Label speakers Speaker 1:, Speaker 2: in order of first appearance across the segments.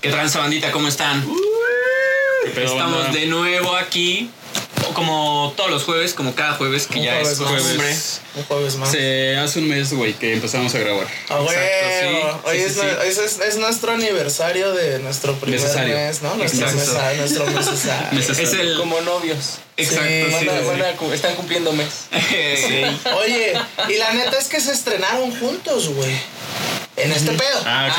Speaker 1: ¿Qué tranza bandita? ¿Cómo están?
Speaker 2: Pero,
Speaker 1: Estamos
Speaker 2: banda,
Speaker 1: de nuevo aquí, como todos los jueves, como cada jueves, que
Speaker 3: Un
Speaker 1: ya
Speaker 3: jueves
Speaker 1: es
Speaker 3: más.
Speaker 1: costumbre.
Speaker 3: Un jueves más.
Speaker 2: Se hace un mes, güey, que empezamos a grabar.
Speaker 3: Ah, güey,
Speaker 1: Exacto, sí,
Speaker 3: hoy
Speaker 1: sí,
Speaker 3: es,
Speaker 1: sí,
Speaker 3: nue- es- es- es nuestro aniversario de nuestro primer
Speaker 2: Necesario.
Speaker 3: mes, ¿no? Nuestro
Speaker 1: Exacto.
Speaker 3: mesario, nuestro mesario.
Speaker 2: Meses-
Speaker 1: Es el...
Speaker 4: Como novios.
Speaker 1: Exacto, sí.
Speaker 3: Manda-
Speaker 1: sí.
Speaker 4: Van a cu- están cumpliendo mes.
Speaker 1: Sí.
Speaker 3: Oye, y la neta es que se estrenaron juntos, güey. En
Speaker 1: Mm.
Speaker 3: este pedo.
Speaker 2: Ah,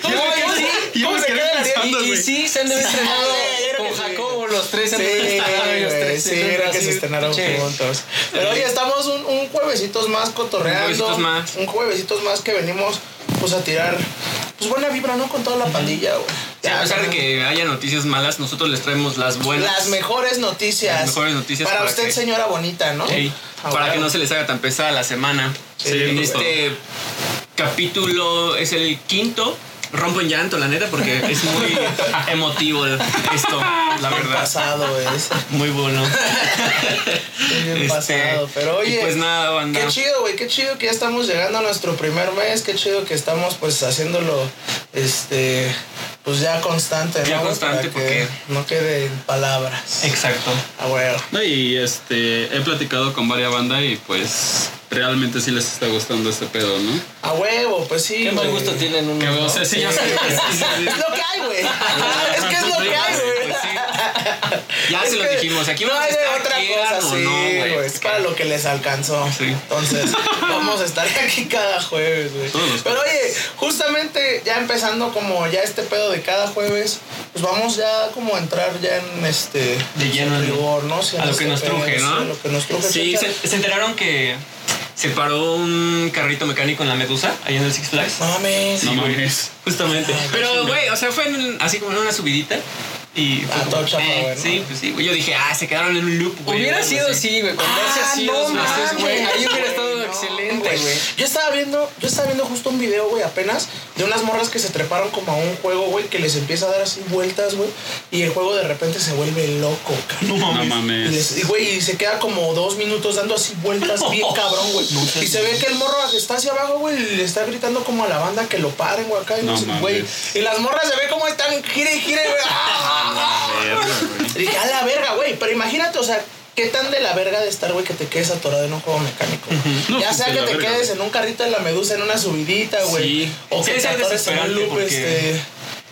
Speaker 4: ¿Cómo
Speaker 2: que sí? Íbamos a quedar pensando,
Speaker 4: Y,
Speaker 2: güey.
Speaker 4: y sí, se han de haber estrenado
Speaker 3: creo
Speaker 4: con
Speaker 3: que sí.
Speaker 4: Jacobo los tres. se han de haber
Speaker 3: Sí,
Speaker 4: estrenado los
Speaker 3: güey,
Speaker 4: tres,
Speaker 3: sí,
Speaker 4: entonces,
Speaker 3: creo que
Speaker 4: así,
Speaker 3: se estrenaron
Speaker 4: che.
Speaker 3: juntos. Pero hoy estamos un, un juevesitos más cotorreando.
Speaker 1: Un juevesitos más.
Speaker 3: Un juevesitos más que venimos, pues, a tirar, pues, buena vibra, ¿no? Con toda la pandilla, güey.
Speaker 1: Sí, a pesar de que haya noticias malas, nosotros les traemos las buenas.
Speaker 3: Las mejores noticias.
Speaker 1: Las mejores noticias
Speaker 3: Para,
Speaker 1: para
Speaker 3: usted,
Speaker 1: que-
Speaker 3: señora bonita, ¿no?
Speaker 1: Sí,
Speaker 3: Ah,
Speaker 1: para
Speaker 3: bueno.
Speaker 1: que no se les haga tan pesada la semana.
Speaker 3: Sí,
Speaker 1: en
Speaker 3: justo.
Speaker 1: este capítulo es el quinto. Rompo en llanto, la neta, porque es muy emotivo esto, la verdad.
Speaker 3: pasado es.
Speaker 1: Muy bueno.
Speaker 3: bien
Speaker 1: Este,
Speaker 3: pasado, pero
Speaker 1: y
Speaker 3: oye,
Speaker 1: Pues nada, banda.
Speaker 3: Qué chido, güey, qué chido que ya estamos llegando a nuestro primer mes, qué chido que estamos pues haciéndolo, este, pues ya constante,
Speaker 1: Ya
Speaker 3: ¿no? güey?
Speaker 1: constante,
Speaker 3: Para que
Speaker 1: porque-
Speaker 3: no quede en palabras.
Speaker 1: Exacto.
Speaker 3: Ah, güey.
Speaker 2: No, y este, he platicado con varias bandas y pues realmente sí les está gustando este pedo, ¿no?
Speaker 3: A huevo, pues sí.
Speaker 4: Qué mal
Speaker 3: güey.
Speaker 4: gusto tienen unos.
Speaker 2: Que,
Speaker 4: ¿no?
Speaker 2: o sea, sí, ya sé.
Speaker 3: Es lo que hay, güey. es que es lo que hay, güey.
Speaker 1: Pues sí. Ya
Speaker 3: Es
Speaker 1: se lo
Speaker 3: que
Speaker 1: dijimos. Aquí
Speaker 3: no
Speaker 1: vamos a
Speaker 3: hay de
Speaker 1: estar
Speaker 3: otra
Speaker 1: quieran
Speaker 3: cosa,
Speaker 1: o
Speaker 3: sí,
Speaker 1: no, güey.
Speaker 3: güey, Es para lo que les alcanzó.
Speaker 1: Sí.
Speaker 3: Entonces, vamos a estar aquí cada jueves, güey.
Speaker 2: Todos los
Speaker 3: Pero oye, justamente ya empezando como ya este pedo de cada jueves, pues vamos ya como a entrar ya en este
Speaker 1: De lleno, ¿no?
Speaker 3: rigor, ¿no? Sí, en
Speaker 1: A lo
Speaker 3: este
Speaker 1: que nos
Speaker 3: pedo,
Speaker 1: truje,
Speaker 3: sí,
Speaker 1: ¿no?
Speaker 3: a lo que nos truje.
Speaker 1: Sí,
Speaker 3: Checha.
Speaker 1: se, se enteraron que se paró un carrito mecánico en la Medusa, ahí en el Six Flags.
Speaker 3: No mames.
Speaker 2: No mames.
Speaker 1: Justamente. Pero, güey, o sea, fue en- así como en una subidita. Y fue
Speaker 3: Ah,
Speaker 1: como,
Speaker 3: todo chafa,
Speaker 1: eh,
Speaker 3: güey, ¿no?
Speaker 1: Sí, pues sí, güey. Yo dije, ah, se quedaron en un loop, güey.
Speaker 4: Hubiera
Speaker 1: Algo
Speaker 4: sido así, güey. Con darse
Speaker 3: Ah,
Speaker 4: así
Speaker 3: no
Speaker 4: los meses, güey.
Speaker 3: mames,
Speaker 4: Ahí hubiera estado
Speaker 3: güey, no,
Speaker 1: pues,
Speaker 4: excelente, güey.
Speaker 3: Yo estaba viendo, yo estaba viendo justo un video, güey, apenas de unas morras que se treparon como a un juego, güey, que les empieza a dar así vueltas, güey, y el juego de repente se vuelve loco, cabrón.
Speaker 1: No
Speaker 2: No
Speaker 1: mames.
Speaker 3: Y les-
Speaker 2: mames.
Speaker 3: y, güey, y se queda como dos minutos dando así vueltas bien cabrón, güey.
Speaker 1: No seas
Speaker 3: y se ve que el morro está hacia abajo, güey, y le está gritando como a la banda que lo paren, güey, acá. Y,
Speaker 2: No
Speaker 3: no sé,
Speaker 2: mames.
Speaker 3: güey. y las morras se ve como están gire y gire, güey. ¡Ah! Dije, a la verga, güey. Pero imagínate, o sea, qué tan de la verga de estar, güey, que te quedes atorado en un juego mecánico.
Speaker 2: No,
Speaker 3: ya
Speaker 2: pues,
Speaker 3: sea
Speaker 2: de
Speaker 3: que
Speaker 2: la
Speaker 3: te
Speaker 2: verga,
Speaker 3: quedes en un carrito de la medusa, en una subidita, güey.
Speaker 1: Sí.
Speaker 3: O
Speaker 1: Sí,
Speaker 3: que
Speaker 1: es
Speaker 3: te atores en un
Speaker 1: desesperante
Speaker 3: loop
Speaker 1: porque-
Speaker 3: este,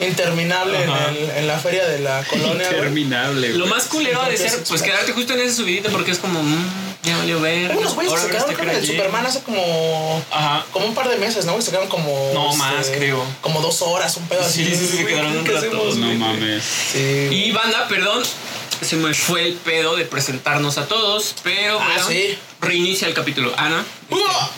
Speaker 3: interminable en,
Speaker 1: Ajá.
Speaker 3: el- en la feria de la colonia, güey.
Speaker 2: Interminable, güey.
Speaker 1: Lo más culero ha de ser, pues quedarte justo en esa subidita porque es como, mm, ya valió ver. este
Speaker 3: Unos güeyes que se quedaron creo que en el Superman hace como...
Speaker 1: Ajá.
Speaker 3: Como un par de meses, ¿no? güey? Se quedaron como... este,
Speaker 1: No, más, creo.
Speaker 3: Como dos horas, un pedo
Speaker 1: Sí,
Speaker 3: así.
Speaker 1: sí, sí, se
Speaker 3: Güey,
Speaker 1: quedaron un
Speaker 3: ¿qué
Speaker 1: rato,
Speaker 3: hacemos,
Speaker 2: No
Speaker 3: güey?
Speaker 2: mames.
Speaker 3: Sí.
Speaker 1: Y banda, perdón, se me fue el pedo de presentarnos a todos, pero
Speaker 3: Ah,
Speaker 1: bueno,
Speaker 3: sí.
Speaker 1: reinicia el capítulo. Ana,
Speaker 3: ¡Uah!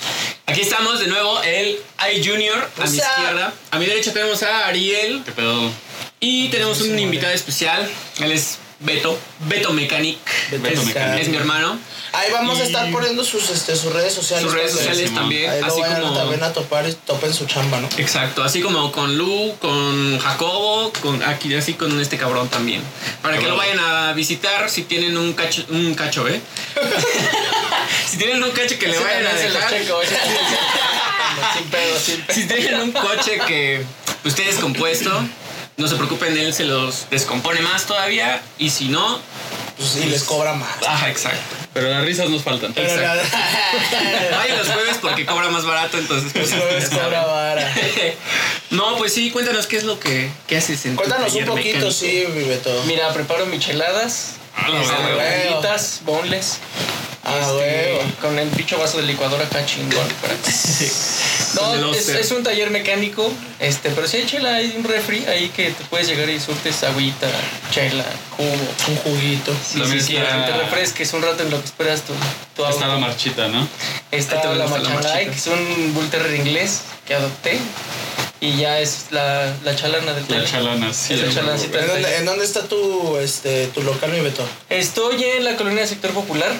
Speaker 1: aquí estamos de nuevo, el I Junior a
Speaker 3: O
Speaker 1: mi
Speaker 3: sea-
Speaker 1: izquierda. A mi derecha tenemos a Ariel
Speaker 2: Qué pedo.
Speaker 4: Ah,
Speaker 1: y tenemos un invitado especial. Él es Beto, Beto Mechanic.
Speaker 2: Beto
Speaker 3: Pesca.
Speaker 2: Mecánico.
Speaker 1: Es mi hermano.
Speaker 3: Ahí vamos a estar
Speaker 1: Y-
Speaker 3: poniendo sus, este, sus redes sociales.
Speaker 1: Sus redes
Speaker 3: para que-
Speaker 1: sociales
Speaker 2: Simón.
Speaker 1: también,
Speaker 3: Ahí lo
Speaker 1: así
Speaker 3: vayan
Speaker 1: como
Speaker 3: también a topar y topen su chamba, ¿no?
Speaker 1: Exacto, así como con Lu, con Jacobo, con aquí así con este cabrón también. Para que lo vayan a visitar si tienen un cacho, un cacho, ¿eh? si tienen un cacho que le
Speaker 4: Ese
Speaker 1: vayan a
Speaker 4: también se los
Speaker 1: dejar.
Speaker 4: checo. ese sí, ese- Sin pedo, sin pedo.
Speaker 1: Si tienen un coche que esté descompuesto, no se preocupen, él se los descompone más todavía y si no,
Speaker 3: Pues, y les cobra más.
Speaker 1: ajá, exacto.
Speaker 2: Pero las risas nos faltan.
Speaker 3: Pero la-
Speaker 1: Vayan los jueves porque cobra más barato, entonces pues,
Speaker 3: Los jueves
Speaker 1: ya saben.
Speaker 3: cobra vara.
Speaker 1: No, pues sí, cuéntanos qué es lo que qué haces en tu
Speaker 3: Cuéntanos un
Speaker 1: taller
Speaker 3: poquito,
Speaker 1: mecánico.
Speaker 3: sí, Viveto.
Speaker 4: Mira, preparo micheladas.
Speaker 1: Ah, la
Speaker 4: este,
Speaker 1: huevo.
Speaker 4: Gorditas, bonles.
Speaker 3: Ah,
Speaker 4: Este,
Speaker 3: huevo.
Speaker 4: con el picho vaso de licuadora acá chingón.
Speaker 1: Con el
Speaker 4: No, es,
Speaker 1: Oster.
Speaker 4: es un taller mecánico, este, pero si hay chela, hay un refri ahí que te puedes llegar y surtes agüita, chela, jugo.
Speaker 3: Un juguito.
Speaker 4: Sí,
Speaker 2: También
Speaker 4: sí, sí,
Speaker 2: está-
Speaker 4: para que te refresques un rato en lo que esperas tu, tu
Speaker 1: Pues
Speaker 2: Está la
Speaker 4: auto.
Speaker 2: marchita, ¿no?
Speaker 1: Ahí te
Speaker 4: Está
Speaker 1: va
Speaker 4: la
Speaker 1: la marchita.
Speaker 4: Machalay, que es un bull terrier inglés que adopté. Y ya es la, la chalana del
Speaker 2: La
Speaker 4: taller.
Speaker 2: chalana, sí.
Speaker 4: Es la
Speaker 2: güey.
Speaker 4: chalanacita.
Speaker 3: ¿En dónde, en dónde está tu, este, tu local, Viveto?
Speaker 4: Estoy en la colonia Sector Popular.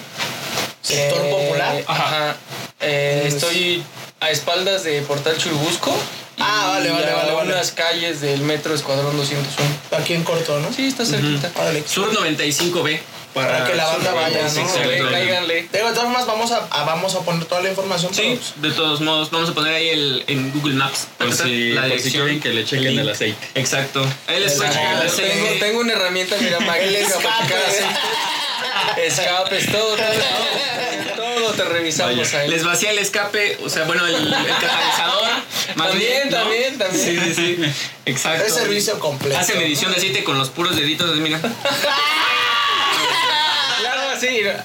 Speaker 3: ¿Sector
Speaker 4: Eh,
Speaker 3: popular?
Speaker 4: Ajá. Eh,
Speaker 3: Pues-
Speaker 4: estoy a espaldas de Portal Churubusco.
Speaker 3: Ah,
Speaker 4: y
Speaker 3: vale, vale,
Speaker 4: a
Speaker 3: vale, vale.
Speaker 4: unas calles del metro Escuadrón 201.
Speaker 3: Aquí en corto, ¿no?
Speaker 4: Sí, está cerquita.
Speaker 3: Órale.
Speaker 1: Sur 95B.
Speaker 3: Para que la
Speaker 2: Ah,
Speaker 1: Sur
Speaker 3: banda vaya, ¿no?
Speaker 1: 95B.
Speaker 4: Órale,
Speaker 1: Exacto.
Speaker 4: cáiganle.
Speaker 3: Digo, de todas formas, vamos a, a- vamos a poner toda la información.
Speaker 1: Sí,
Speaker 3: pero-
Speaker 1: de todos modos, vamos a poner ahí el, en Google Maps.
Speaker 2: Por si,
Speaker 1: la
Speaker 2: Pues por si
Speaker 1: dirección.
Speaker 2: quieren que le chequen el aceite.
Speaker 1: Exacto. Ahí les pueden checar el
Speaker 4: No,
Speaker 1: aceite.
Speaker 4: Pues tengo, tengo una herramienta, mira, magnífica para checar
Speaker 3: escape.
Speaker 4: aceite. Escapes, todo, todo, todo, todo te revisamos
Speaker 2: Vaya,
Speaker 4: ahí.
Speaker 1: Les vacía el escape, o sea, bueno, el, el catalizador. más
Speaker 4: También,
Speaker 1: bien, ¿no?
Speaker 4: también, también.
Speaker 1: Sí, sí, sí. Exacto.
Speaker 3: Es servicio completo.
Speaker 1: Hacen edición de aceite con los puros deditos, mira.
Speaker 4: Claro, Ah, sí. mira.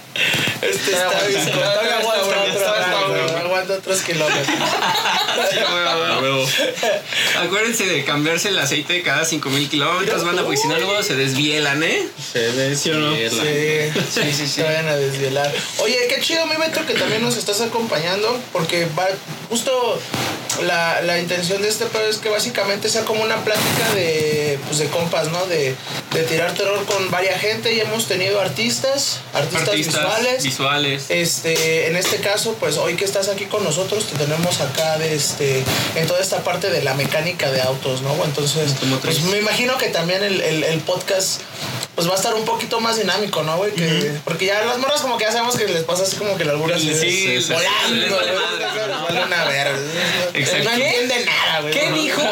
Speaker 3: Este está
Speaker 4: Aguanta,
Speaker 3: bien.
Speaker 4: aguanta,
Speaker 3: Todavía aguanta
Speaker 4: aguanta,
Speaker 3: otro, aguanta,
Speaker 4: aguanta, aguanta.
Speaker 3: Aguanta otros kilómetros. Ah.
Speaker 1: Acuérdense de cambiarse el aceite cada 5000 kilómetros, banda, porque si no luego se desvielan, ¿eh?
Speaker 2: Se ve, ¿sí o no?
Speaker 3: Sí,
Speaker 4: Sí, sí, sí.
Speaker 3: Te vayan a desvielar. Oye, qué chido, mi Beto, que también nos estás acompañando, porque va, justo la, la intención de este pedo es que básicamente sea como una plática de, pues, de compas, ¿no? De, de tirar terror con varias gente y hemos tenido artistas, artistas, visuales.
Speaker 1: visuales.
Speaker 3: Este, en este caso, pues hoy que estás aquí con nosotros, te tenemos acá de este, en toda esta parte de la mecánica de autos, ¿no? Entonces,
Speaker 1: Automotriz.
Speaker 3: pues, me imagino que también el, el- el podcast pues va a estar un poquito más dinámico, ¿no, güey? Que- Porque ya las morras como que ya sabemos que les pasa así como que la alguna
Speaker 1: Sí, sí, sí, sí, les vale madre, ¿no?
Speaker 3: vale una verga.
Speaker 1: Exacto.
Speaker 3: No entienden nada, güey.
Speaker 4: ¿Qué dijo?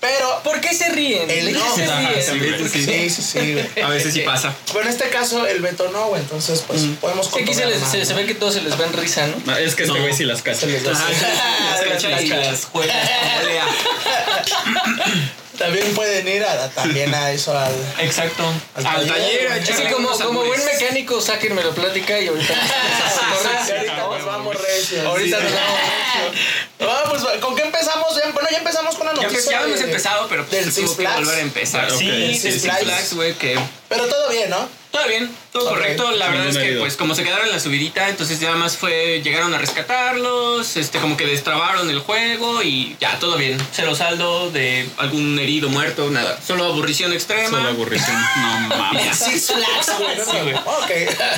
Speaker 3: Pero...
Speaker 4: ¿Por qué se ríen?
Speaker 3: El
Speaker 4: ¿De qué
Speaker 3: no.
Speaker 4: se
Speaker 1: Ah,
Speaker 3: Ajá,
Speaker 4: ríen?
Speaker 1: sí,
Speaker 4: ¿Por qué?
Speaker 1: sí.
Speaker 3: Sí, sí, sí, güey.
Speaker 1: A veces sí pasa.
Speaker 3: Pero en este caso, el Beto no, güey. Entonces, pues, podemos
Speaker 4: Sí, aquí se,
Speaker 3: controlar
Speaker 4: les-
Speaker 3: más,
Speaker 4: se-
Speaker 3: ¿no?
Speaker 4: se ve que todos se les va en risa, ¿no?
Speaker 2: Ah, Es que este
Speaker 1: No.
Speaker 2: güey sí las cacha.
Speaker 3: Se les va.
Speaker 1: Ajá, las cachas y las juegas con volea.
Speaker 3: También pueden ir a, también a eso al.
Speaker 1: Exacto.
Speaker 3: Al
Speaker 1: Al,
Speaker 3: taller,
Speaker 1: taller, a
Speaker 3: güey.
Speaker 4: Así
Speaker 1: echarle
Speaker 4: como,
Speaker 1: unos
Speaker 4: como buen
Speaker 1: albures.
Speaker 4: mecánico, sáquenme la plática y ahorita.
Speaker 3: Sí, ahorita nos vamos recio.
Speaker 4: Ah, Ahorita
Speaker 3: Sí.
Speaker 4: nos vamos.
Speaker 3: Ah, pues, ¿con qué empezamos? Ya- Bueno, ya empezamos con la
Speaker 1: Ya,
Speaker 3: noticia.
Speaker 1: pues, ya
Speaker 3: de-
Speaker 1: hemos empezado, pero
Speaker 3: del
Speaker 1: pues, se
Speaker 3: Six
Speaker 1: tuvo que
Speaker 3: Flags.
Speaker 1: volver a empezar.
Speaker 2: Ah, ok.
Speaker 1: Sí,
Speaker 2: Del
Speaker 1: sí,
Speaker 3: Six
Speaker 1: Six
Speaker 3: Flags.
Speaker 1: Flags, güey, que
Speaker 3: Pero todo bien, ¿no?
Speaker 1: todo bien, todo
Speaker 3: Ok.
Speaker 1: correcto. La verdad es
Speaker 2: Ningún
Speaker 1: que,
Speaker 2: herido.
Speaker 1: pues, como se quedaron en la subidita, entonces ya más fue, llegaron a rescatarlos, este, como que destrabaron el juego y ya, todo bien. Cero saldo de algún herido, muerto, nada. Solo aburrición extrema.
Speaker 2: Solo aburrición. No mames.
Speaker 3: Six Flags, güey. ¿no?
Speaker 1: Sí, güey.
Speaker 3: Ah, Ok.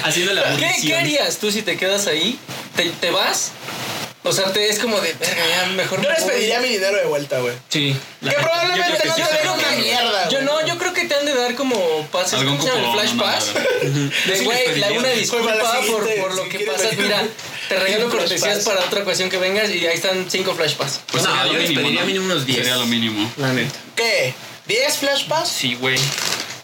Speaker 1: Haciendo la
Speaker 4: ¿Qué,
Speaker 1: aburrición.
Speaker 4: qué harías tú si te quedas ahí? ¿Te, te vas? O sea, te, es como de, "Verga, ya mejor
Speaker 3: Yo
Speaker 4: me
Speaker 3: les
Speaker 4: voy".
Speaker 3: pediría mi dinero de vuelta, güey.
Speaker 1: Sí.
Speaker 3: Que probablemente
Speaker 2: creo
Speaker 3: no
Speaker 2: que
Speaker 3: te
Speaker 2: sí.
Speaker 3: den una mierda.
Speaker 4: Yo
Speaker 3: güey.
Speaker 4: no, yo creo que te han de dar como pases,
Speaker 2: Algún
Speaker 4: ¿cómo se llama? El
Speaker 2: cupón,
Speaker 4: flash
Speaker 2: una
Speaker 4: pass.
Speaker 2: madre.
Speaker 4: De
Speaker 1: sí
Speaker 4: güey,
Speaker 1: les
Speaker 4: la
Speaker 1: pediría.
Speaker 4: una
Speaker 3: Fue para la
Speaker 4: disculpa por,
Speaker 3: siguiente,
Speaker 4: por lo
Speaker 3: si
Speaker 4: que
Speaker 3: quieres
Speaker 4: pasas.
Speaker 3: venir.
Speaker 4: Mira, te regalo
Speaker 3: Un flash
Speaker 4: cortesías
Speaker 3: pass.
Speaker 4: para otra ocasión que vengas y ahí están cinco flash pass.
Speaker 1: Pues
Speaker 2: No,
Speaker 1: no, yo
Speaker 2: sería lo
Speaker 1: les
Speaker 2: mínimo,
Speaker 1: pediría
Speaker 2: ¿no?
Speaker 1: mínimo unos 10.
Speaker 2: Sería lo mínimo.
Speaker 1: La neta.
Speaker 3: ¿Qué? ¿10 flash pass?
Speaker 1: Sí, güey.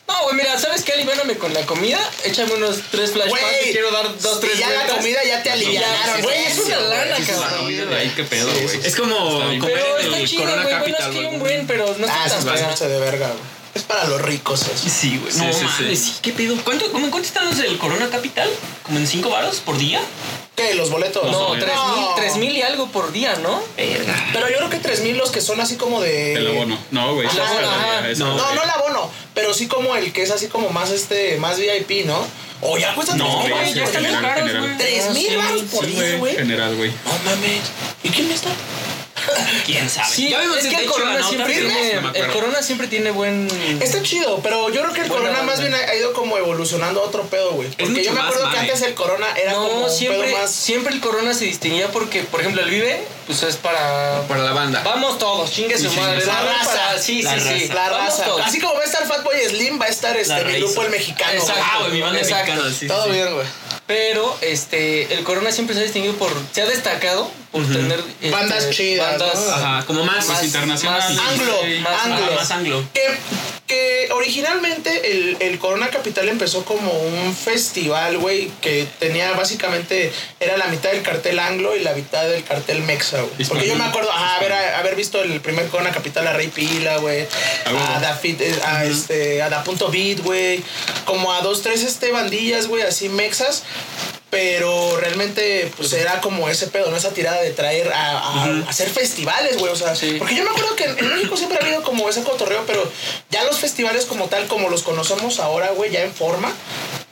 Speaker 4: No, güey, mira, ¿sabes qué? Aliviáname con la comida. Échame unos tres flash pass.
Speaker 3: Güey,
Speaker 4: Te quiero dar dos,
Speaker 3: si
Speaker 4: tres
Speaker 3: ya la
Speaker 4: vueltas.
Speaker 3: comida ya te alivianaron.
Speaker 4: Güey, es una lana,
Speaker 3: Ah,
Speaker 4: cabrón.
Speaker 2: Ay, güey, qué pedo,
Speaker 3: Sí,
Speaker 2: güey.
Speaker 1: Es como
Speaker 2: bien.
Speaker 1: comer
Speaker 4: Pero
Speaker 1: en
Speaker 4: está
Speaker 1: el
Speaker 4: chido,
Speaker 1: Corona
Speaker 4: güey. Bueno, es
Speaker 1: Capital,
Speaker 4: que hay
Speaker 1: güey.
Speaker 4: un buen, pero no
Speaker 3: Ah,
Speaker 4: está
Speaker 3: sí,
Speaker 4: tan
Speaker 3: es
Speaker 4: fea.
Speaker 3: bastante de verga, güey. Es para los ricos eso.
Speaker 1: Sí, güey.
Speaker 2: Sí,
Speaker 1: no
Speaker 2: sí,
Speaker 1: mames, sí. ¿Qué pedo? ¿Cuánto, cómo, ¿Cuánto están los del Corona Capital? ¿Como en 5 varos por día?
Speaker 3: ¿Qué? ¿Los boletos?
Speaker 4: No,
Speaker 2: No.
Speaker 4: tres mil, tres mil y algo por día, ¿no?
Speaker 1: Verga.
Speaker 3: Pero yo creo que 3000 los que son así como de. Ah,
Speaker 2: El abono. No, güey.
Speaker 4: Ajá,
Speaker 2: ya se lo
Speaker 4: ajá.
Speaker 2: haría, eso,
Speaker 1: No,
Speaker 3: No,
Speaker 2: güey.
Speaker 3: no el abono, pero sí como el que es así como más este, más VIP, ¿no? O ya cuesta
Speaker 2: No,
Speaker 4: Oh,
Speaker 3: tres mil
Speaker 2: güey,
Speaker 3: baros
Speaker 2: ya
Speaker 3: por
Speaker 2: está
Speaker 3: día.
Speaker 2: bien.
Speaker 3: Tres mil baros por
Speaker 2: Sí,
Speaker 3: día, güey.
Speaker 2: General, güey.
Speaker 3: No mames. ¿Y quién está?
Speaker 1: ¿Quién sabe?
Speaker 4: Sí,
Speaker 1: Ya vimos
Speaker 4: es que
Speaker 1: de
Speaker 4: el
Speaker 1: hecho, la
Speaker 4: corona,
Speaker 1: nota,
Speaker 4: siempre
Speaker 1: pero-
Speaker 4: tiene,
Speaker 2: no me
Speaker 4: el
Speaker 2: acuerdo.
Speaker 4: corona siempre tiene buen...
Speaker 3: Está chido, pero yo creo que el
Speaker 4: Buena
Speaker 3: Corona más
Speaker 4: banda.
Speaker 3: bien ha ha ido como evolucionando a otro pedo, güey. Porque
Speaker 1: mucho
Speaker 3: yo me
Speaker 1: más
Speaker 3: acuerdo que
Speaker 1: mame.
Speaker 3: antes el Corona era como
Speaker 4: No,
Speaker 3: un
Speaker 4: siempre,
Speaker 3: pedo más.
Speaker 4: siempre el corona se distinguía porque, por ejemplo, el Vive, pues es para...
Speaker 1: Para la banda.
Speaker 4: Vamos todos, chingue su madre.
Speaker 3: La
Speaker 4: vamos
Speaker 3: raza.
Speaker 4: para- sí,
Speaker 1: La
Speaker 4: sí, sí.
Speaker 1: raza.
Speaker 3: La
Speaker 4: Vamos
Speaker 3: raza.
Speaker 4: todos.
Speaker 3: Así como va a estar Fatboy Slim, va a estar este
Speaker 1: La
Speaker 3: mi
Speaker 1: raíz.
Speaker 3: grupo el mexicano. Ah, güey.
Speaker 1: Exacto, Ah, güey, mi banda es
Speaker 4: Exacto.
Speaker 1: mexicana, sí, sí,
Speaker 3: Todo
Speaker 1: sí.
Speaker 3: bien, güey.
Speaker 4: Pero este, el corona siempre se ha distinguido por... Se ha destacado por tener... este,
Speaker 3: Bandas chidas,
Speaker 4: bandas-
Speaker 3: ¿no?
Speaker 1: Ajá, pues, como más.
Speaker 2: Más internacional.
Speaker 4: más-
Speaker 3: Anglo,
Speaker 4: sí, más-
Speaker 1: Ah,
Speaker 3: anglo.
Speaker 1: más anglo.
Speaker 3: Que, que originalmente el, el Corona Capital empezó como un festival, güey, que tenía básicamente, era la mitad del cartel anglo y la mitad del cartel mexa, güey. Porque yo me acuerdo, ajá, haber, haber visto el primer Corona Capital a Rey Pila, güey,
Speaker 2: Ah, bueno.
Speaker 3: a Da Fit- eh, a, este, a Da Punto Beat, güey, como a dos, tres este, bandillas, güey, así mexas. Pero realmente, pues era como ese pedo, ¿no? Esa tirada de traer a, a- a hacer festivales, güey. O sea,
Speaker 4: Sí.
Speaker 3: porque yo me acuerdo que en, en México siempre ha habido como ese cotorreo, pero ya los festivales como tal, como los conocemos ahora, güey, ya en forma,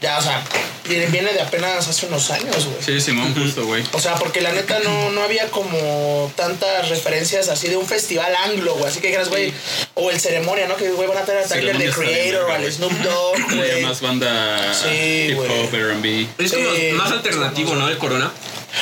Speaker 3: ya, o sea, viene, viene de apenas hace unos años, güey.
Speaker 2: Sí, Simón, justo, güey.
Speaker 3: O sea, porque la neta no, no había como tantas referencias así de un festival anglo, güey. Así que dijeras, güey, o el ceremonia, ¿no? Que, güey, van a traer a Tyler,
Speaker 2: Ceremonia
Speaker 3: The
Speaker 2: está bien
Speaker 3: Creator,
Speaker 2: verga,
Speaker 3: al
Speaker 2: güey.
Speaker 3: Snoop Dogg,
Speaker 2: Sería
Speaker 3: güey.
Speaker 2: más banda
Speaker 3: Sí,
Speaker 2: hip
Speaker 3: güey.
Speaker 2: hop, R&B.
Speaker 1: Es
Speaker 3: Sí.
Speaker 1: como más alternativo, ¿no? El corona.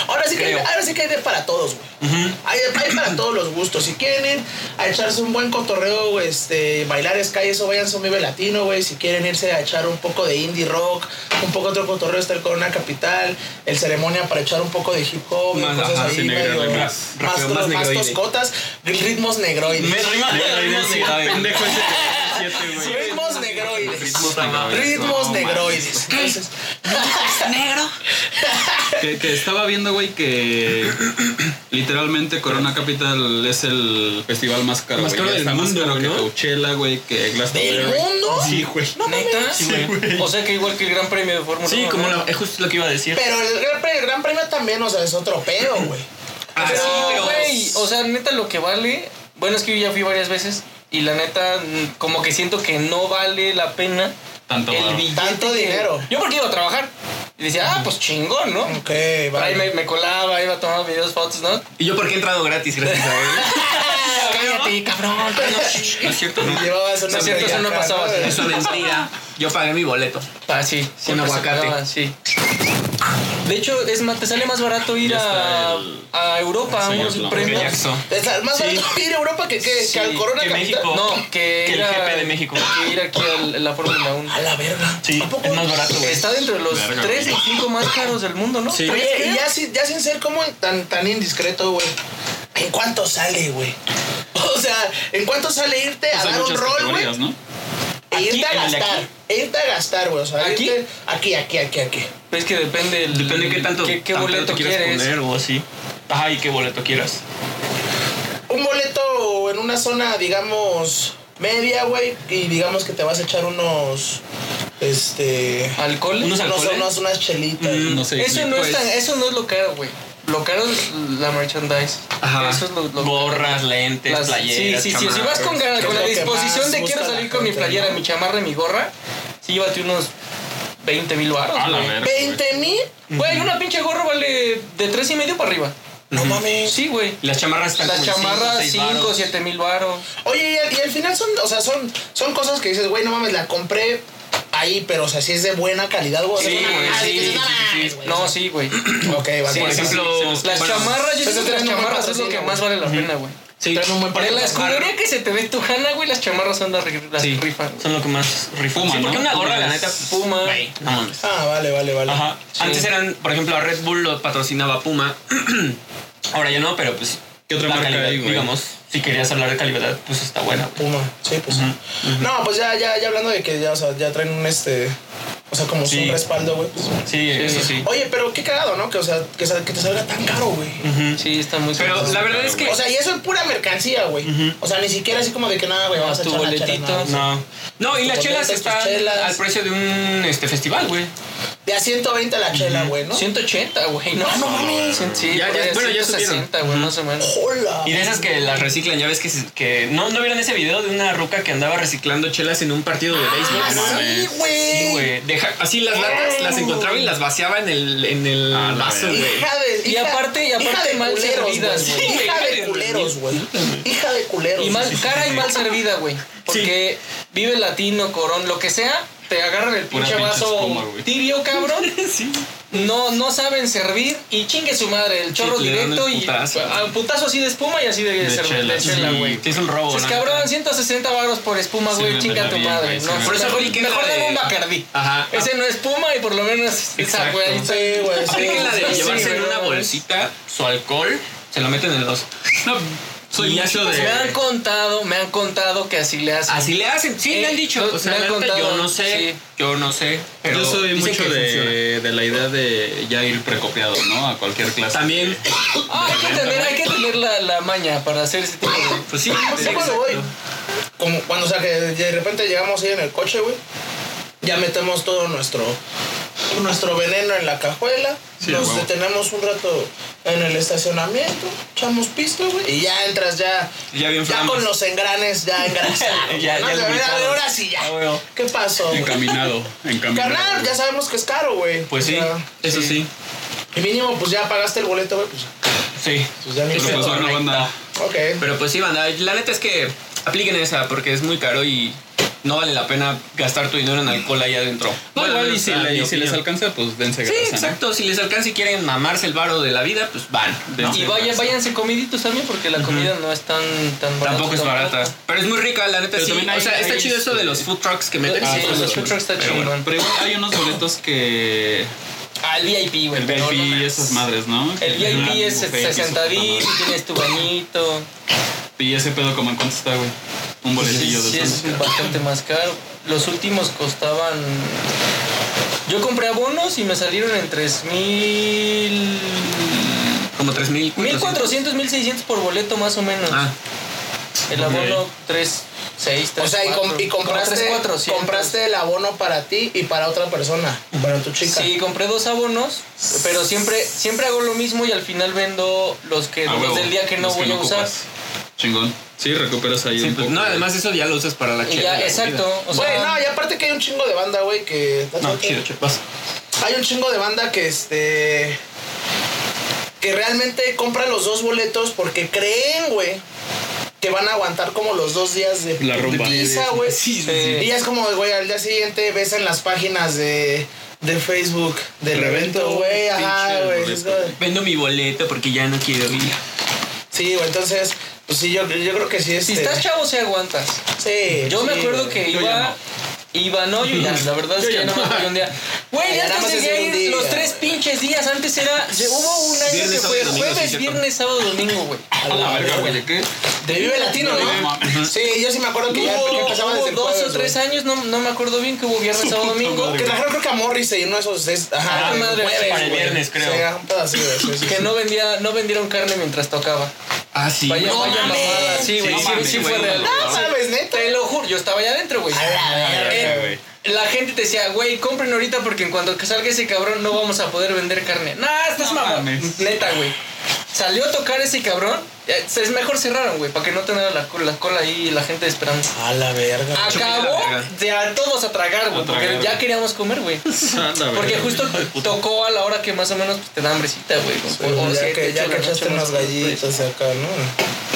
Speaker 3: Ahora sí que, hay,
Speaker 4: Creo.
Speaker 3: ahora sí que hay de para todos, güey. hay, de- hay para todos los gustos. Si quieren ir a echarse un buen cotorreo, güey, este, bailar sky, eso vayan a un nivel latino, güey. Si quieren irse a echar un poco de indie rock, un poco otro cotorreo, estar con una capital, el ceremonia para echar un poco de hip hop,
Speaker 5: Más,
Speaker 3: cosas
Speaker 5: ajá,
Speaker 3: ahí,
Speaker 2: sí, negro,
Speaker 3: medio-
Speaker 2: negro.
Speaker 3: más,
Speaker 5: Rapeo,
Speaker 3: más,
Speaker 5: más
Speaker 3: más
Speaker 5: negroide.
Speaker 3: toscotas, ritmos negroides.
Speaker 5: Me rima
Speaker 2: Negro,
Speaker 5: de
Speaker 2: negro,
Speaker 5: ritmos
Speaker 2: negro, pendejo ese que tiene siete, güey.
Speaker 3: Ritmos negroides.
Speaker 2: Ritmos
Speaker 5: negroides.
Speaker 3: Ritmos
Speaker 2: No,
Speaker 3: negroides. Entonces,
Speaker 5: negro.
Speaker 2: Que, que estaba viendo, güey, que literalmente Corona Capital es el festival más caro,
Speaker 5: Más
Speaker 2: güey.
Speaker 5: caro
Speaker 2: Ya
Speaker 5: del
Speaker 2: está
Speaker 5: mundo,
Speaker 2: más caro
Speaker 5: ¿no?
Speaker 2: que Coachella, güey, que Glastonbury.
Speaker 3: ¿Del
Speaker 2: güey.
Speaker 3: mundo?
Speaker 2: Sí, güey.
Speaker 4: ¿Neta?
Speaker 5: Sí, güey.
Speaker 4: O sea que igual que el Gran Premio de Fórmula
Speaker 5: Sí,
Speaker 4: 1,
Speaker 5: como
Speaker 4: ¿no?
Speaker 5: la- es justo lo que iba a decir.
Speaker 3: Pero el gran, pre- el Gran premio también, o sea, es otro pedo, güey.
Speaker 5: Ah,
Speaker 4: Pero,
Speaker 5: sí, pero-
Speaker 4: güey, o sea, neta lo que vale. Bueno, es que yo ya fui varias veces y la neta, mm, como que siento que no vale la pena
Speaker 2: Tanto
Speaker 4: el
Speaker 2: varo.
Speaker 4: billete.
Speaker 3: Tanto
Speaker 4: que-
Speaker 3: dinero.
Speaker 4: Yo porque iba a trabajar. Y decía, ah, pues chingón, ¿no?
Speaker 3: Ok,
Speaker 4: Ahí
Speaker 3: vale.
Speaker 4: me, me colaba, iba a tomar videos, fotos, ¿no?
Speaker 5: Y yo porque he entrado gratis, gracias a él.
Speaker 4: Cállate, cabrón.
Speaker 2: No es cierto, no.
Speaker 3: Llevabas una
Speaker 4: No es cierto, eso no
Speaker 3: bellaca,
Speaker 4: pasaba.
Speaker 3: ¿no?
Speaker 5: Es una mentira. Yo pagué mi boleto.
Speaker 4: Ah, sí, siempre se
Speaker 5: aguacate.
Speaker 4: pagaba, sí. De hecho, es más, te sale más barato ir
Speaker 2: Ya está
Speaker 4: a,
Speaker 2: el-
Speaker 4: a Europa a
Speaker 2: Sí,
Speaker 4: unos
Speaker 2: ya lo-
Speaker 4: premios.
Speaker 3: Es la- más barato ir a Europa que, que,
Speaker 4: Sí,
Speaker 3: que al Corona
Speaker 1: que
Speaker 3: Capital.
Speaker 1: México.
Speaker 4: No, que,
Speaker 1: Que el
Speaker 4: ir a-
Speaker 1: GP de México.
Speaker 4: Que ir aquí a la Fórmula 1.
Speaker 3: A la verga.
Speaker 1: Sí,
Speaker 3: ¿A poco?
Speaker 1: es más barato, güey.
Speaker 4: Está dentro de los
Speaker 2: Verga,
Speaker 4: 3 o 5 más caros del mundo, ¿no?
Speaker 5: Sí.
Speaker 3: Oye, y ya sin, ya sin ser como tan, tan indiscreto, güey. ¿En cuánto sale, güey? O sea, ¿en cuánto sale irte a
Speaker 1: Pues
Speaker 2: Hay
Speaker 3: dar un
Speaker 2: muchas
Speaker 3: rol, güey?
Speaker 2: categorías, ¿no?
Speaker 3: E
Speaker 1: Aquí,
Speaker 3: irte a
Speaker 1: en el de
Speaker 3: gastar.
Speaker 1: aquí.
Speaker 3: E irte a gastar, güey. O sea,
Speaker 4: ¿Aquí?
Speaker 3: irte aquí, aquí, aquí, aquí.
Speaker 4: Pero es que depende el-
Speaker 1: Depende Mm, qué tanto,
Speaker 4: qué, qué
Speaker 1: tan pedo
Speaker 4: boleto
Speaker 1: te quieras
Speaker 4: quieres.
Speaker 1: poner o así. Ajá, y qué boleto quieras.
Speaker 3: Un boleto en una zona, digamos, media, güey. Y digamos que te vas a echar unos. Este.
Speaker 4: ¿Alcohol?
Speaker 1: Unos
Speaker 3: unos,
Speaker 1: alcoholes. Mm, pues.
Speaker 3: unos- unas chelitas. Mm.
Speaker 2: No sé.
Speaker 4: eso, no es tan- eso no es lo caro, güey. Lo caro es la merchandise.
Speaker 5: Ajá.
Speaker 4: Eso es lo, lo
Speaker 1: Gorras, lentes,
Speaker 4: las-
Speaker 1: playeras.
Speaker 4: Sí, sí, sí. Si vas con, ganas-
Speaker 3: Es
Speaker 4: con la
Speaker 3: lo que
Speaker 4: disposición
Speaker 3: más
Speaker 4: de quiero
Speaker 3: gusta la
Speaker 4: salir con mi
Speaker 3: gente,
Speaker 4: playera,
Speaker 3: ¿no?
Speaker 4: mi chamarra, y mi gorra, sí, llévate unos 20 mil baros.
Speaker 1: Ah,
Speaker 2: A la
Speaker 4: güey.
Speaker 2: verga. güey.
Speaker 3: ¿20 mil?
Speaker 4: Güey, una pinche gorra vale de 3 y medio para arriba.
Speaker 3: No mames.
Speaker 4: Sí, güey.
Speaker 1: Las chamarras están
Speaker 4: Las
Speaker 1: como en cinco,
Speaker 4: chamarras
Speaker 1: seis
Speaker 4: 5,
Speaker 1: varos.
Speaker 4: 7 mil baros.
Speaker 3: Oye, y al, y al final son, o sea, son, son cosas que dices, güey, no mames, la compré ahí, pero o sea, si es de buena calidad, güey. o sea,
Speaker 1: Sí,
Speaker 3: es una
Speaker 1: güey,
Speaker 3: mamada,
Speaker 1: sí,
Speaker 3: que dices,
Speaker 1: sí,
Speaker 3: "Ah,
Speaker 1: sí,
Speaker 3: mames,
Speaker 1: sí.
Speaker 3: güey".
Speaker 4: No, sí, güey.
Speaker 3: Ok, vale.
Speaker 1: Sí,
Speaker 3: vale.
Speaker 1: por ejemplo,
Speaker 4: Las
Speaker 1: bueno,
Speaker 4: chamarras, yo
Speaker 3: Eso
Speaker 4: siento que
Speaker 3: tiene
Speaker 4: las
Speaker 3: un buen
Speaker 4: chamarras es lo que
Speaker 3: patrocinio,
Speaker 4: más vale la pena, güey.
Speaker 1: Sí.
Speaker 3: Traen un buen
Speaker 4: En la
Speaker 3: paquete.
Speaker 4: escudería que se te ve tu jana, güey, las chamarras son las, re- las
Speaker 1: Sí,
Speaker 4: rifas. güey.
Speaker 1: son lo que más rifan.
Speaker 2: Puma,
Speaker 1: sí, porque
Speaker 2: ¿no?
Speaker 1: una gorra,
Speaker 2: Puma
Speaker 1: la
Speaker 2: es-
Speaker 1: neta,
Speaker 4: Puma.
Speaker 1: güey, no mames.
Speaker 3: Ah, vale, vale, vale.
Speaker 1: Ajá. Antes eran, por ejemplo, a Red Bull lo patrocinaba Puma. Ahora ya no, pero pues.
Speaker 2: ¿Qué otra
Speaker 1: la
Speaker 2: marca
Speaker 1: calidad,
Speaker 2: hay, güey?
Speaker 1: Digamos, si querías hablar de calidad, pues está buena. güey.
Speaker 3: Puma, sí, pues. sí. No, pues ya, ya, ya hablando de que ya, o sea, ya traen un este. O sea, como
Speaker 1: Sí.
Speaker 3: un respaldo, güey. pues.
Speaker 1: Sí, eso sí.
Speaker 3: Oye, pero qué cagado, ¿no? Que, o sea, que, sa- que te salga tan caro, güey.
Speaker 4: Sí, están muy
Speaker 1: Pero
Speaker 4: caras.
Speaker 1: la verdad es que.
Speaker 3: O sea, y eso es pura mercancía, güey. O sea, ni siquiera así como de que nada, güey, vamos a
Speaker 4: tu
Speaker 3: echar una chela,
Speaker 4: boletito.
Speaker 3: no, o sea,
Speaker 1: No. No, y las
Speaker 3: Tus
Speaker 1: chelas
Speaker 3: boletos,
Speaker 1: están
Speaker 3: tus chelas.
Speaker 1: al precio de un este, festival, güey.
Speaker 3: De a 120 la chela, güey, ¿no?
Speaker 4: 180, güey. No,
Speaker 3: no mames.
Speaker 4: Cien- Sí,
Speaker 5: Ya,
Speaker 4: por
Speaker 5: ya,
Speaker 4: ahí,
Speaker 5: bueno, ya
Speaker 4: 160, güey, más o menos.
Speaker 3: ¡Hola!
Speaker 1: Y de esas que las reciclan, ya ves que, se- que no, no vieron ese video de una ruca que andaba reciclando chelas en un partido de béisbol.
Speaker 3: Ah,
Speaker 1: No mames.
Speaker 3: sí,
Speaker 1: Sí,
Speaker 3: güey.
Speaker 1: güey. Deja- Así las latas las encontraba y las vaciaba en el, en el
Speaker 2: Ah, la
Speaker 1: vaso,
Speaker 2: verga.
Speaker 1: güey.
Speaker 3: Hija de,
Speaker 4: Y
Speaker 3: hija-
Speaker 4: aparte- y
Speaker 3: hija
Speaker 4: aparte
Speaker 3: de
Speaker 4: mal
Speaker 3: culeros,
Speaker 4: servidas, güey.
Speaker 3: Hija de culeros, güey. Hija de culeros.
Speaker 4: Y mal,
Speaker 3: güey.
Speaker 4: cara y mal servida, güey. Porque vive latino, corón, lo que sea, te agarran el
Speaker 2: Pura
Speaker 4: pinche
Speaker 2: pinche
Speaker 4: vaso
Speaker 2: espuma, güey.
Speaker 4: tibio, cabrón.
Speaker 1: Sí.
Speaker 4: No, no saben servir y chingue su madre, el chorro
Speaker 1: le dan
Speaker 4: directo
Speaker 1: el
Speaker 4: y
Speaker 1: putazo.
Speaker 4: a un putazo así de espuma y así de,
Speaker 2: De
Speaker 4: ser-
Speaker 2: chela,
Speaker 4: de chela,
Speaker 2: sí.
Speaker 4: güey.
Speaker 1: Sí, es un robo,
Speaker 4: Pues
Speaker 1: la
Speaker 4: cabrón,
Speaker 1: neta.
Speaker 4: 160 baros por espuma,
Speaker 2: Sí,
Speaker 4: güey,
Speaker 2: me
Speaker 4: chinga
Speaker 2: la
Speaker 4: tu
Speaker 2: vi,
Speaker 4: madre.
Speaker 2: güey,
Speaker 4: ¿no?
Speaker 2: sí, me
Speaker 1: Por eso,
Speaker 4: Mejor-
Speaker 1: güey, que
Speaker 4: mejor
Speaker 1: la de-
Speaker 4: dame un Bacardí.
Speaker 1: Ajá.
Speaker 4: Ese no es espuma y por lo menos esa,
Speaker 1: Exacto.
Speaker 4: güey. ahí está.
Speaker 3: Sí, güey. Sí,
Speaker 1: Apliquen Ah, la de
Speaker 3: sí,
Speaker 1: llevarse
Speaker 3: sí,
Speaker 1: en
Speaker 3: güey.
Speaker 1: una bolsita su alcohol, se lo meten en los.
Speaker 2: No, soy
Speaker 1: Y
Speaker 2: mucho
Speaker 1: así pues,
Speaker 2: de.
Speaker 4: Me han contado, me han contado que así le hacen.
Speaker 1: Así le hacen, sí,
Speaker 4: Eh,
Speaker 1: me han dicho.
Speaker 4: lo-
Speaker 1: O sea,
Speaker 4: me han
Speaker 1: la neta,
Speaker 4: contado,
Speaker 1: yo no sé,
Speaker 4: sí.
Speaker 1: yo no sé. Pero
Speaker 2: Yo soy
Speaker 1: dicen
Speaker 2: mucho
Speaker 1: que funciona.
Speaker 2: de, de la idea de ya ir precopiado, ¿no? A cualquier clase.
Speaker 1: También,
Speaker 4: Ah, hay que tener, hay que tener la, la maña para hacer ese tipo de.
Speaker 1: pues sí,
Speaker 3: Sí,
Speaker 1: exacto.
Speaker 3: cuando voy. Como cuando, o sea, que de repente llegamos ahí en el coche, güey. Ya metemos todo nuestro nuestro veneno en la cajuela.
Speaker 2: Sí,
Speaker 3: nos
Speaker 2: a huevo.
Speaker 3: detenemos un rato en el estacionamiento. Echamos pisto, güey. Y ya entras ya.
Speaker 1: Ya bien flamas.
Speaker 3: con los engranes ya engrasados.
Speaker 1: Ya- ya
Speaker 3: ¿no? De verdad,
Speaker 1: lubricados.
Speaker 3: ahora sí ya.
Speaker 1: Ah, huevo.
Speaker 3: ¿Qué pasó? güey?
Speaker 2: Encaminado, encaminado.
Speaker 3: Carnal, ya sabemos que es caro, güey.
Speaker 1: Pues sí,
Speaker 3: O sea,
Speaker 1: eso sí.
Speaker 3: Y mínimo, pues ya pagaste el boleto, güey. Pues,
Speaker 1: Sí.
Speaker 3: pues ya ni
Speaker 1: Pero
Speaker 2: Pero pues
Speaker 3: pedo.
Speaker 2: bueno, banda.
Speaker 3: Ok.
Speaker 1: Pero pues sí, banda, la neta es que apliquen esa porque es muy caro y no vale la pena gastar tu dinero en alcohol ahí adentro.
Speaker 2: No,
Speaker 1: Bueno,
Speaker 2: igual, y
Speaker 1: esa
Speaker 2: si,
Speaker 1: es
Speaker 2: le-
Speaker 1: mi
Speaker 2: y si les
Speaker 1: opinión.
Speaker 2: alcanza, pues dense
Speaker 1: Sí,
Speaker 2: grasa, ¿no?
Speaker 1: exacto. Si les alcanza y quieren mamarse el varo de la vida, pues van. ¿no?
Speaker 2: Sí,
Speaker 4: Y vaya,
Speaker 2: más.
Speaker 4: váyanse comiditos también porque la comida no es tan, tan barata.
Speaker 1: Tampoco es barata. Pero es muy rica, la neta
Speaker 2: Pero
Speaker 1: sí.
Speaker 2: también
Speaker 1: O
Speaker 2: hay-
Speaker 1: sea, está
Speaker 4: hay,
Speaker 1: chido eso de los food trucks que meten.
Speaker 4: Ah,
Speaker 1: Sí,
Speaker 4: sí,
Speaker 2: pues,
Speaker 1: los
Speaker 4: los food trucks está
Speaker 1: Pero bueno.
Speaker 4: chingón.
Speaker 2: Pero igual hay unos boletos que.
Speaker 4: Ah, el VIP, güey.
Speaker 2: El
Speaker 4: pero
Speaker 2: VIP
Speaker 4: no
Speaker 2: y
Speaker 4: mames.
Speaker 2: esas madres, ¿no?
Speaker 4: El
Speaker 2: Que
Speaker 4: VIP
Speaker 2: tienen
Speaker 4: es
Speaker 2: buffet y su
Speaker 4: 60
Speaker 2: puta
Speaker 4: mil,
Speaker 2: madre.
Speaker 4: tienes tu bañito.
Speaker 2: Y ese pedo, como en cuánto está, güey? Un boletillo
Speaker 4: sí,
Speaker 2: de
Speaker 4: es
Speaker 2: esos.
Speaker 4: bastante más caro. Los últimos costaban. Yo compré abonos y me salieron en 3000.
Speaker 2: Ah,
Speaker 1: Como 3000.
Speaker 4: 1400, 1600 por boleto más o menos.
Speaker 1: Ah,
Speaker 4: el abono 3, 6, 3.
Speaker 3: O sea, y, com- y compraste, compraste el abono para ti y para otra persona, para tu chica.
Speaker 4: Sí, compré dos abonos, pero siempre siempre hago lo mismo y al final vendo los que
Speaker 2: Ah,
Speaker 4: los
Speaker 2: huevo,
Speaker 4: del día que no
Speaker 2: los
Speaker 4: voy a usar.
Speaker 2: ocupas. Chingón. Sí, recuperas ahí
Speaker 1: sí,
Speaker 2: un
Speaker 1: pues
Speaker 2: poco.
Speaker 1: no, además eso ya lo usas para la
Speaker 4: Y
Speaker 1: chela.
Speaker 4: ya,
Speaker 1: la
Speaker 4: exacto,
Speaker 1: comida.
Speaker 4: o sea,
Speaker 3: Güey, no, y aparte que hay un chingo de banda, güey, que...
Speaker 1: No, chido, chido. Vas.
Speaker 3: Hay un chingo de banda que este. que realmente compra los dos boletos porque creen, güey, que van a aguantar como los dos días de,
Speaker 2: La rumba.
Speaker 3: de pizza, güey.
Speaker 1: Sí, sí,
Speaker 4: sí.
Speaker 3: Y ya es como, güey, al día siguiente ves en las páginas de, de Facebook del
Speaker 2: Reventó,
Speaker 3: evento, güey, ajá,
Speaker 2: pinche
Speaker 3: güey.
Speaker 2: boleto.
Speaker 3: es como-
Speaker 1: Vendo mi boleto porque ya no quiero ir.
Speaker 3: Sí, güey, entonces, pues sí, yo, yo creo que sí este es.
Speaker 4: Si estás chavo, se aguantas.
Speaker 3: Sí.
Speaker 4: Yo me
Speaker 3: sí,
Speaker 4: acuerdo
Speaker 3: güey.
Speaker 4: que
Speaker 2: Yo
Speaker 4: iba.
Speaker 2: ya
Speaker 4: Iba, no, yo ya, la verdad es que ya no me acuerdo un día. Güey,
Speaker 3: Ya
Speaker 4: ya
Speaker 3: nada más es
Speaker 4: antes debía
Speaker 3: ir un
Speaker 4: ir
Speaker 3: día,
Speaker 4: los tres
Speaker 3: güey.
Speaker 4: pinches días. Antes era. Hubo un año
Speaker 1: Viernes,
Speaker 4: que
Speaker 1: sábado
Speaker 4: fue
Speaker 1: y domingo, sí,
Speaker 4: jueves,
Speaker 1: cierto.
Speaker 4: viernes, sábado, domingo, güey.
Speaker 2: A la verga, güey. ¿Qué?
Speaker 3: De Vive Latino, ¿no? Sí, yo sí me acuerdo que ya, ya empezaba
Speaker 4: Hubo
Speaker 3: desde el
Speaker 4: dos
Speaker 3: jueves,
Speaker 4: o tres
Speaker 3: güey.
Speaker 4: años, no, no me acuerdo bien, que hubo viernes, sábado, domingo.
Speaker 3: Que trajeron creo que a Morrissey, uno de esos. es- ajá,
Speaker 4: Ah,
Speaker 3: güey,
Speaker 4: madre,
Speaker 3: jueves,
Speaker 4: para
Speaker 1: el
Speaker 3: güey.
Speaker 1: viernes, creo.
Speaker 3: Sí, ajá, un pedacito de eso, sí, sí.
Speaker 4: Que no, vendía, no vendieron carne mientras tocaba.
Speaker 1: Ah, sí.
Speaker 4: Vaya,
Speaker 1: No,
Speaker 4: vaya
Speaker 1: mames.
Speaker 4: mamada. Sí, güey,
Speaker 2: no
Speaker 4: sí,
Speaker 2: mames,
Speaker 4: sí fue
Speaker 2: güey, no
Speaker 4: real.
Speaker 3: No sabes, neta.
Speaker 4: Te lo juro, yo estaba allá adentro, güey.
Speaker 2: verga,
Speaker 4: Eh, La gente te decía, güey, compren ahorita porque en cuanto que salga ese cabrón no vamos a poder vender carne. No, estás
Speaker 2: No
Speaker 4: mamón.
Speaker 2: mames.
Speaker 4: Neta, güey. Salió a tocar ese cabrón. eh, Es mejor cerraron, güey, para que no tenga la, cola- la cola ahí y la gente esperando.
Speaker 3: A la verga.
Speaker 4: Ah, Acabó
Speaker 1: la verga.
Speaker 4: de a todos a tragar, güey,
Speaker 2: A
Speaker 4: porque
Speaker 2: tragar.
Speaker 4: ya queríamos comer, güey. Porque justo tocó a la hora que más o menos pues, te da hambrecita, güey.
Speaker 3: Pues
Speaker 4: como
Speaker 3: ya
Speaker 4: siete,
Speaker 3: que, ya
Speaker 4: ocho de
Speaker 3: que
Speaker 4: la noche,
Speaker 3: echaste
Speaker 4: más
Speaker 3: unas
Speaker 4: o menos, pues.
Speaker 3: gallitas acá, ¿no?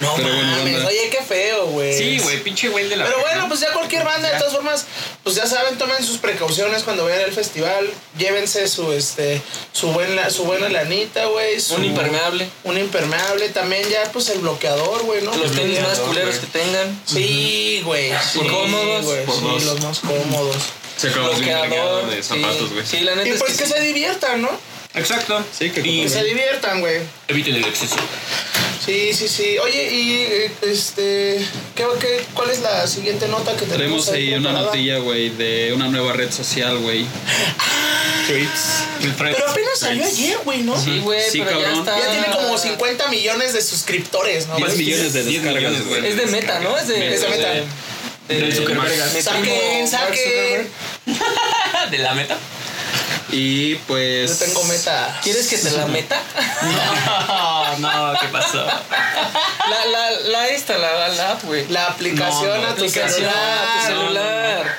Speaker 3: No
Speaker 2: Pero bueno,
Speaker 3: mames,
Speaker 2: banda.
Speaker 3: oye, qué feo, güey.
Speaker 1: Sí, güey, pinche güey de la.
Speaker 3: Pero bueno, pues ya cualquier banda, de todas formas, pues ya saben, tomen sus precauciones cuando vayan al festival. Llévense su, este, su, buena, su buena lanita, güey. su-
Speaker 4: Un impermeable.
Speaker 3: Un impermeable, también ya, pues el bloqueador, güey, ¿no?
Speaker 4: Los tenis más
Speaker 3: Bloqueador,
Speaker 4: culeros que
Speaker 3: güey.
Speaker 4: tengan.
Speaker 3: Sí, güey. sí,
Speaker 4: cómodos,
Speaker 3: güey,
Speaker 2: por
Speaker 3: sí,
Speaker 2: dos.
Speaker 3: los más cómodos.
Speaker 2: Se acabó el encargado
Speaker 4: Bloqueador.
Speaker 2: de
Speaker 4: sí.
Speaker 2: zapatos, güey.
Speaker 4: Sí, la neta
Speaker 3: Y
Speaker 4: es
Speaker 3: pues
Speaker 4: que
Speaker 3: que
Speaker 4: sí.
Speaker 3: se diviertan, ¿no?
Speaker 1: Exacto.
Speaker 2: Sí, que
Speaker 1: Y
Speaker 3: Que se diviertan, güey.
Speaker 1: eviten el exceso.
Speaker 3: Sí, sí, sí. Oye, y eh, este, ¿qué, qué, cuál es la siguiente nota que tenemos?
Speaker 2: Tenemos ahí una
Speaker 3: preparada?
Speaker 2: notilla, güey, de una nueva red social, güey. Tweets.
Speaker 1: El Fred.
Speaker 3: Ah. Pero apenas salió
Speaker 2: Nice.
Speaker 3: ayer, güey, ¿no?
Speaker 4: Sí, güey,
Speaker 2: Sí,
Speaker 4: pero
Speaker 2: cabrón.
Speaker 4: ya está.
Speaker 3: Ya tiene como 50 millones de suscriptores, ¿no?
Speaker 2: 10 millones de
Speaker 1: 10
Speaker 2: descargas,
Speaker 1: millones,
Speaker 2: güey.
Speaker 4: Es de meta, ¿no? Es de,
Speaker 3: Es de Meta.
Speaker 4: De,
Speaker 1: Del Zuckerberg.
Speaker 4: mi primo
Speaker 3: Saquen,
Speaker 4: Mark Zuckerberg.
Speaker 3: saquen.
Speaker 1: ¿De la meta?
Speaker 2: Y
Speaker 3: Yo
Speaker 2: pues.
Speaker 3: tengo meta.
Speaker 4: ¿Quieres que te la meta?
Speaker 1: No, Ah, no, ¿qué pasó?
Speaker 4: La, la, la esta, la, la app, güey.
Speaker 3: La aplicación
Speaker 1: No, no,
Speaker 3: a tu
Speaker 4: aplicación, a
Speaker 3: celular.
Speaker 4: tu celular.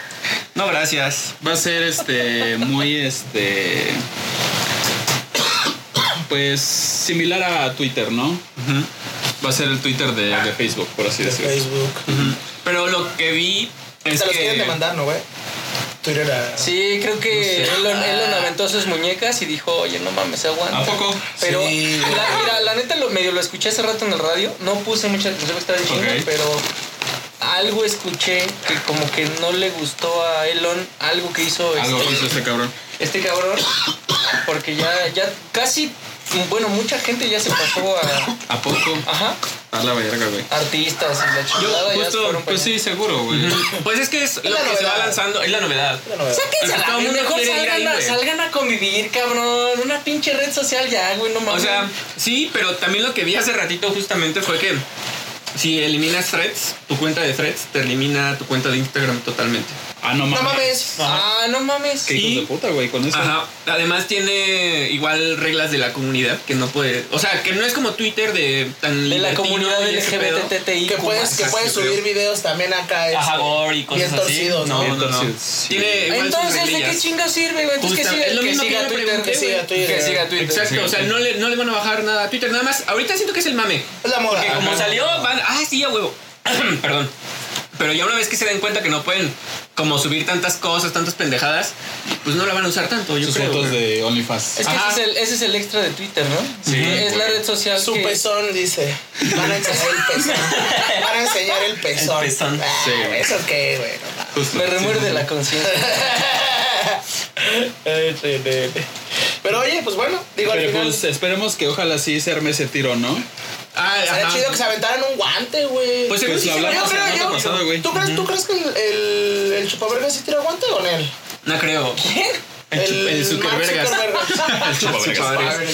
Speaker 1: No, gracias.
Speaker 2: Va a ser este. Muy este. Pues similar a Twitter, ¿no? Va a ser el Twitter de, de Facebook, por así
Speaker 3: De
Speaker 2: decirlo.
Speaker 3: Facebook.
Speaker 1: Pero lo que vi
Speaker 3: Se
Speaker 1: es
Speaker 3: los quieren
Speaker 1: que.
Speaker 3: demandar, ¿no, güey? Twitter a...
Speaker 4: Sí, creo que Elon, Elon aventó sus muñecas y dijo, oye, no mames, aguanta.
Speaker 2: ¿A poco?
Speaker 4: Pero,
Speaker 3: Sí, güey.
Speaker 4: la, mira, la neta lo, medio lo escuché hace rato en el radio. No puse mucha atención, estaba en chinga,
Speaker 2: Ok.
Speaker 4: pero algo escuché que como que no le gustó a Elon algo que hizo
Speaker 3: Pues,
Speaker 2: Algo
Speaker 4: este,
Speaker 2: hizo este cabrón.
Speaker 4: este cabrón. Porque ya, ya casi, bueno, mucha gente ya se pasó a.
Speaker 2: ¿A poco?
Speaker 4: Ajá,
Speaker 2: A la verga, güey.
Speaker 4: artistas y la chingada. ya se
Speaker 1: justo,
Speaker 4: fueron para
Speaker 2: Pues
Speaker 4: allá.
Speaker 2: sí, seguro, güey.
Speaker 1: Pues es que es lo que
Speaker 3: la
Speaker 1: se va
Speaker 3: novedad.
Speaker 1: lanzando. Es la novedad.
Speaker 3: La novedad.
Speaker 4: Sáquense a la
Speaker 1: Todo el
Speaker 4: verga,
Speaker 1: mundo
Speaker 4: mejor
Speaker 1: quiere ir
Speaker 4: salgan,
Speaker 1: ahí,
Speaker 4: a,
Speaker 1: güey.
Speaker 4: salgan a convivir, cabrón. Una pinche red social ya, güey, no
Speaker 1: O
Speaker 4: mames.
Speaker 1: sea, sí, pero también lo que vi hace ratito justamente fue que si eliminas threads, tu cuenta de threads te elimina tu cuenta de Instagram totalmente.
Speaker 2: Ah, no
Speaker 3: No
Speaker 2: mames.
Speaker 3: mames.
Speaker 4: ah, no mames.
Speaker 2: Qué hijos de puta, güey, con eso.
Speaker 1: Ajá. Además tiene igual reglas de la comunidad que no puede, o sea, que no es como Twitter de tan
Speaker 4: De la
Speaker 1: libertino
Speaker 4: comunidad
Speaker 1: y ese pedo.
Speaker 4: LGBTTI.
Speaker 3: Que puedes, que puedes
Speaker 1: creo.
Speaker 3: subir videos también acá.
Speaker 1: Ajá,
Speaker 3: este,
Speaker 1: gore y cosas
Speaker 3: bien
Speaker 1: así.
Speaker 3: torcidos,
Speaker 1: no,
Speaker 3: ¿no?
Speaker 1: no, no.
Speaker 2: Bien torcidos.
Speaker 1: Tiene igual
Speaker 4: Entonces,
Speaker 1: sus
Speaker 4: ¿de qué
Speaker 1: reglillas.
Speaker 4: chingo sirve, güey? Entonces, que
Speaker 1: Justa-
Speaker 4: siga,
Speaker 1: es lo
Speaker 4: que
Speaker 1: mismo
Speaker 4: siga
Speaker 1: que yo le
Speaker 4: Twitter.
Speaker 1: pregunté,
Speaker 4: que siga
Speaker 3: güey.
Speaker 4: Twitter. Que siga Twitter.
Speaker 1: Exacto, o sea, no le, no le van a bajar nada a Twitter, nada más. Ahorita siento que es el mame.
Speaker 3: Es la moda.
Speaker 1: Que como
Speaker 3: Ajá.
Speaker 1: salió, van. Ah, sí, a huevo. Perdón. Pero ya una vez que se den cuenta que no pueden como subir tantas cosas, tantas pendejadas, pues no la van a usar tanto, yo
Speaker 2: Sus
Speaker 1: creo.
Speaker 2: fotos
Speaker 1: güey.
Speaker 2: de OnlyFans.
Speaker 4: Es que
Speaker 1: Ajá.
Speaker 4: ese es, el, ese es el extra de Twitter, ¿no?
Speaker 2: Sí,
Speaker 4: Es la
Speaker 2: güey.
Speaker 4: red social
Speaker 3: Su
Speaker 4: que...
Speaker 3: pezón, dice. Van a enseñar el pezón. Van a enseñar el pezón.
Speaker 6: El pezón.
Speaker 3: Ah,
Speaker 2: Sí, güey.
Speaker 3: Eso qué, güey. no mames.
Speaker 2: Ah, Justo.
Speaker 4: Me
Speaker 2: Sí,
Speaker 4: remuerde
Speaker 2: sí.
Speaker 4: la conciencia.
Speaker 3: Ay, tenere. Pero oye, pues bueno, digo al
Speaker 2: Pero
Speaker 3: final.
Speaker 2: pues esperemos que ojalá sí se arme ese tiro, ¿no?
Speaker 1: Ah,
Speaker 3: Sería
Speaker 1: ajá.
Speaker 3: chido que se aventaran un guante, güey.
Speaker 1: Pues seguro
Speaker 2: Pues
Speaker 1: sí
Speaker 2: lo
Speaker 1: se
Speaker 3: yo
Speaker 2: hablamos
Speaker 1: van a-
Speaker 2: en
Speaker 3: creo,
Speaker 2: el
Speaker 3: yo-
Speaker 2: otro pasado, güey.
Speaker 3: ¿Tú crees, ¿Tú crees que el, el, el chupaverga sí tira guante con él?
Speaker 1: No creo. El, chup- el Zuckerbergas.
Speaker 3: Mark Zuckerberg.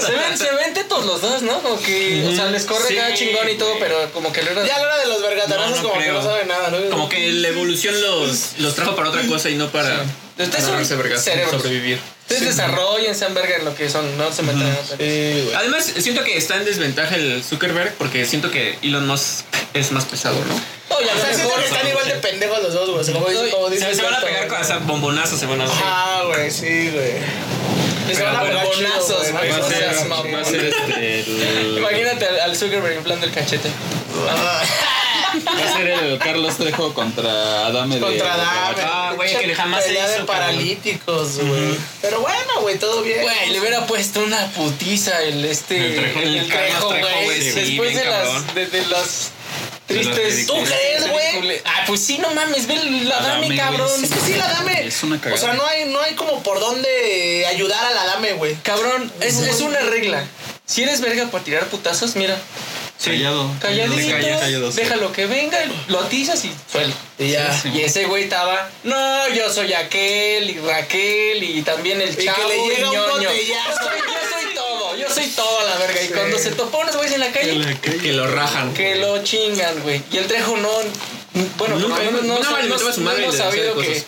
Speaker 4: Se ven, se ven tetos los dos, ¿no? Como que, o sea, les corre
Speaker 1: Sí,
Speaker 4: cada chingón y todo, pero como que lo era...
Speaker 3: ya a la hora de los vergatanazos
Speaker 1: No, no
Speaker 3: como
Speaker 1: creo.
Speaker 3: que no sabe nada, ¿no?
Speaker 1: Como que la evolución los, los trajo para otra cosa y no para
Speaker 4: Ustedes son
Speaker 1: agarrarse a vergas,
Speaker 4: cerebros.
Speaker 1: sobrevivir.
Speaker 4: Ustedes desarrollen, sean verga en lo que son, no se metan en otra cosa.
Speaker 3: Sí, güey.
Speaker 1: Además, siento que está en desventaja el Zuckerberg porque siento que Elon Musk es más pesado, ¿no?
Speaker 4: No, y a
Speaker 3: O
Speaker 4: lo
Speaker 3: sea, siento
Speaker 4: mejor-
Speaker 3: que están igual de pendejos los dos, güey. o sea, Como dice, como dice
Speaker 1: Se, se van a
Speaker 3: Beto,
Speaker 1: pegar
Speaker 3: güey.
Speaker 1: con o sea, bombonazos, se van a hacer.
Speaker 3: Ah, güey, sí, güey.
Speaker 4: Les van a
Speaker 3: Pero
Speaker 4: pegar
Speaker 3: bueno,
Speaker 4: bonazos,
Speaker 3: chido, güey.
Speaker 4: güey.
Speaker 2: Va
Speaker 4: no
Speaker 2: a ser,
Speaker 4: seas mamón.
Speaker 2: va a ser este, el,
Speaker 4: Imagínate al- al Zuckerberg inflando el cachete.
Speaker 1: Ah,
Speaker 2: va a ser el Carlos Trejo contra Adame de-
Speaker 3: Contra
Speaker 2: de
Speaker 3: Dame.
Speaker 1: Ah, güey, que jamás se
Speaker 3: Pelea de
Speaker 1: hizo,
Speaker 3: paralíticos, güey. Pero bueno, güey, todo bien.
Speaker 4: Güey, le hubiera puesto una putiza el este.
Speaker 1: El Trejo, el Carlos Trejo, güey, sí,
Speaker 4: Después de
Speaker 1: bien
Speaker 4: las,
Speaker 1: cabrón.
Speaker 4: de, de las tristes.
Speaker 2: películas. ¿Tú
Speaker 3: crees, güey?
Speaker 4: Ah, pues sí, no mames, ve la
Speaker 2: La
Speaker 4: dame,
Speaker 2: dame,
Speaker 4: cabrón.
Speaker 2: güey,
Speaker 3: Es que sí, la dame.
Speaker 2: Es una cagada.
Speaker 3: O sea, no hay, no hay como por dónde ayudar a la dame, güey.
Speaker 4: Cabrón, es, es una regla. Si eres verga para tirar putazos, mira,
Speaker 2: Callado.
Speaker 4: calladito,
Speaker 2: Calladito, callado, sí.
Speaker 4: deja lo que venga, lo atizas y suelta.
Speaker 3: Y ya.
Speaker 2: Sí, sí.
Speaker 4: Y ese güey estaba, no, yo soy aquel y Raquel y también el
Speaker 3: que
Speaker 4: chavo
Speaker 3: le
Speaker 4: y
Speaker 3: llega un
Speaker 4: ñoño.
Speaker 3: botellazo.
Speaker 4: Yo soy- yo soy todo, yo soy todo a la verga. Y cuando se topó unos güeyes en la calle,
Speaker 1: Que lo rajan.
Speaker 4: que lo chingan, güey. Y el Trejo no. Bueno,
Speaker 1: Nunca,
Speaker 4: por lo menos
Speaker 1: no,
Speaker 4: no,
Speaker 1: no,
Speaker 4: sab-
Speaker 1: le
Speaker 4: no,
Speaker 1: metió a su madre
Speaker 4: no
Speaker 1: y
Speaker 4: hemos
Speaker 1: le decía
Speaker 4: sabido que.
Speaker 1: cosas.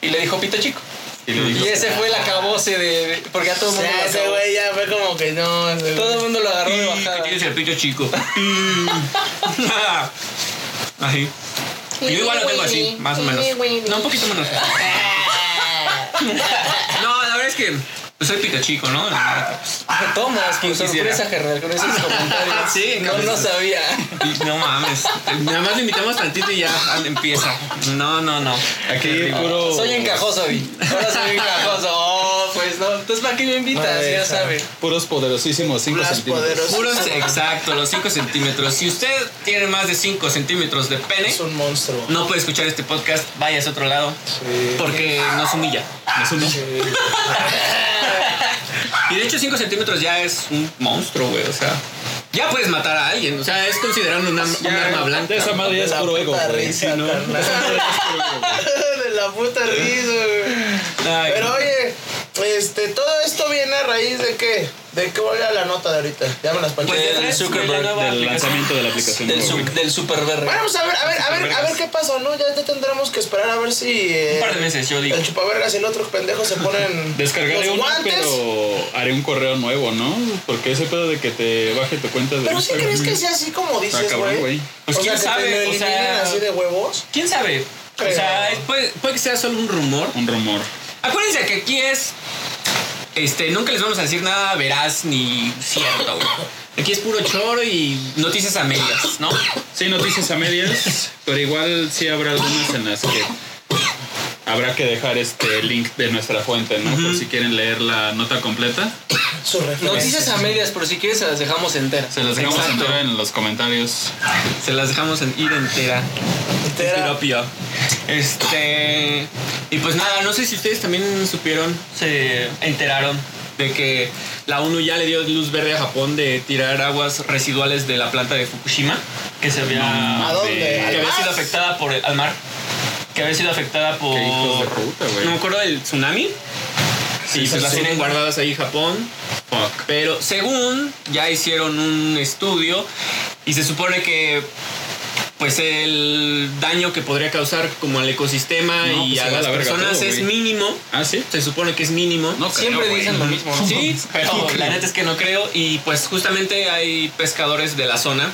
Speaker 4: Y le dijo pito chico.
Speaker 2: Y le dijo,
Speaker 4: Y ese fue el acabose de. Porque a todo el mundo.
Speaker 3: Ya,
Speaker 4: lo
Speaker 3: ese
Speaker 4: acabó.
Speaker 3: güey ya fue como que no. ese güey.
Speaker 4: Todo el mundo lo agarró de
Speaker 1: Y que
Speaker 4: bajada.
Speaker 1: tienes el pito chico. Así. Yo igual lo tengo así, más o menos. No, un poquito menos. No, la verdad es que pues, soy pito chico, ¿no? La neta, pues.
Speaker 4: Tomas, con
Speaker 1: quisiera.
Speaker 4: sorpresa, carnal, con esos comentarios.
Speaker 1: Sí,
Speaker 4: no, no
Speaker 1: cabezas.
Speaker 4: sabía.
Speaker 1: Y pues, No mames. Nada más le invitamos tantito y ya al- empieza. No, no, no.
Speaker 2: Aquí puro.
Speaker 1: Oh.
Speaker 4: Soy encajoso, vi. Ahora soy encajoso. Oh, pues no. Entonces, ¿para qué me invitas?
Speaker 3: Ay,
Speaker 4: Ya
Speaker 3: ja.
Speaker 4: sabes.
Speaker 2: Puros poderosísimos 5
Speaker 3: Las
Speaker 2: centímetros.
Speaker 3: poderosas.
Speaker 1: Puros, exacto, los 5 centímetros. Si usted tiene más de 5 centímetros de pene,
Speaker 3: Es un monstruo.
Speaker 1: no puede escuchar este podcast, vaya a otro lado,
Speaker 3: Sí.
Speaker 1: porque nos humilla.
Speaker 2: Es uno.
Speaker 1: Y de hecho 5 centímetros ya es un monstruo, güey. O sea, ya puedes matar a alguien. O sea, es considerando un, arma- un arma blanca.
Speaker 2: De esa madre ya es
Speaker 3: la
Speaker 2: puro ego.
Speaker 3: puta
Speaker 2: güey.
Speaker 3: risa,
Speaker 2: Sí, ¿no?
Speaker 3: carnal. De la puta risa, güey.
Speaker 1: Ay,
Speaker 3: Pero oye, este, todo esto viene a raíz de qué? ¿De qué volvió la nota de ahorita? Ya me las panché.
Speaker 1: Pues,
Speaker 4: Del Zuckerberg,
Speaker 2: Del lanzamiento de la aplicación.
Speaker 4: Del,
Speaker 2: ¿no,
Speaker 4: su-
Speaker 2: güey?
Speaker 4: del super verga.
Speaker 3: Bueno, pues a ver, a ver, a ver, a ver qué pasa, ¿no? Ya, ya tendremos que esperar a ver si
Speaker 1: un
Speaker 3: eh,
Speaker 1: par de meses, yo digo.
Speaker 3: el chupavergas y el otro pendejo se ponen
Speaker 2: Descargaré
Speaker 3: los
Speaker 2: uno,
Speaker 3: guantes.
Speaker 2: pero haré un correo nuevo, ¿no? Porque ese pedo de que te baje tu cuenta de
Speaker 3: Pero si
Speaker 2: Instagram,
Speaker 3: crees que sea así como dices,
Speaker 2: Ah, cabrón,
Speaker 3: güey.
Speaker 2: güey.
Speaker 1: Pues
Speaker 3: o sea,
Speaker 1: quién
Speaker 3: que
Speaker 1: sabe,
Speaker 3: te lo
Speaker 1: o sea-
Speaker 3: eliminen así de huevos.
Speaker 1: ¿Quién sabe?
Speaker 3: Creo.
Speaker 1: O sea, es- puede, puede que sea solo un rumor.
Speaker 2: Un rumor.
Speaker 1: Acuérdense que aquí es. Este, nunca les vamos a decir nada veraz ni cierto, güey. Aquí es puro choro y noticias a medias, ¿no?
Speaker 2: Sí, noticias a medias, pero igual sí habrá algunas en las que habrá que dejar este link de nuestra fuente, ¿no? Por si quieren leer la nota completa.
Speaker 3: Su referencia.
Speaker 4: Noticias a medias, por si quieres, se las dejamos enteras.
Speaker 2: Se las dejamos
Speaker 1: Exacto.
Speaker 2: entrar en los comentarios.
Speaker 1: Se las dejamos en ir entera.
Speaker 3: Entera.
Speaker 1: Terapia. Este. Y pues nada, no sé si ustedes también supieron, se enteraron de que la ONU ya le dio luz verde a Japón de tirar aguas residuales de la planta de Fukushima, que se
Speaker 4: Ah,
Speaker 1: había.
Speaker 2: Ah,
Speaker 3: ¿A dónde?
Speaker 1: que
Speaker 3: ¿Al
Speaker 1: había
Speaker 3: mar?
Speaker 1: sido afectada por el, al mar. Que había sido afectada por.
Speaker 2: Qué hijos de puta, güey.
Speaker 1: No me acuerdo del tsunami. Sí,
Speaker 2: sí,
Speaker 1: pues las
Speaker 2: sí.
Speaker 1: tienen guardadas ahí en Japón.
Speaker 2: Fuck.
Speaker 1: Pero según ya hicieron un estudio y se supone que pues el daño que podría causar como al ecosistema
Speaker 2: No,
Speaker 1: y
Speaker 2: pues,
Speaker 1: a
Speaker 2: se va
Speaker 1: las
Speaker 2: a la verga
Speaker 1: personas
Speaker 2: todo,
Speaker 1: es
Speaker 2: güey.
Speaker 1: mínimo.
Speaker 2: Ah, sí.
Speaker 1: Se supone que es mínimo.
Speaker 2: No creo,
Speaker 4: Siempre
Speaker 2: güey.
Speaker 4: dicen lo mismo, ¿no?
Speaker 1: Sí, pero
Speaker 2: No creo.
Speaker 1: la neta es que no creo. Y pues justamente hay pescadores de la zona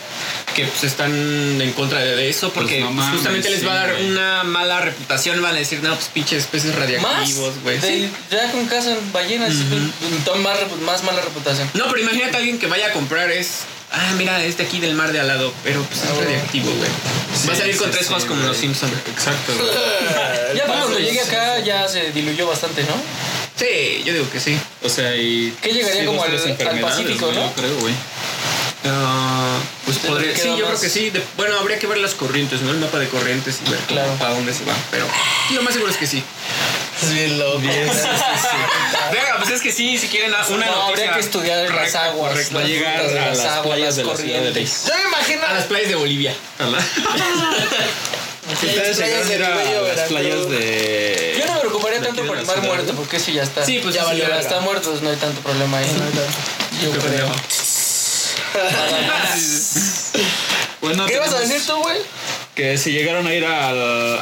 Speaker 1: que pues están en contra de eso porque
Speaker 2: no
Speaker 1: pues,
Speaker 2: mames,
Speaker 1: justamente les va a
Speaker 2: sí,
Speaker 1: dar
Speaker 2: güey.
Speaker 1: una mala reputación. Van a decir, no, pues pinches peces
Speaker 4: Más.
Speaker 1: radiactivos, güey.
Speaker 4: de-
Speaker 1: Sí.
Speaker 4: Ya con casa en ballenas, pues, más, repu- más mala reputación.
Speaker 1: No, pero imagínate a alguien que vaya a comprar es ah, mira, este aquí del mar de al lado, pero pues
Speaker 2: Oh.
Speaker 1: es radioactivo, güey. Va a salir con tres cosas como los Simpsons.
Speaker 2: Exacto. güey.
Speaker 4: Ya para cuando llegue acá ya se diluyó bastante, ¿no?
Speaker 1: Sí, yo digo que sí.
Speaker 2: O sea, y.
Speaker 4: ¿Qué llegaría
Speaker 2: sí,
Speaker 4: como
Speaker 2: dos,
Speaker 4: al-
Speaker 2: tres
Speaker 4: al
Speaker 2: enfermedades,
Speaker 4: Pacífico,
Speaker 2: güey,
Speaker 4: no?
Speaker 2: Yo creo, güey.
Speaker 1: Ah, pues
Speaker 4: Usted
Speaker 1: podría.
Speaker 4: le
Speaker 1: Sí,
Speaker 4: queda
Speaker 1: yo
Speaker 4: más.
Speaker 1: creo que sí. De- bueno, habría que ver las corrientes, ¿no? El mapa de corrientes y ver cómo-
Speaker 4: Claro.
Speaker 1: para dónde se va. Pero lo más seguro es que sí.
Speaker 3: Es bien loco.
Speaker 1: Venga, pues es que sí, si quieren haz una
Speaker 4: no,
Speaker 1: noticia.
Speaker 4: habría que estudiar las
Speaker 1: Correcto,
Speaker 4: aguas.
Speaker 1: correcto.
Speaker 2: Va a
Speaker 4: las
Speaker 2: llegar
Speaker 4: rutas de
Speaker 2: a las
Speaker 4: aguas,
Speaker 2: playas
Speaker 4: las
Speaker 2: de la ciudad de
Speaker 4: corrientes.
Speaker 2: Leis.
Speaker 3: Yo me imagino.
Speaker 1: A Ah, las playas de Bolivia.
Speaker 2: Si ustedes
Speaker 3: Las playas
Speaker 2: llegaron a ir
Speaker 3: del Río
Speaker 2: a ah, las
Speaker 3: Veracruz.
Speaker 2: playas de.
Speaker 4: Yo no me preocuparía
Speaker 2: de
Speaker 4: tanto
Speaker 2: aquí
Speaker 4: por
Speaker 2: de
Speaker 4: el
Speaker 2: la
Speaker 4: mar
Speaker 2: ciudad,
Speaker 4: muerto, porque eso ya está.
Speaker 1: Sí, pues,
Speaker 4: ya
Speaker 1: sí,
Speaker 4: valió.
Speaker 1: sí,
Speaker 4: verga.
Speaker 1: verga.
Speaker 4: Está muerto, pues, no hay tanto problema ahí. Yo creo.
Speaker 2: Bueno,
Speaker 4: ¿Qué vas a
Speaker 2: tenemos
Speaker 4: decir tú, güey?
Speaker 2: Que si llegaron a ir a,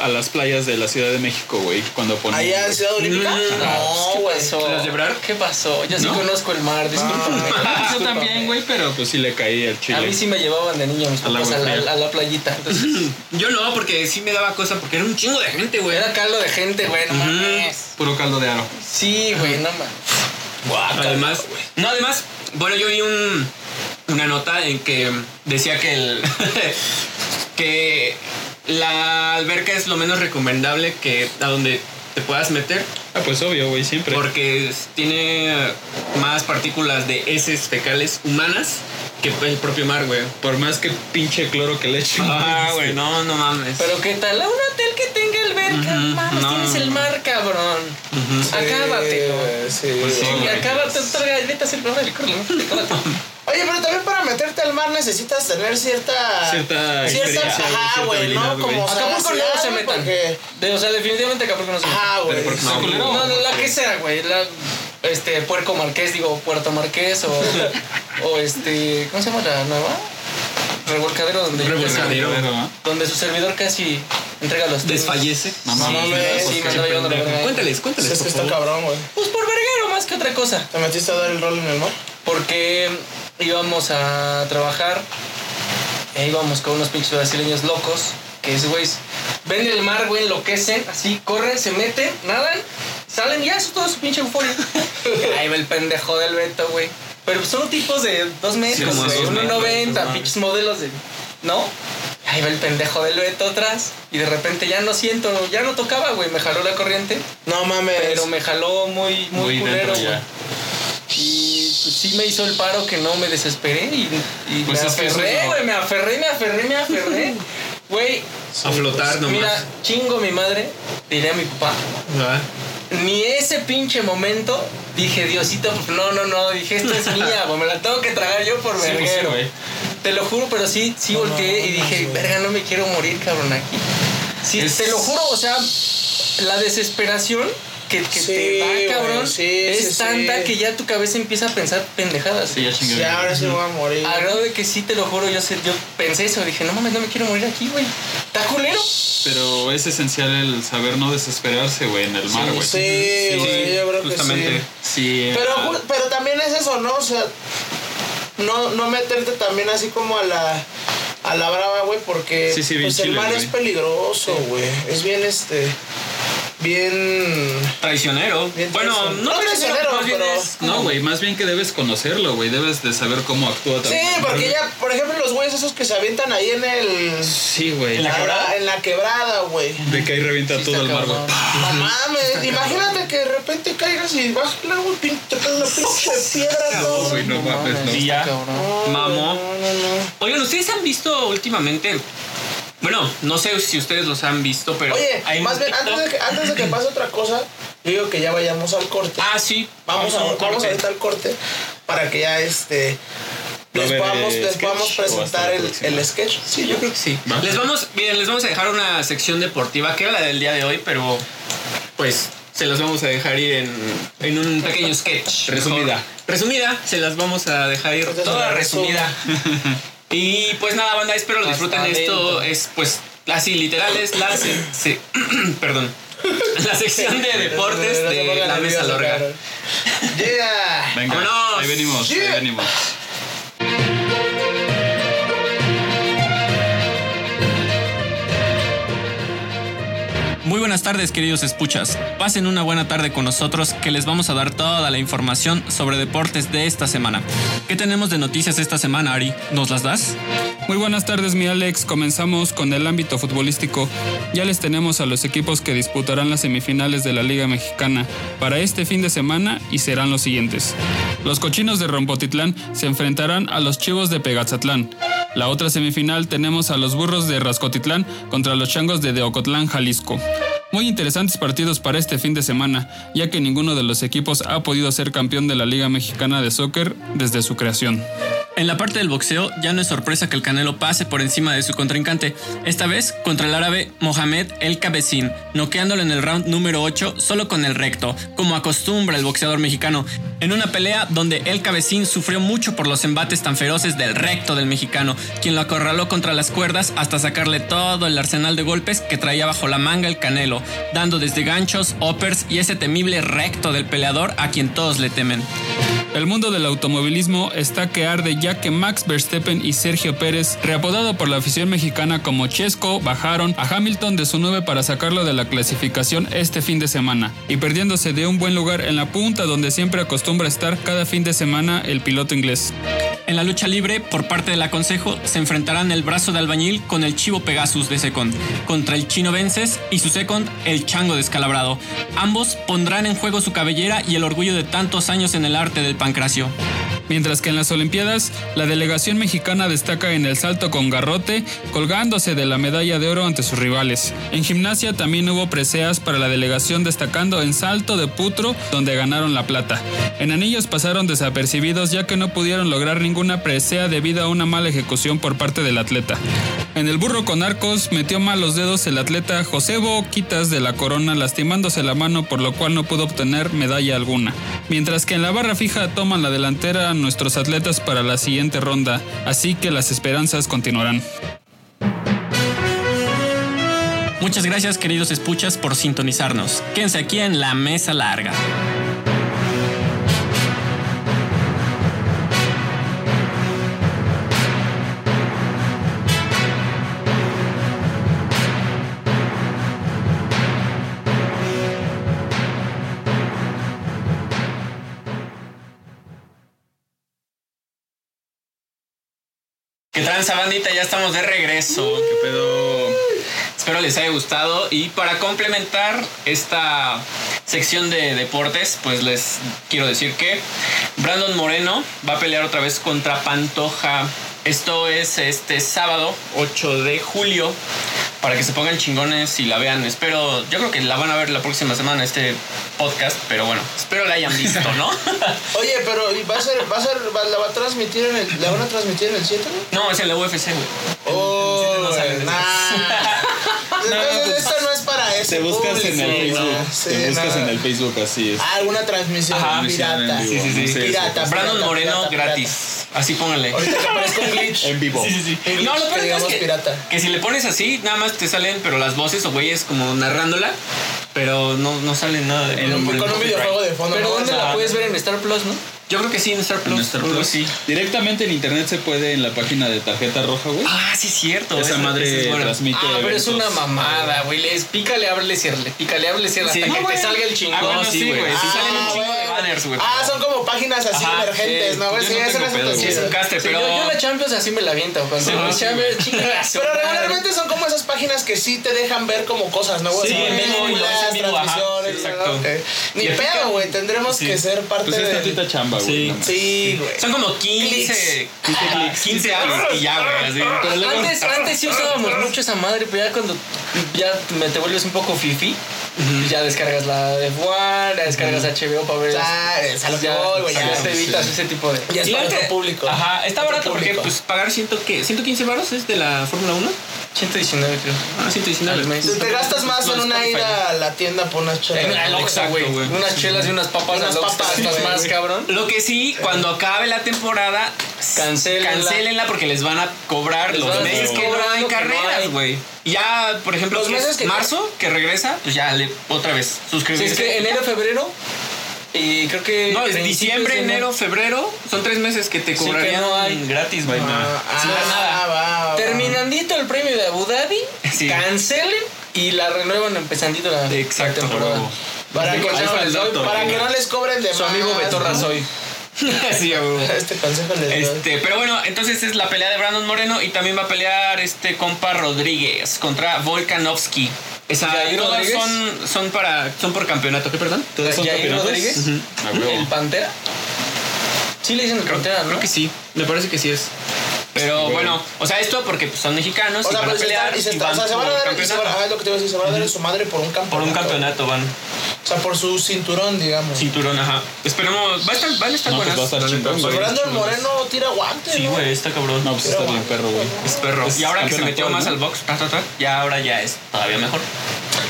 Speaker 2: a las playas de la Ciudad de México, güey, cuando ponían.
Speaker 3: Allá en Ciudad Olímpica.
Speaker 4: No,
Speaker 3: güey.
Speaker 4: ¿qué pasó?
Speaker 1: ¿Las de Brar?
Speaker 4: ¿Qué pasó? Yo sí
Speaker 2: ¿No?
Speaker 4: conozco el mar, discúlpame.
Speaker 2: Ah, Yo
Speaker 4: Discúlpame.
Speaker 2: también, güey, pero pues sí le caí al chile.
Speaker 4: A mí sí me llevaban de niño mis
Speaker 2: Al
Speaker 4: papás a
Speaker 2: agua
Speaker 4: la,
Speaker 2: fría.
Speaker 4: a la playita. Entonces,
Speaker 1: Yo no, porque sí me daba cosa, porque era un chingo de gente, güey.
Speaker 4: era caldo de gente, güey, no mames.
Speaker 2: Puro caldo de aro.
Speaker 4: Sí, güey, no mames.
Speaker 1: Además, no, además, bueno, yo vi un, una nota en que decía que el que la alberca es lo menos recomendable que a donde te puedas meter
Speaker 2: Ah, pues obvio, güey, siempre.
Speaker 1: porque es- tiene más partículas de heces fecales humanas que el propio mar, güey.
Speaker 2: Por más que pinche cloro que le echen.
Speaker 1: Ah, güey, no, no mames.
Speaker 4: Pero qué tal, a un hotel que tenga alberca,
Speaker 1: Ujú,
Speaker 4: mames,
Speaker 1: no.
Speaker 4: tienes el mar, cabrón. Acábatelo.
Speaker 3: Eh, sí.
Speaker 2: sí.
Speaker 4: Y
Speaker 2: güey.
Speaker 4: acábate otra galleta, el programa del curling.
Speaker 3: Oye, pero también para meterte al mar necesitas tener cierta.
Speaker 2: Cierta experiencia, güey,
Speaker 3: Ajá,
Speaker 2: cierta
Speaker 3: güey, ¿no?
Speaker 2: habilidad,
Speaker 3: Como
Speaker 2: güey.
Speaker 4: Acapulco no se
Speaker 3: güey,
Speaker 4: metan.
Speaker 3: porque-
Speaker 4: De- o sea, definitivamente Acapulco no se metan.
Speaker 3: Ajá, Ah, güey.
Speaker 2: Pero porque está
Speaker 3: sí.
Speaker 2: culero.
Speaker 4: No, no, la que sea, güey. La, este, Puerco Marqués, digo, Puerto Marqués o, o este, ¿cómo se llama la nueva? Revolcadero donde,
Speaker 1: Revolcadero.
Speaker 2: ¿no?
Speaker 4: donde su servidor casi entrega los tenis.
Speaker 1: Desfallece.
Speaker 2: No
Speaker 4: Sí,
Speaker 2: mames,
Speaker 4: güey,
Speaker 3: pues,
Speaker 4: sí,
Speaker 3: qué
Speaker 4: me andaba llevando la verga.
Speaker 1: Cuéntales,
Speaker 3: Sí,
Speaker 1: cuéntales.
Speaker 3: Es que
Speaker 1: por
Speaker 3: está
Speaker 1: favor.
Speaker 3: cabrón, güey.
Speaker 4: Pues por verguero más que otra cosa.
Speaker 3: ¿Te metiste a dar el rol en el mar?
Speaker 4: porque íbamos a trabajar e íbamos con unos pinches brasileños locos que es, güey, ven el mar, güey, enloquecen, así, corren, se meten, nadan, salen y ya, eso todo su pinche euforia. Ahí va el pendejo del Beto, güey. Pero pues, son tipos de dos metros,
Speaker 1: como
Speaker 4: güey,
Speaker 1: dos
Speaker 4: 1.90,
Speaker 1: metros,
Speaker 4: pinches modelos de... ¿No? Ahí va el pendejo del Beto atrás y de repente ya no siento, ya no tocaba, güey, me jaló la corriente,
Speaker 3: No mames.
Speaker 4: pero me jaló muy, muy,
Speaker 2: Muy
Speaker 4: culero,
Speaker 2: dentro
Speaker 4: güey.
Speaker 2: ya.
Speaker 4: Y pues sí me hizo el paro que no me desesperé y, y
Speaker 2: Pues
Speaker 4: me
Speaker 2: es que eso
Speaker 4: aferré,
Speaker 2: no.
Speaker 4: güey, me aferré, me aferré, me aferré. Güey,
Speaker 1: A flotar nomás.
Speaker 4: mira, chingo mi madre, diré a mi papá.
Speaker 1: Ah.
Speaker 4: Ni ese pinche momento dije, Diosito, pues, no, no, no, dije, esto es mía, güey, me la tengo que tragar yo por
Speaker 2: Sí, pues, sí,
Speaker 4: verguero.
Speaker 2: güey.
Speaker 4: te lo juro, pero sí, sí volteé y dije, verga, no me quiero morir, cabrón, aquí. Sí,
Speaker 2: Es-
Speaker 4: te lo juro, o sea, la desesperación que, que
Speaker 3: Sí,
Speaker 4: te
Speaker 3: güey,
Speaker 4: da, cabrón,
Speaker 3: sí,
Speaker 4: es
Speaker 3: sí,
Speaker 4: tanta
Speaker 3: sí.
Speaker 4: que ya tu cabeza empieza a pensar pendejadas.
Speaker 2: Sí, ya chingué.
Speaker 3: Sí, ahora sí me voy a morir.
Speaker 4: Al grado de que sí, te lo juro, yo, sé- yo pensé eso, dije, no mames, no me quiero morir aquí, güey. ¿Está culero?
Speaker 2: Pero es esencial el saber no desesperarse, güey, en el mar, güey.
Speaker 3: Sí, güey, yo creo que
Speaker 1: justamente.
Speaker 3: sí.
Speaker 2: Sí.
Speaker 3: Pero,
Speaker 2: ah,
Speaker 3: ju- pero también es eso, ¿no? O sea, no, no meterte también así como a la, a la brava, güey, porque
Speaker 2: Sí, sí, bien
Speaker 3: pues el
Speaker 2: chile,
Speaker 3: mar
Speaker 2: güey.
Speaker 3: es peligroso, güey. Es bien, este, bien...
Speaker 1: Traicionero.
Speaker 3: Bien
Speaker 1: bueno,
Speaker 3: traicionero.
Speaker 1: no,
Speaker 3: No traicionero,
Speaker 1: más bien
Speaker 3: pero-
Speaker 1: es
Speaker 2: No, güey, más bien que debes conocerlo, güey. Debes de saber cómo actúa
Speaker 3: Sí,
Speaker 2: también.
Speaker 3: porque ya, por ejemplo, los güeyes esos que se avientan ahí en el...
Speaker 2: Sí, güey.
Speaker 3: a- En la quebrada, güey.
Speaker 2: De que ahí revienta
Speaker 4: Sí,
Speaker 2: todo
Speaker 4: está
Speaker 2: el mar, güey.
Speaker 4: cabrón.
Speaker 3: No mames, imagínate que de repente caigas y bajas el agua y pin- te cae una pinche piedra,
Speaker 2: No,
Speaker 3: ¿no?
Speaker 2: güey, no mames, no.
Speaker 1: Y ya.
Speaker 4: Cabrón.
Speaker 1: Mamó.
Speaker 3: No, no, no.
Speaker 1: Oigan, ¿ustedes han visto últimamente? Bueno, no sé si ustedes los han visto, pero. hay
Speaker 3: Oye,
Speaker 1: un
Speaker 3: más bien,
Speaker 1: TikTok-
Speaker 3: antes de, que, antes de que pase otra cosa, yo digo que ya vayamos al corte.
Speaker 1: Ah, sí.
Speaker 3: Vamos, a,
Speaker 1: un
Speaker 3: vamos
Speaker 1: corte.
Speaker 3: ahorita al corte para que ya este
Speaker 2: Va a
Speaker 3: les
Speaker 2: haber,
Speaker 3: podamos,
Speaker 2: eh,
Speaker 3: les
Speaker 2: sketch
Speaker 3: podamos
Speaker 2: o
Speaker 3: presentar
Speaker 2: hasta la
Speaker 3: el,
Speaker 2: próxima.
Speaker 3: el sketch.
Speaker 1: Sí, yo creo que sí.
Speaker 2: Va.
Speaker 1: Les vamos, miren, les vamos a dejar una sección deportiva que era la del día de hoy, pero pues se las vamos a dejar ir en, en un pequeño sketch.
Speaker 2: Resumida.
Speaker 1: Mejor. Resumida, se las vamos a dejar ir
Speaker 3: Entonces,
Speaker 1: toda
Speaker 3: la resumo.
Speaker 1: resumida. y pues nada, banda, espero lo disfruten
Speaker 4: Hasta
Speaker 1: esto.
Speaker 4: adentro.
Speaker 1: Es pues así literal, es la se- se- perdón. La sección de deportes
Speaker 3: No se
Speaker 1: de
Speaker 3: pongan
Speaker 1: la mesa
Speaker 3: nerviosos,
Speaker 1: larga.
Speaker 3: cabrón. Yeah.
Speaker 2: Venga,
Speaker 1: Vámonos.
Speaker 2: ahí venimos,
Speaker 3: Yeah.
Speaker 2: ahí venimos.
Speaker 1: Muy
Speaker 7: buenas tardes, queridos escuchas. Pasen una buena tarde con nosotros que les vamos a dar toda la información sobre deportes de esta semana. ¿Qué tenemos de noticias esta semana, Ari? ¿Nos las das?
Speaker 2: Muy buenas tardes, mi Alex. Comenzamos con el ámbito futbolístico. Ya les tenemos a los equipos que disputarán las semifinales de la Liga Mexicana para este fin de semana y serán los siguientes. Los cochinos de Rompotitlán se enfrentarán a los chivos de Pegazatlán. La otra semifinal tenemos a los burros de Rascotitlán contra los changos de Deocotlán, Jalisco. Muy interesantes partidos para este fin de semana, ya que ninguno de los equipos ha podido ser campeón de la Liga Mexicana de Soccer desde su creación.
Speaker 7: En la parte del boxeo ya no es sorpresa que el Canelo pase por encima de su contrincante, esta vez contra el árabe Mohamed El Cabecín, noqueándolo en el round número 8 solo con el recto, como acostumbra el boxeador mexicano, en una pelea donde El Cabecín sufrió mucho por los embates tan feroces del recto del mexicano, quien lo acorraló contra las cuerdas hasta sacarle todo el arsenal de golpes que traía bajo la manga el Canelo, dando desde ganchos, uppers y ese temible recto del peleador a quien todos le temen.
Speaker 2: El mundo del automovilismo está que arde ya que Max Verstappen y Sergio Pérez, reapodado por la afición mexicana como Chesco, bajaron a Hamilton de su 9 para sacarlo de la clasificación este fin de semana y perdiéndose de un buen lugar en la punta donde siempre acostumbra estar cada fin de semana el piloto inglés.
Speaker 7: En la lucha libre, por parte del aconsejo, se enfrentarán el brazo de albañil con el chivo Pegasus de Second, contra el chino Vences y su Second, el chango descalabrado. Ambos pondrán en juego su cabellera y el orgullo de tantos años en el arte del pancracio.
Speaker 2: Mientras que en las Olimpiadas, la delegación mexicana destaca en el salto con garrote, colgándose de la medalla de oro ante sus rivales. En gimnasia también hubo preseas para la delegación destacando en salto de putro, donde ganaron la plata. En anillos pasaron desapercibidos ya que no pudieron lograr ninguna presea debido a una mala ejecución por parte del atleta. En el burro con arcos metió mal los dedos el atleta Josebo Quitas de la Corona lastimándose la mano por lo cual no pudo obtener medalla alguna. Mientras que en la barra fija toman la delantera a nuestros atletas para la siguiente ronda, así que las esperanzas continuarán.
Speaker 7: Muchas gracias queridos escuchas por sintonizarnos. Quédense aquí en la mesa larga.
Speaker 1: ¿Qué tranza, bandita? Ya estamos de regreso. ¿Qué pedo? Espero les haya gustado. Y para complementar esta sección de deportes, pues les quiero decir que Brandon Moreno va a pelear otra vez contra Pantoja. Esto es este sábado, 8 de julio. Para que se pongan chingones y la vean. Espero, yo creo que la van a ver la próxima semana, este podcast. Pero bueno, espero la hayan visto, ¿no?
Speaker 3: Oye, pero ¿y va a ser, va a ser, va- la va a transmitir en el, la van a transmitir en el 7?
Speaker 1: no, es en la UFC, güey.
Speaker 3: Oh,
Speaker 1: no sale,
Speaker 3: nah. Entonces
Speaker 1: pues,
Speaker 3: esta no es para ese
Speaker 8: Te buscas en el
Speaker 3: público,
Speaker 8: Facebook.
Speaker 3: nah, sí,
Speaker 8: te buscas
Speaker 3: nah.
Speaker 8: en el Facebook así es.
Speaker 3: Ah, alguna transmisión
Speaker 1: Ajá,
Speaker 3: pirata.
Speaker 8: transmisión en vivo. Sí, sí, sí.
Speaker 3: Pirata.
Speaker 1: Brandon
Speaker 3: pirata,
Speaker 1: Moreno
Speaker 3: pirata, pirata.
Speaker 1: gratis. Así pónganle.
Speaker 3: Ahorita que aparezca un glitch.
Speaker 8: En vivo.
Speaker 3: Un
Speaker 1: No, lo
Speaker 3: glitch que
Speaker 1: peor es
Speaker 3: digamos
Speaker 1: que,
Speaker 3: pirata.
Speaker 1: que si le pones así, nada más te salen, pero las voces o güeyes como narrándola, pero no, no sale nada. de-
Speaker 3: Con
Speaker 1: por el
Speaker 3: un
Speaker 1: copyright.
Speaker 3: videojuego de fondo.
Speaker 4: Pero
Speaker 3: ¿no?
Speaker 4: ¿dónde
Speaker 3: O sea,
Speaker 4: la puedes ver en Star Plus, no?
Speaker 1: Yo creo que sí, en Star Plus.
Speaker 8: En Star
Speaker 1: algo
Speaker 8: Plus.
Speaker 1: así.
Speaker 8: Directamente en internet se puede en la página de tarjeta roja, güey.
Speaker 1: Ah, sí, es cierto.
Speaker 8: Esa madre
Speaker 1: es buena.
Speaker 8: transmite.
Speaker 4: Ah, pero es una
Speaker 8: eventos.
Speaker 4: mamada, güey. Les pícale, ábrele, ciérrale. Pícale, ábrele, ciérrale.
Speaker 1: Sí.
Speaker 4: Hasta
Speaker 1: No,
Speaker 4: que
Speaker 1: güey.
Speaker 4: te salga el chingón.
Speaker 1: Ah, bueno,
Speaker 4: No,
Speaker 1: sí, güey. Sí,
Speaker 3: Ah,
Speaker 1: salen un chingo de
Speaker 3: güey.
Speaker 1: banners, güey.
Speaker 3: Ah, son como páginas así
Speaker 1: Ajá,
Speaker 3: emergentes,
Speaker 1: sí.
Speaker 3: ¿no? güey?
Speaker 8: Yo
Speaker 3: Sí,
Speaker 8: no
Speaker 3: eso
Speaker 8: tengo
Speaker 3: no es
Speaker 8: pedo,
Speaker 1: Sí, es un
Speaker 3: fantasía.
Speaker 1: caste,
Speaker 4: Sí,
Speaker 1: pero.
Speaker 4: yo, yo la Champions así me la aviento. Cuando
Speaker 1: Sí,
Speaker 4: la
Speaker 1: sí,
Speaker 4: Champions, chinga su
Speaker 3: Pero
Speaker 4: madre.
Speaker 3: regularmente son como esas páginas que sí te dejan ver como cosas, ¿no? güey?
Speaker 1: Sí,
Speaker 3: Así,
Speaker 1: en vivo,
Speaker 3: películas,
Speaker 1: en vivo, ajá,
Speaker 3: transmisiones,
Speaker 1: sí,
Speaker 3: ¿no?
Speaker 1: exacto.
Speaker 3: Ok. Ni
Speaker 1: Y el-
Speaker 3: pedo, güey. Tendremos que ser parte
Speaker 8: Pues es
Speaker 3: de.
Speaker 8: tantita chamba, güey.
Speaker 1: Sí.
Speaker 8: no mames.
Speaker 3: Sí, güey.
Speaker 1: Son como 15. 15 apps y ya, güey. así. Pero luego-
Speaker 4: Antes, antes sí usábamos mucho esa madre, pero ya cuando ya me te vuelves un poco fifi, pues ya descargas la de Juan, ya descargas HBO para ver.
Speaker 3: Ya, es a lo que
Speaker 4: ya,
Speaker 3: voy, güey,
Speaker 4: ya
Speaker 3: ya.
Speaker 4: te evitas ese tipo de.
Speaker 3: Ya es
Speaker 1: Y
Speaker 3: para
Speaker 1: antes-
Speaker 3: otro público.
Speaker 1: Ajá, está
Speaker 3: Otro
Speaker 1: barato porque
Speaker 3: público.
Speaker 1: pues, pagar 100, que- 115 baros es de la Fórmula 1.
Speaker 4: 119, creo.
Speaker 1: Ah, 119.
Speaker 4: Al mes.
Speaker 3: Te- Te gastas más en una ida a la tienda por unas chelas.
Speaker 4: En la
Speaker 3: ¿no?
Speaker 4: loxa,
Speaker 1: Exacto,
Speaker 4: güey.
Speaker 1: güey.
Speaker 4: Unas chelas y unas papas
Speaker 3: Unas
Speaker 4: al Oxxo,
Speaker 3: papas,
Speaker 4: estás
Speaker 3: güey,
Speaker 4: más
Speaker 3: güey.
Speaker 4: cabrón.
Speaker 1: Lo que sí, cuando acabe la temporada,
Speaker 4: Cancelenla.
Speaker 1: cancelenla porque les van a cobrar
Speaker 4: Les
Speaker 1: los
Speaker 4: van a
Speaker 1: meses que no
Speaker 4: cobrar
Speaker 1: hay
Speaker 4: lo que no
Speaker 1: carreras,
Speaker 4: hay.
Speaker 1: güey. Y ya, por ejemplo,
Speaker 3: Los
Speaker 1: que
Speaker 3: meses
Speaker 1: es
Speaker 3: que-
Speaker 1: marzo que regresa, pues ya le otra vez
Speaker 4: Si
Speaker 1: suscribirse.
Speaker 4: es que enero, febrero y creo que.
Speaker 1: no, es
Speaker 4: principios
Speaker 1: diciembre,
Speaker 4: de
Speaker 1: enero, febrero, son tres meses que te
Speaker 4: Sí, que
Speaker 1: cobrarían
Speaker 4: no hay.
Speaker 1: gratis, güey.
Speaker 3: Ah,
Speaker 1: Sí,
Speaker 3: ah,
Speaker 1: nada.
Speaker 3: va, va, va.
Speaker 4: Terminandito el premio de Abu Dhabi,
Speaker 1: Sí.
Speaker 4: cancelen y la renuevan empezandito la, la
Speaker 1: Exacto, a
Speaker 4: temporada.
Speaker 1: huevo.
Speaker 3: Para, que,
Speaker 4: Digo, ahí
Speaker 3: no,
Speaker 4: está el
Speaker 3: les doy-
Speaker 1: dato,
Speaker 3: para
Speaker 1: güey.
Speaker 3: que no les cobren de
Speaker 4: Su amigo
Speaker 3: más,
Speaker 4: Beto
Speaker 3: ¿no?
Speaker 4: Razoy.
Speaker 1: sí, a huevo.
Speaker 3: Este consejo les doy.
Speaker 1: Este, pero bueno, entonces es la pelea de Brandon Moreno y también va a pelear este compa Rodríguez contra Volkanovski. Esa,
Speaker 4: ¿Yair
Speaker 1: todas
Speaker 4: Rodríguez?
Speaker 1: son, son para son por campeonato, ¿qué perdón?
Speaker 2: ¿Todos son
Speaker 4: Yair
Speaker 2: campeonatos?
Speaker 4: Rodríguez?
Speaker 2: Ujú. A huevo.
Speaker 4: ¿El Pantera? Sí le dicen el
Speaker 3: Ah,
Speaker 4: Pantera, ¿no?
Speaker 1: Creo que sí, me parece que sí es. Pero
Speaker 2: Bueno.
Speaker 1: bueno, o sea, esto porque pues, son mexicanos
Speaker 3: O
Speaker 1: y
Speaker 3: sea,
Speaker 1: van a
Speaker 3: pero se,
Speaker 1: pelear
Speaker 3: están- y se,
Speaker 1: y
Speaker 3: están-
Speaker 1: van
Speaker 3: o sea, se van a
Speaker 1: por
Speaker 3: dar, y se van,
Speaker 1: campeonato.
Speaker 3: ah, es lo que te iba a decir, se van a dar en su madre por un campeonato.
Speaker 1: Por un campeonato van,
Speaker 3: O sea, por su cinturón, digamos.
Speaker 1: cinturón, ajá. Esperemos, va a estar, van a estar
Speaker 2: No, pues,
Speaker 1: buenas.
Speaker 2: va a estar
Speaker 1: Sí,
Speaker 2: chingón, güey.
Speaker 3: Brandon Moreno tira guante,
Speaker 1: Sí,
Speaker 3: ¿no?
Speaker 1: güey, está cabrón.
Speaker 2: No, pues está bien perro, güey.
Speaker 1: Es perro.
Speaker 2: Pues,
Speaker 1: y ahora que se
Speaker 2: campeón
Speaker 1: metió
Speaker 2: actual,
Speaker 1: más
Speaker 2: ¿no?
Speaker 1: al box, ta, ta, ta, ya ahora ya es todavía mejor.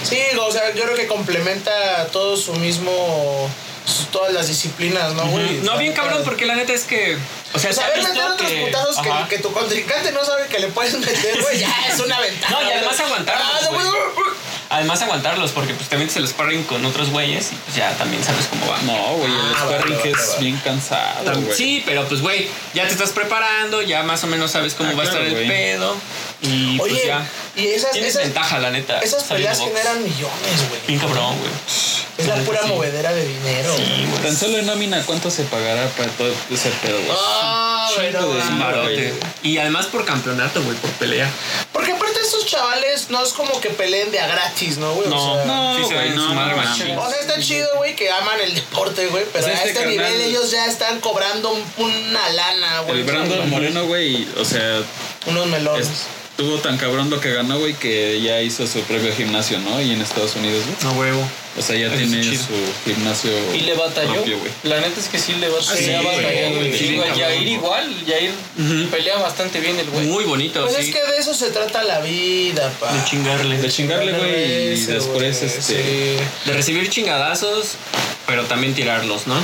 Speaker 3: Sí, o sea, yo creo que complementa todo su mismo. su- todas las disciplinas, ¿no, güey?
Speaker 1: No, bien cabrón, porque la neta es que. O sea, se ha
Speaker 3: Saber
Speaker 1: visto
Speaker 3: meter otros
Speaker 1: que-
Speaker 3: putazos que,
Speaker 1: ajá.
Speaker 3: que tu contrincante no sabe que le puedes meter, güey, ya es una ventaja.
Speaker 1: No, y
Speaker 3: güey.
Speaker 1: además aguantarlos,
Speaker 3: Ah, no,
Speaker 1: güey.
Speaker 3: güey.
Speaker 1: Además, aguantarlos, porque pues también se los sparring con otros güeyes y pues ya también sabes cómo va.
Speaker 2: No, güey, el sparring
Speaker 3: vale,
Speaker 2: que
Speaker 3: vale,
Speaker 2: es bien cansado, güey.
Speaker 1: Sí, pero pues, güey, ya te estás preparando, ya más o menos sabes cómo
Speaker 2: Ah,
Speaker 1: va a
Speaker 2: claro,
Speaker 1: estar el
Speaker 2: güey.
Speaker 1: pedo. Y pues
Speaker 3: Oye,
Speaker 1: ya.
Speaker 3: y esas,
Speaker 1: Tienes
Speaker 3: esas,
Speaker 1: ventaja, la neta.
Speaker 3: esas
Speaker 1: saliendo
Speaker 3: peleas
Speaker 1: box.
Speaker 3: generan millones, güey.
Speaker 1: Bien cabrón, güey.
Speaker 3: Es la
Speaker 1: Sí,
Speaker 3: pura
Speaker 1: sí.
Speaker 3: movedera de dinero. güey.
Speaker 2: Tan solo en nómina, ¿cuánto se pagará para todo ese pedo, güey?
Speaker 3: Ah,
Speaker 2: Chingo
Speaker 3: pero-
Speaker 2: de
Speaker 1: Un barote.
Speaker 2: güey.
Speaker 1: Y además por campeonato, güey, por pelea.
Speaker 3: Porque aparte estos chavales no es como que peleen de a gratis, ¿no, güey? o sea,
Speaker 2: no,
Speaker 1: sí se
Speaker 2: güey,
Speaker 1: ven en su
Speaker 2: no,
Speaker 1: madre
Speaker 2: no
Speaker 1: machín.
Speaker 2: mames.
Speaker 3: O sea, está chido, güey, que aman el deporte, güey, pero
Speaker 2: O sea,
Speaker 3: a este
Speaker 2: este carnal-
Speaker 3: nivel ellos ya están cobrando un- una lana, güey.
Speaker 2: El Brandon Moreno, güey, o sea,
Speaker 3: Unos melones.
Speaker 2: estuvo tan cabrón lo que ganó, güey, que ya hizo su propio gimnasio, ¿no? Y en Estados Unidos, güey.
Speaker 1: No huevo.
Speaker 2: O sea, ya
Speaker 1: Eso es
Speaker 2: tiene
Speaker 1: chido.
Speaker 2: su gimnasio
Speaker 4: Y le batalló.
Speaker 2: propio, güey.
Speaker 4: la neta es que sí
Speaker 1: Ah,
Speaker 4: le batalló.
Speaker 2: sí,
Speaker 4: Ya
Speaker 2: güey,
Speaker 4: batalló,
Speaker 2: güey,
Speaker 4: güey.
Speaker 2: sí,
Speaker 4: Digo,
Speaker 1: cabrón,
Speaker 4: Yair
Speaker 1: güey.
Speaker 4: igual. Yair pelea bastante bien el güey.
Speaker 1: Muy bonito,
Speaker 3: Pues
Speaker 1: sí.
Speaker 3: es que de eso se trata la vida, pa.
Speaker 1: De chingarle.
Speaker 2: De chingarle, güey, y
Speaker 3: Eso,
Speaker 2: después,
Speaker 3: güey,
Speaker 2: este...
Speaker 3: sí.
Speaker 1: De recibir chingadazos, pero también tirarlos, ¿no?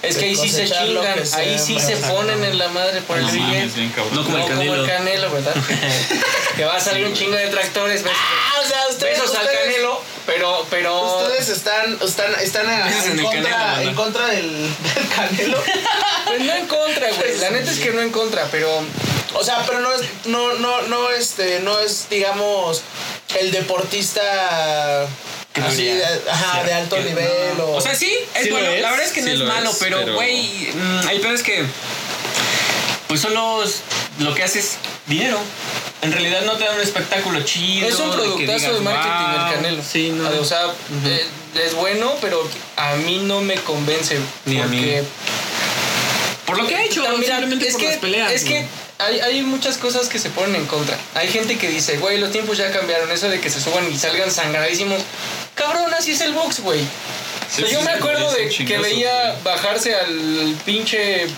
Speaker 4: Es que ahí sí se
Speaker 3: Cosechar lo
Speaker 4: chingan.
Speaker 3: que sea,
Speaker 4: Ahí sí
Speaker 3: hombre,
Speaker 4: se
Speaker 3: exacto.
Speaker 4: ponen en la madre por el
Speaker 2: No
Speaker 4: billete.
Speaker 2: mames, bien cabrón.
Speaker 1: No como el Canelo.
Speaker 4: ¿verdad? que va a salir un chingo de tractores. Besos,
Speaker 3: Ah, o sea, ustedes,
Speaker 4: besos al
Speaker 3: ustedes-
Speaker 4: Canelo. Pero, pero.
Speaker 3: Ustedes están, están, están a-
Speaker 1: Besos en
Speaker 3: en,
Speaker 1: el
Speaker 3: contra,
Speaker 1: Canelo, banda.
Speaker 3: en contra del, del canelo.
Speaker 4: Pues no en contra, güey. La neta es que no en contra, pero.
Speaker 3: O sea, pero no es, no, no, no, este, no es, digamos, el deportista
Speaker 1: Que
Speaker 3: así,
Speaker 1: debería
Speaker 3: de, ajá,
Speaker 4: Ah,
Speaker 1: ser,
Speaker 3: de alto
Speaker 1: que
Speaker 3: nivel.
Speaker 1: O sea, sí, es
Speaker 2: Sí lo
Speaker 1: bueno.
Speaker 2: es,
Speaker 1: la verdad es que no
Speaker 2: sí
Speaker 1: es
Speaker 2: lo
Speaker 1: malo,
Speaker 2: es,
Speaker 1: pero,
Speaker 2: pero-
Speaker 1: güey, mm, el peor es que. Pues solo es- lo que hace es dinero. En realidad no te da un espectáculo chido.
Speaker 4: Es un
Speaker 1: de que
Speaker 4: productazo
Speaker 1: digas,
Speaker 4: de marketing
Speaker 1: "Wow".
Speaker 4: el Canelo.
Speaker 1: Sí, no.
Speaker 4: O sea, eh, es bueno, pero a mí no me convence.
Speaker 1: Ni a mí.
Speaker 4: porque-
Speaker 1: por lo que ha hecho,
Speaker 4: Mira,
Speaker 1: simplemente
Speaker 4: es
Speaker 1: por
Speaker 4: que,
Speaker 1: las peleas.
Speaker 4: Es que
Speaker 1: güey.
Speaker 4: hay, hay muchas cosas que se ponen en contra. Hay gente que dice, güey, los tiempos ya cambiaron. Eso de que se suban y salgan sangradísimos. Cabrón, así es el box, güey. O sea, yo me acuerdo de que veía bajarse al pinche. eh,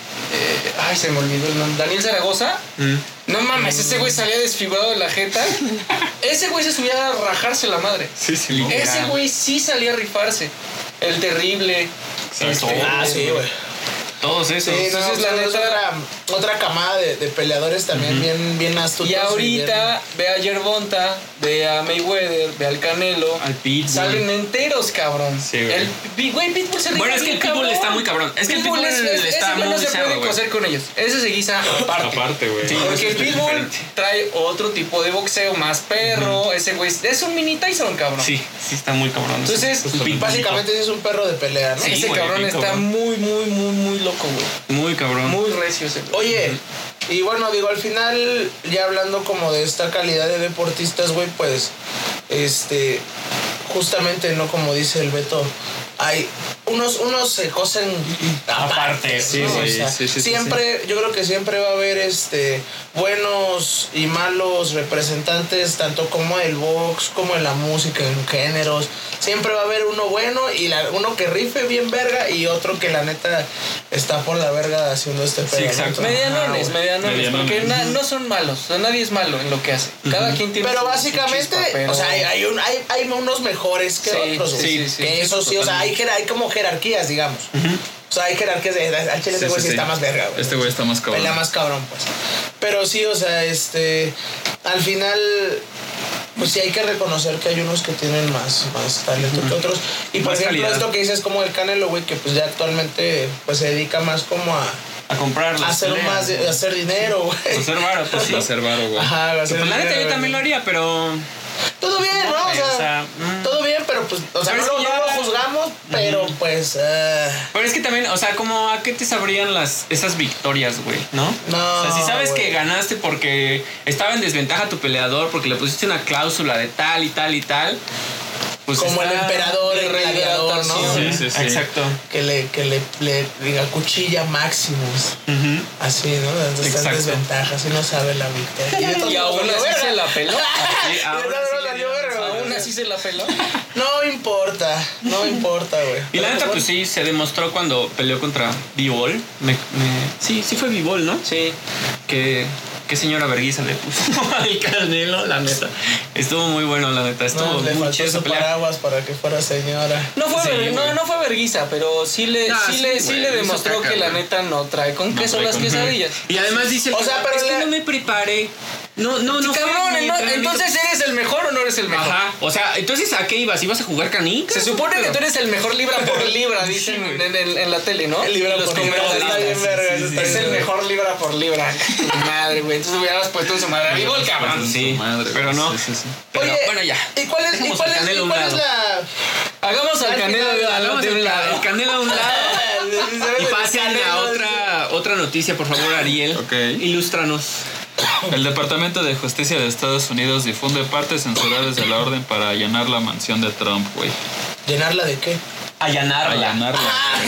Speaker 4: ay, se me olvidó el nombre. Daniel Zaragoza.
Speaker 1: Mm,
Speaker 4: No mames, ese güey salía desfibrado de la jeta. ese güey se subía a rajarse la madre.
Speaker 2: Sí, sí, güey.
Speaker 4: Ese güey sí salía a rifarse. El terrible.
Speaker 2: Exacto.
Speaker 4: este,
Speaker 3: ah, sí, güey.
Speaker 1: Todos esos.
Speaker 3: Sí, no,
Speaker 4: Entonces,
Speaker 3: o
Speaker 4: la
Speaker 3: sea, es
Speaker 4: neta-
Speaker 3: otra, otra camada de, de peleadores también bien, bien astutos.
Speaker 4: Y
Speaker 3: bien-
Speaker 4: ahorita ve a Yerbonta, ve a Mayweather, ve al Canelo.
Speaker 1: Al Pitbull.
Speaker 4: Salen enteros, cabrón.
Speaker 2: Sí, güey.
Speaker 4: El Pi- güey, Pitbull se rifa
Speaker 1: Bueno, es que
Speaker 4: bien,
Speaker 1: el Pitbull
Speaker 4: cabrón.
Speaker 1: está muy cabrón. Es que el Pitbull
Speaker 4: es- es-
Speaker 1: está
Speaker 4: ese güey no
Speaker 1: muy
Speaker 4: se
Speaker 1: cerdo,
Speaker 4: puede
Speaker 1: güey.
Speaker 4: coser con ellos. Ese se guisa aparte.
Speaker 2: Aparte, güey.
Speaker 1: Sí.
Speaker 4: Porque el
Speaker 1: Eso es
Speaker 4: Pitbull
Speaker 1: diferente.
Speaker 4: trae otro tipo de boxeo más perro. Ese güey es un mini Tyson, cabrón.
Speaker 1: Sí, sí, está muy cabrón.
Speaker 4: Entonces,
Speaker 3: Básicamente sí es un perro de pelea, ¿no?
Speaker 1: Sí.
Speaker 4: ese
Speaker 1: güey,
Speaker 4: cabrón
Speaker 1: bien
Speaker 4: está
Speaker 1: cabrón.
Speaker 4: muy, muy, muy, muy loco, güey.
Speaker 1: muy cabrón.
Speaker 4: Muy recio ese güey.
Speaker 3: Oye, y bueno, digo, al final, ya hablando como de esta calidad de deportistas, güey, pues, este, justamente, ¿no? Como dice el Beto, hay unos, unos se cosen aparte.
Speaker 1: sí,
Speaker 3: ¿no?
Speaker 2: güey, sí, sí, sí,
Speaker 3: siempre, yo creo que siempre va a haber, este, buenos y malos representantes, tanto como el box, como en la música, en géneros. Siempre va a haber uno bueno y la- uno que rife bien verga y otro que la neta está por la verga haciendo este pedo. ¿no?
Speaker 1: exacto.
Speaker 4: Medianones, medianones,
Speaker 2: Medianones.
Speaker 4: porque na- no son malos, o sea, nadie es malo en lo que hace. Cada quien tiene
Speaker 3: Pero
Speaker 4: su- su
Speaker 3: básicamente,
Speaker 4: chispa, pero-
Speaker 3: o sea, hay, hay un- hay- hay unos mejores que
Speaker 4: Sí,
Speaker 3: otros.
Speaker 4: sí,
Speaker 3: güey.
Speaker 4: sí, sí,
Speaker 3: Que
Speaker 4: sí,
Speaker 3: eso sí, o sea, hay, jer- hay como jerarquías, digamos. O sea, hay jerarquías de. Al chile
Speaker 2: Sí,
Speaker 3: este güey
Speaker 2: sí,
Speaker 3: sí
Speaker 2: sí.
Speaker 3: está más verga, güey.
Speaker 2: Este güey está más cabrón.
Speaker 3: Pelea más cabrón, pues. Pero sí, o sea, este. Al final. Pues sí, hay que reconocer que hay unos que tienen más, más talento que otros. Y por
Speaker 1: Más
Speaker 3: ejemplo,
Speaker 1: calidad.
Speaker 3: esto que dices como el Canelo, güey, que pues ya actualmente pues se dedica más como a,
Speaker 1: A comprar
Speaker 3: a
Speaker 1: las
Speaker 3: hacer
Speaker 1: peleas,
Speaker 3: más, de- a hacer dinero, güey.
Speaker 1: Por ser varo, pues sí.
Speaker 2: Va a ser varo, güey.
Speaker 3: Ajá, a
Speaker 1: Pues
Speaker 3: hacer
Speaker 1: la neta
Speaker 3: dinero,
Speaker 1: yo
Speaker 3: güey.
Speaker 1: también lo haría, pero
Speaker 3: todo bien, ¿no? O sea,
Speaker 1: O sea, mm.
Speaker 3: todo bien, pero pues, o sea,
Speaker 1: Pero es
Speaker 3: no, lo-
Speaker 1: que ya-
Speaker 3: no lo juzgamos, pero pues, eh,
Speaker 1: Pero es que también, o sea, como a qué te sabrían las esas victorias, güey, ¿no?
Speaker 3: No,
Speaker 1: O sea, si sabes
Speaker 3: güey.
Speaker 1: que ganaste porque estaba en desventaja tu peleador, porque le pusiste una cláusula de tal y tal y tal. Pues
Speaker 3: como el
Speaker 1: está-
Speaker 3: emperador, el
Speaker 4: rey de la
Speaker 3: gladiador, ¿no?
Speaker 4: torsión.
Speaker 2: Sí, sí, sí.
Speaker 1: Exacto.
Speaker 3: Que le, que le, le diga cuchilla Maximus.
Speaker 1: Ujú.
Speaker 3: Así, Ah, ¿no? Entonces están
Speaker 1: Exacto.
Speaker 3: desventajas y no sabe la victoria. de todos
Speaker 4: Y aún
Speaker 3: modos, valió
Speaker 4: así
Speaker 3: verga.
Speaker 4: se la peló.
Speaker 1: Sí,
Speaker 3: Y de
Speaker 1: ahora
Speaker 3: todos
Speaker 1: sí
Speaker 3: modos,
Speaker 1: le
Speaker 3: valió
Speaker 1: dieron-
Speaker 3: verga,
Speaker 4: Aún
Speaker 3: güey.
Speaker 4: así se la peló.
Speaker 3: No importa, no importa, güey.
Speaker 1: Y la neta, pues sí, se demostró cuando peleó contra Bivol. Me- me- Sí, sí fue Bivol, ¿no?
Speaker 4: Sí.
Speaker 1: Que, que señora vergüenza le puso al Canelo, la neta. Estuvo muy bueno, la neta. Estuvo
Speaker 3: No, le
Speaker 1: muy
Speaker 3: faltó
Speaker 1: chido esa
Speaker 3: su
Speaker 1: pelea.
Speaker 3: paraguas para que fuera señora.
Speaker 4: No fue,
Speaker 1: Sí,
Speaker 4: ver- no,
Speaker 1: güey.
Speaker 4: no fue verguiza, pero sí le,
Speaker 1: Ah,
Speaker 4: sí
Speaker 1: sí,
Speaker 4: le, sí
Speaker 1: güey,
Speaker 4: le
Speaker 1: hizo
Speaker 4: demostró
Speaker 1: caca,
Speaker 4: que la
Speaker 1: güey.
Speaker 4: neta no trae con
Speaker 2: No
Speaker 4: queso
Speaker 2: trae
Speaker 4: las
Speaker 2: con-
Speaker 4: quesadillas.
Speaker 1: Y además dice,
Speaker 3: O sea, pero
Speaker 1: es
Speaker 3: la-
Speaker 1: que no me preparé. No, no, no. fue
Speaker 4: Cabrón,
Speaker 1: mi
Speaker 4: eno-
Speaker 1: entrenamiento".
Speaker 4: entonces eres el mejor o no eres el mejor.
Speaker 1: Ajá, o sea, entonces ¿a qué ibas? ¿Ibas a jugar canica?
Speaker 4: Se supone que tú eres el mejor libra por libra, dicen en, en- en la tele, ¿no?
Speaker 3: libra
Speaker 4: Los
Speaker 3: por libra, está bien
Speaker 4: comentaristas.
Speaker 3: verga,
Speaker 1: sí,
Speaker 3: eso
Speaker 1: sí,
Speaker 3: está
Speaker 4: Es
Speaker 3: bien
Speaker 4: el
Speaker 3: verga.
Speaker 4: mejor libra por libra. Tu Madre, güey. Entonces hubieras puesto en su madre. Amigo, el cabrón.
Speaker 1: Sí,
Speaker 2: Madre,
Speaker 1: pero
Speaker 2: güey,
Speaker 1: no.
Speaker 2: sí, sí, sí.
Speaker 1: Pero
Speaker 3: Oye,
Speaker 1: bueno, ya.
Speaker 3: ¿Y cuál es, y
Speaker 1: Dejemos
Speaker 3: cuál
Speaker 1: al
Speaker 3: es,
Speaker 1: Canelo a
Speaker 3: y
Speaker 1: un
Speaker 3: cuál es
Speaker 1: lado.
Speaker 3: la...?
Speaker 4: Hagamos al
Speaker 3: Al
Speaker 4: canelo
Speaker 3: final,
Speaker 4: de la-
Speaker 1: Hagamos
Speaker 4: de
Speaker 1: el,
Speaker 4: un
Speaker 1: ca-
Speaker 4: lado.
Speaker 1: el canelo a un lado y pase a la otra, otra noticia, por favor, Ariel.
Speaker 2: Ok.
Speaker 1: Ilústranos.
Speaker 2: El Departamento de Justicia de Estados Unidos difunde partes censuradas de la orden para allanar la mansión de Trump, güey.
Speaker 3: ¿Llenarla de qué?
Speaker 1: Allanarla.
Speaker 2: Allanarla.
Speaker 3: Ah.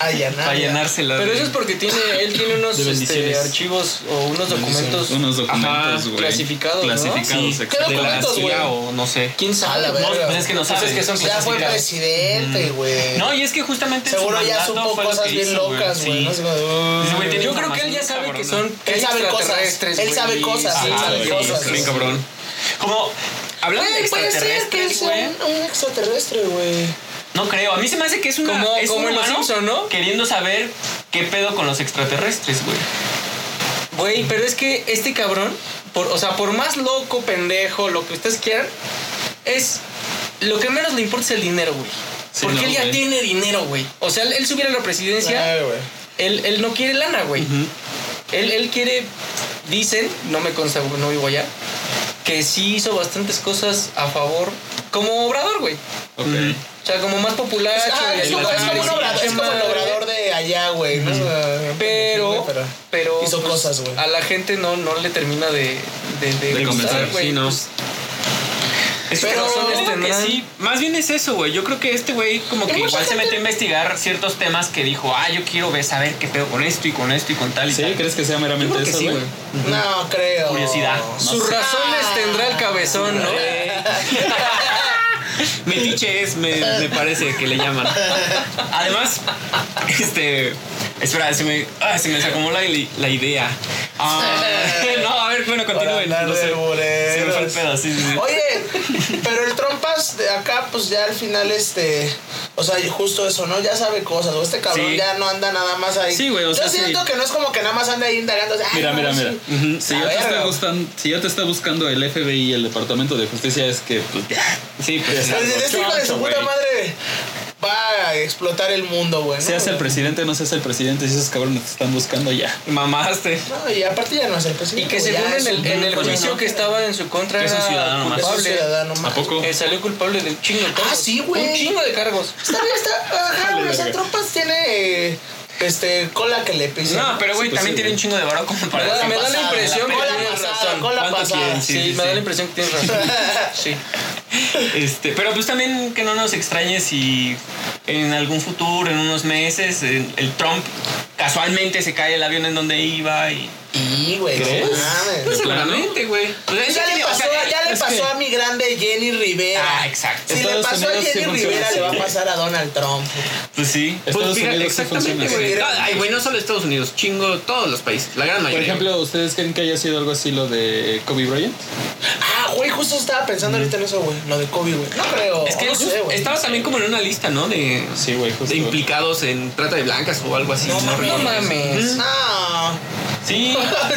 Speaker 3: Allanarla.
Speaker 1: Allanársela.
Speaker 4: Pero
Speaker 1: de-
Speaker 4: eso es porque tiene, él tiene unos
Speaker 1: De
Speaker 4: este,
Speaker 1: bendiciones.
Speaker 4: archivos o unos documentos.
Speaker 2: Unos documentos,
Speaker 1: Ajá,
Speaker 2: güey.
Speaker 4: clasificados, ¿no?
Speaker 2: Clasificados,
Speaker 1: Sí.
Speaker 2: exacto.
Speaker 1: de la
Speaker 3: documentos,
Speaker 1: CIA
Speaker 3: güey?
Speaker 1: o no sé.
Speaker 4: ¿Quién
Speaker 3: A
Speaker 4: sabe?
Speaker 3: la
Speaker 4: No,
Speaker 3: verga.
Speaker 1: pues es que no
Speaker 4: Pues
Speaker 1: sabes.
Speaker 4: es que son
Speaker 3: Ya fue
Speaker 4: clasificados.
Speaker 3: presidente, güey.
Speaker 1: No, y es que justamente en su
Speaker 3: Seguro ya
Speaker 1: mandato
Speaker 3: supo
Speaker 1: fue lo que
Speaker 3: cosas bien
Speaker 1: hizo, güey.
Speaker 3: locas, güey.
Speaker 1: Sí.
Speaker 3: No sé, como,
Speaker 1: Ese güey tiene
Speaker 4: Yo creo que él ya
Speaker 1: información
Speaker 4: sabe que
Speaker 1: cabrona.
Speaker 4: son
Speaker 3: Él sabe cosas.
Speaker 4: extraterrestres,
Speaker 3: Él
Speaker 4: güey.
Speaker 3: sabe cosas.
Speaker 4: Sí,
Speaker 3: Él
Speaker 1: Ah,
Speaker 3: sabe
Speaker 1: güey,
Speaker 3: cosas.
Speaker 1: Bien cabrón. Como hablando de
Speaker 3: Güey, puede ser que
Speaker 1: extraterrestres,
Speaker 3: sea
Speaker 1: güey.
Speaker 3: un, un extraterrestre, güey.
Speaker 1: No creo. A mí se me hace que es una
Speaker 4: Como-
Speaker 1: es
Speaker 4: como
Speaker 1: un
Speaker 4: en Los
Speaker 1: humano
Speaker 4: Simpson, ¿no?
Speaker 1: Queriendo saber qué pedo con los extraterrestres, güey.
Speaker 4: Güey, pero es que este cabrón, por, o sea, por más loco, pendejo, lo que ustedes quieran, es. Lo que menos le importa es el dinero, güey.
Speaker 2: Sí,
Speaker 4: Porque
Speaker 2: no,
Speaker 4: él ya
Speaker 2: güey.
Speaker 4: tiene dinero, güey. O sea, él, él subiera a la presidencia,
Speaker 3: Ay, güey.
Speaker 1: Ah,
Speaker 4: él, él no quiere lana, güey. él, él quiere. Dicen, no me consta, güey, no vivo allá, que sí hizo bastantes cosas a favor. Como obrador, güey.
Speaker 2: Ok.
Speaker 4: O sea, como más popular.
Speaker 3: Ah, es, como, es como un obrador, es como el obrador de allá, güey. ¿no?
Speaker 4: Pero, pero pues,
Speaker 3: hizo cosas, güey.
Speaker 4: A la gente no, no le termina de, de, de,
Speaker 2: De
Speaker 4: gustar,
Speaker 2: convencer,
Speaker 4: güey.
Speaker 1: sí, no.
Speaker 4: Pues,
Speaker 1: Es pero
Speaker 3: Pero- Yo
Speaker 4: creo que
Speaker 1: que
Speaker 4: sí.
Speaker 1: sí. Más bien es eso, güey. Yo creo que este güey como que
Speaker 3: mucha
Speaker 1: igual se
Speaker 3: gente-
Speaker 1: mete a investigar ciertos temas que dijo, ah, yo quiero ver, saber qué pedo con esto y con esto y con tal y
Speaker 2: ¿Sí?
Speaker 1: tal.
Speaker 2: ¿Crees que sea
Speaker 1: Yo
Speaker 2: meramente
Speaker 1: creo que
Speaker 2: eso,
Speaker 1: sí,
Speaker 2: güey?
Speaker 1: güey. Ah.
Speaker 3: No, creo.
Speaker 1: Curiosidad.
Speaker 4: sus razones tendrá el cabezón, ¿no?
Speaker 1: Metiche es, me, me parece que le llaman. Además, este. Espera, se me, ah, se me sacomó la, la idea. Ah, no, a ver, bueno,
Speaker 3: Para
Speaker 1: continúen.
Speaker 3: andar
Speaker 1: no sé.
Speaker 3: de
Speaker 1: Se me fue el
Speaker 3: buleros.
Speaker 1: pedo, sí, sí, sí.
Speaker 3: Oye, pero el trompas de acá, pues ya al final, este. O sea, justo eso, ¿no? Ya sabe cosas. O este cabrón
Speaker 1: Sí.
Speaker 3: ya no anda nada más ahí.
Speaker 2: Sí, güey, o sea,
Speaker 3: Yo siento
Speaker 2: sí.
Speaker 3: que no es como que nada más anda ahí indagando. o sea, ay,
Speaker 2: Mira,
Speaker 3: no,
Speaker 2: mira,
Speaker 3: sí.
Speaker 2: mira. Ujú. Si
Speaker 3: A
Speaker 2: ya, te
Speaker 3: ver,
Speaker 2: está
Speaker 3: güey.
Speaker 2: gustan- si ya te está buscando el FBI y el Departamento de Justicia, es que pues, ya,
Speaker 1: Sí, pues.
Speaker 3: Pero si este hijo de su
Speaker 2: Choncho,
Speaker 3: puta
Speaker 2: güey.
Speaker 3: madre va a explotar el mundo, güey. ¿no?
Speaker 2: seas el presidente no seas el presidente, si esos cabrones te están buscando ya.
Speaker 1: Mamaste.
Speaker 3: No, y aparte ya no es el
Speaker 4: Y
Speaker 3: presidente.
Speaker 4: que
Speaker 3: güey,
Speaker 4: según
Speaker 3: ya es
Speaker 4: en el,
Speaker 3: un-
Speaker 4: en el
Speaker 3: bueno,
Speaker 4: juicio
Speaker 3: ¿no?
Speaker 4: que estaba en su contra
Speaker 1: Es un
Speaker 4: era
Speaker 1: ciudadano más.
Speaker 3: Es un
Speaker 4: culpable.
Speaker 3: ciudadano
Speaker 2: ¿A
Speaker 3: más.
Speaker 2: poco?
Speaker 4: Eh, salió culpable de un chingo de cargos.
Speaker 3: sí, güey.
Speaker 4: Un chingo de cargos.
Speaker 3: Está bien, está. Ajá, güey. O sea, Trompas tiene. eh, Este, cola que le pisa.
Speaker 1: No, pero güey,
Speaker 2: Sí, pues,
Speaker 1: también tiene
Speaker 2: sí, güey.
Speaker 1: un chingo de varo como para.
Speaker 4: Me da-
Speaker 1: decir,
Speaker 4: me da la
Speaker 1: pasada,
Speaker 4: impresión
Speaker 1: pela
Speaker 4: que
Speaker 1: pela.
Speaker 3: Cola
Speaker 4: tienes
Speaker 3: pasada,
Speaker 4: razón.
Speaker 3: cola
Speaker 1: ¿Cuánto
Speaker 3: pasada.
Speaker 1: quieren?
Speaker 4: Sí,
Speaker 1: Sí, sí,
Speaker 4: me da
Speaker 1: sí.
Speaker 4: la impresión que tienes razón. Sí.
Speaker 1: Este, pero pues también que no nos extrañe si en algún futuro, en unos meses, en- el Trump casualmente se cae el avión en donde iba y.
Speaker 3: Y, güey, no
Speaker 2: ¿Crees?
Speaker 1: No
Speaker 3: mames.
Speaker 1: seguramente, güey. Pues,
Speaker 3: Ya le
Speaker 1: o
Speaker 3: pasó,
Speaker 1: sea,
Speaker 3: ya le
Speaker 2: es que-
Speaker 3: pasó a mi grande Jenny Rivera.
Speaker 1: Ah, exacto.
Speaker 3: Si le
Speaker 2: Estados
Speaker 3: pasó
Speaker 2: Unidos
Speaker 3: a
Speaker 2: sí
Speaker 3: Jenny
Speaker 2: funciona
Speaker 3: Rivera,
Speaker 2: así,
Speaker 3: le va a
Speaker 2: güey.
Speaker 3: pasar a Donald Trump.
Speaker 1: Pues sí.
Speaker 2: Estados
Speaker 1: Pues,
Speaker 2: Unidos sí
Speaker 1: exactamente,
Speaker 2: funciona
Speaker 1: güey.
Speaker 3: así.
Speaker 1: No, Ay, güey, no solo Estados Unidos, chingo todos los países, la gran
Speaker 2: Por
Speaker 1: mayoría.
Speaker 2: ejemplo, ¿ustedes creen que haya sido algo así lo de Kobe Bryant?
Speaker 3: Ah, güey, justo estaba pensando ahorita en eso, güey. Lo de Kobe, güey. No creo.
Speaker 1: es que
Speaker 3: no
Speaker 1: just-
Speaker 3: sé, güey.
Speaker 1: estaba también como en una lista, ¿no? De,
Speaker 2: Sí, güey, justo.
Speaker 1: de implicados en trata de blancas o algo así.
Speaker 4: No, no
Speaker 1: recuerdo.
Speaker 4: mames.
Speaker 3: No.
Speaker 1: Sí.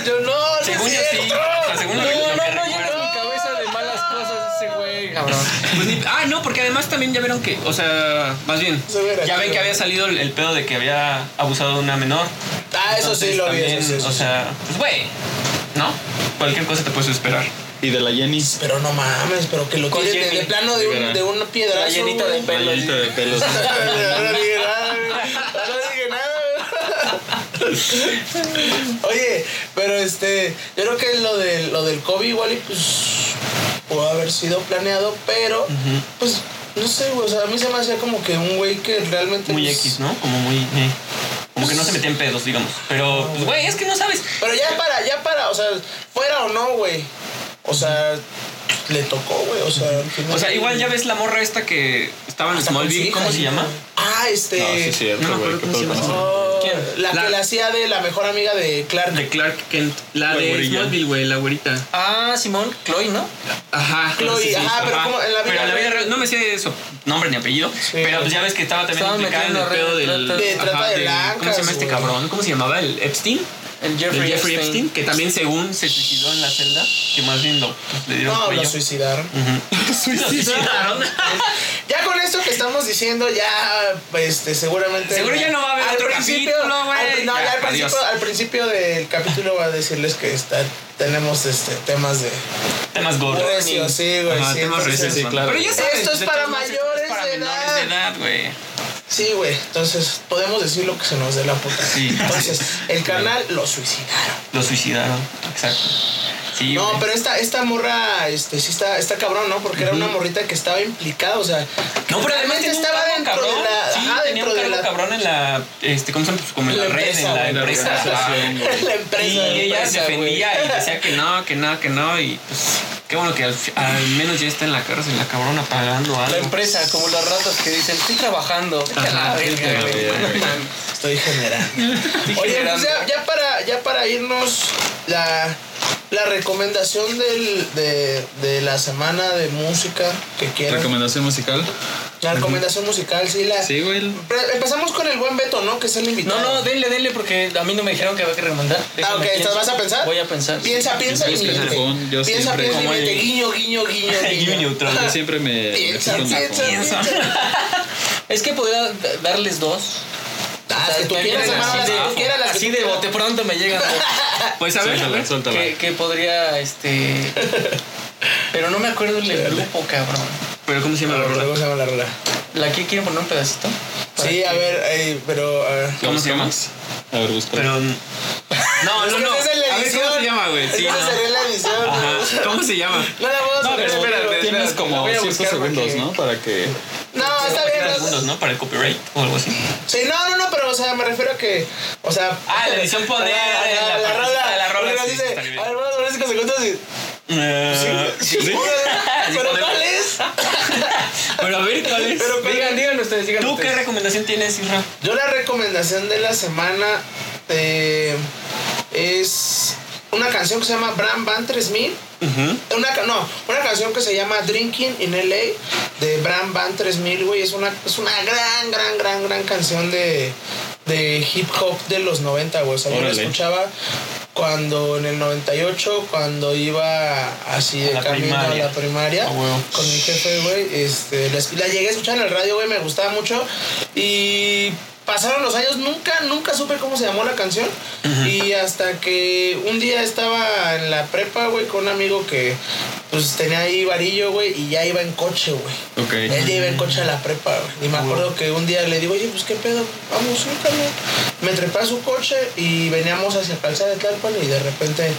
Speaker 3: Yo no, no es
Speaker 1: Según yo sí.
Speaker 3: cierto.
Speaker 1: O sea, según
Speaker 4: No,
Speaker 1: lo que-
Speaker 4: no,
Speaker 1: lo que
Speaker 4: no, llena
Speaker 1: recuerdo.
Speaker 4: mi cabeza de malas cosas ese güey, cabrón.
Speaker 1: Pues ni- ah, no, porque además también ya vieron que, o sea, más bien,
Speaker 3: Se hubiera
Speaker 1: ya ven
Speaker 3: sido.
Speaker 1: que había salido el, el pedo de que había abusado de una menor.
Speaker 3: Ah, eso sí
Speaker 1: Entonces,
Speaker 3: lo vi.
Speaker 1: también,
Speaker 3: Eso sí, eso
Speaker 1: o
Speaker 3: sí.
Speaker 1: sea, pues güey, ¿no? Cualquier cosa te puedes esperar.
Speaker 2: Y de la Jenny.
Speaker 3: Pero no mames, pero que lo
Speaker 4: Con
Speaker 3: tiren de-
Speaker 4: Jenny.
Speaker 3: de plano de, un,
Speaker 2: Rivera.
Speaker 3: de una piedra.
Speaker 4: La llenita de
Speaker 2: La
Speaker 4: pelo.
Speaker 2: llenita de pelos.
Speaker 3: Ahora dije nada, güey. Ahora dije nada, güey. Oye, pero este, yo creo que lo del, lo del COVID igual y pues pudo haber sido planeado, pero pues no sé, güey, o sea, a mí se me hacía como que un güey que realmente
Speaker 1: Muy
Speaker 3: pues,
Speaker 1: X, ¿no? Como muy. eh, Como que no se metía en pedos, digamos. Pero, pues, güey, es que no sabes.
Speaker 3: Pero ya para, ya para, o sea, fuera o no, güey. O sea, le tocó, güey, o sea, al final-
Speaker 1: O sea, igual ya ves la morra esta que estaba en
Speaker 3: Hasta con su
Speaker 1: Smallville.
Speaker 3: hija,
Speaker 1: ¿Cómo se
Speaker 3: güey.
Speaker 1: llama?
Speaker 3: Ah, este
Speaker 2: No, sí es
Speaker 1: no me
Speaker 2: cierto, güey.
Speaker 1: acuerdo
Speaker 2: qué
Speaker 1: cómo se
Speaker 2: pedo
Speaker 1: llama.
Speaker 2: con eso.
Speaker 3: oh,
Speaker 1: ¿Quién?
Speaker 3: La,
Speaker 1: La-
Speaker 3: que la hacía de la mejor amiga de Clark.
Speaker 1: De Clark Kent. La
Speaker 2: La
Speaker 1: de
Speaker 2: güerilla.
Speaker 1: Smallville, güey, la güerita.
Speaker 4: Ah, Simón, Chloe, ¿no?
Speaker 1: Ajá.
Speaker 3: Chloe, ajá, pero como en la vida
Speaker 1: Pero
Speaker 3: real.
Speaker 1: real, No me sé eso, nombre ni apellido. pero pues ya ves que estaba también
Speaker 4: Estaba
Speaker 1: implicada en el
Speaker 4: metiendo
Speaker 1: pedo
Speaker 4: red-
Speaker 1: del.
Speaker 4: trata-
Speaker 3: de trata de
Speaker 1: del- ¿Cómo
Speaker 3: blancas,
Speaker 1: se llama este
Speaker 3: güey.
Speaker 1: cabrón? ¿Cómo se llamaba? ¿El Epstein?
Speaker 4: El
Speaker 1: El
Speaker 4: Jeffrey,
Speaker 1: Jeffrey, Epstein. que también según se suicidó en la celda, que más bien lo, pues, le dieron
Speaker 3: No,
Speaker 1: cuello.
Speaker 3: lo suicidaron.
Speaker 1: Ujú. Lo suicidaron.
Speaker 3: Ya con esto que estamos diciendo, ya este, seguramente.
Speaker 1: Seguro ya no va a haber otro capítulo, güey.
Speaker 3: al- no, ya
Speaker 1: Ya,
Speaker 3: al, principio,
Speaker 1: adiós.
Speaker 3: al principio del capítulo va a decirles que está, tenemos este, temas de.
Speaker 1: Temas gordos.
Speaker 3: Recios, sí, güey,
Speaker 1: Ajá,
Speaker 3: sí,
Speaker 1: temas
Speaker 3: entonces-
Speaker 1: recios,
Speaker 2: sí,
Speaker 1: man.
Speaker 2: claro.
Speaker 1: Pero ya sabes,
Speaker 3: Esto es
Speaker 1: de
Speaker 3: para
Speaker 1: todos modos, esto
Speaker 3: mayores
Speaker 1: es para
Speaker 3: de
Speaker 1: menores de edad, güey.
Speaker 3: Sí, güey. Entonces, podemos decir lo que se nos dé la puta.
Speaker 1: Sí.
Speaker 3: Entonces, el canal lo suicidaron.
Speaker 1: Lo suicidaron. Exacto. Sí,
Speaker 3: No,
Speaker 1: güey.
Speaker 3: pero esta, esta morra, este, sí está, está cabrón, ¿no? Porque era una morrita que estaba implicada, o sea.
Speaker 1: No, pero además
Speaker 3: realmente
Speaker 1: tenía un
Speaker 3: estaba
Speaker 1: cargo
Speaker 3: dentro
Speaker 1: cabrón.
Speaker 3: de la.
Speaker 1: sí,
Speaker 3: ajá,
Speaker 1: tenía
Speaker 3: dentro
Speaker 1: un
Speaker 3: de
Speaker 1: cargo
Speaker 3: la.
Speaker 1: cabrón en la, este, ¿cómo se llama? Pues como en
Speaker 3: La
Speaker 1: la, red,
Speaker 3: empresa,
Speaker 1: en la
Speaker 3: güey, la
Speaker 1: empresa.
Speaker 2: organización,
Speaker 1: ajá.
Speaker 2: güey.
Speaker 3: La empresa.
Speaker 1: y
Speaker 3: la
Speaker 1: ella
Speaker 3: empresa,
Speaker 1: defendía
Speaker 3: güey.
Speaker 1: y decía que no, que no, que no. Y pues, qué bueno que al, fi- al menos ya está en la cárcel, la cabrona pagando algo.
Speaker 4: La empresa, como las ratas que dicen, estoy trabajando. Vete a la
Speaker 1: Ajá, vete
Speaker 4: verga,
Speaker 1: a la
Speaker 4: güey.
Speaker 2: verga, güey.
Speaker 3: Estoy generando. Oye, pues
Speaker 4: generando.
Speaker 3: ya, ya para, ya para irnos, la, la recomendación del, de, de la semana de música que quieran.
Speaker 2: ¿Recomendación musical?
Speaker 3: La recomendación musical, sí, la.
Speaker 2: Sí, güey.
Speaker 3: Pre- Empezamos con el buen Beto, ¿no? Que es el
Speaker 4: No,
Speaker 3: invitado.
Speaker 4: no, denle, denle, porque a mí no me dijeron que había que recomendar.
Speaker 3: Ah, ok,
Speaker 4: Déjame
Speaker 3: ¿estás-
Speaker 4: pienso.
Speaker 3: ¿vas a pensar?
Speaker 4: Voy a pensar.
Speaker 3: Piensa, piensa y
Speaker 2: Piensa,
Speaker 3: miente.
Speaker 2: piensa. Yo
Speaker 3: Piensa,
Speaker 2: siempre-
Speaker 3: piensa y
Speaker 2: como
Speaker 3: miente.
Speaker 1: el-
Speaker 3: Guiño, guiño, guiño.
Speaker 1: Guiño neutral.
Speaker 2: Yo siempre me.
Speaker 3: Piensa,
Speaker 2: me fijo en
Speaker 3: piensa,
Speaker 2: Japón.
Speaker 3: piensa.
Speaker 4: Es que podría d- darles dos.
Speaker 3: Ah,
Speaker 4: O sea,
Speaker 3: que tú
Speaker 4: me
Speaker 3: quieras,
Speaker 4: llegan
Speaker 3: hermano, las
Speaker 4: así
Speaker 3: que
Speaker 4: de-
Speaker 3: tú quieras, las que
Speaker 4: Así
Speaker 3: tú
Speaker 4: de
Speaker 3: quieras.
Speaker 4: bote pues, pronto me llegan. dos.
Speaker 1: Pues a ver, a ver.
Speaker 2: Suéltala, suéltala.
Speaker 4: que, que podría, este... Pero no me acuerdo el grupo, cabrón.
Speaker 1: Pero ¿cómo se llama la rola?
Speaker 3: ¿Cómo se llama la rola?
Speaker 4: ¿La que quieren poner un pedacito? Para
Speaker 3: Sí,
Speaker 4: que-
Speaker 3: a ver, eh, pero. a ver.
Speaker 1: ¿Cómo se llama?
Speaker 2: A ver, busca.
Speaker 1: Pero. No, no, no.
Speaker 3: Esa es la
Speaker 1: A ver, ¿cómo
Speaker 3: edición.
Speaker 1: se llama, güey? Sí,
Speaker 3: Esa
Speaker 1: no.
Speaker 3: sería la edición. güey.
Speaker 1: Ajá. ¿Cómo se llama?
Speaker 3: No la vamos a
Speaker 1: No, pero
Speaker 3: poner,
Speaker 1: espérate,
Speaker 3: güey.
Speaker 1: espérate.
Speaker 2: Tienes
Speaker 4: la
Speaker 2: como
Speaker 4: voy a
Speaker 2: 5
Speaker 4: buscar
Speaker 2: segundos,
Speaker 4: porque-
Speaker 2: ¿no? Para que.
Speaker 3: No, está bien.
Speaker 1: Tres
Speaker 3: no-
Speaker 1: segundos, ¿no? Para el copyright o algo así.
Speaker 3: Sí, no, no, no, pero o sea, me refiero a que. O sea.
Speaker 1: Ah, la edición poner en la partecita de la rola,
Speaker 3: porque
Speaker 1: sí,
Speaker 3: dice,
Speaker 1: está bien.
Speaker 3: A ver, vamos a poner 5 segundos y.
Speaker 1: Eh,
Speaker 3: Sí, ¿Pero
Speaker 1: ponemos.
Speaker 3: cuál es?
Speaker 1: Pero a ver, ¿cuál es?
Speaker 3: Pero cuál
Speaker 4: Digan,
Speaker 3: es?
Speaker 4: digan ustedes, digan
Speaker 1: ¿Tú qué
Speaker 4: ustedes.
Speaker 1: recomendación tienes, Isra?
Speaker 3: Yo la recomendación de la semana eh, es una canción que se llama Bram Van 3000. Una, ca- no, una canción que se llama Drinking in LA de Bram Van 3000, güey. Es una, es una gran, gran, gran, gran canción de, de hip hop de los 90, güey. O sea, yo la
Speaker 2: Órale.
Speaker 3: escuchaba cuando en el 98, cuando iba así de
Speaker 1: la
Speaker 3: camino a la
Speaker 1: primaria.
Speaker 3: primaria
Speaker 1: A huevo.
Speaker 3: con mi jefe, güey. Este, la, la llegué a escuchar en el radio, güey, me gustaba mucho. Y pasaron los años, nunca, nunca supe cómo se llamó la canción. Y hasta que un día estaba en la prepa, güey, con un amigo que pues tenía ahí varillo, güey, y ya iba en coche, güey.
Speaker 2: Ok.
Speaker 3: Él ya iba en coche a la prepa, güey. Y me acuerdo que un día le digo, oye, pues qué pedo, vamos, sí, cabrón. Me trepé a su coche y veníamos hacia Calzada de Tlalpan y de repente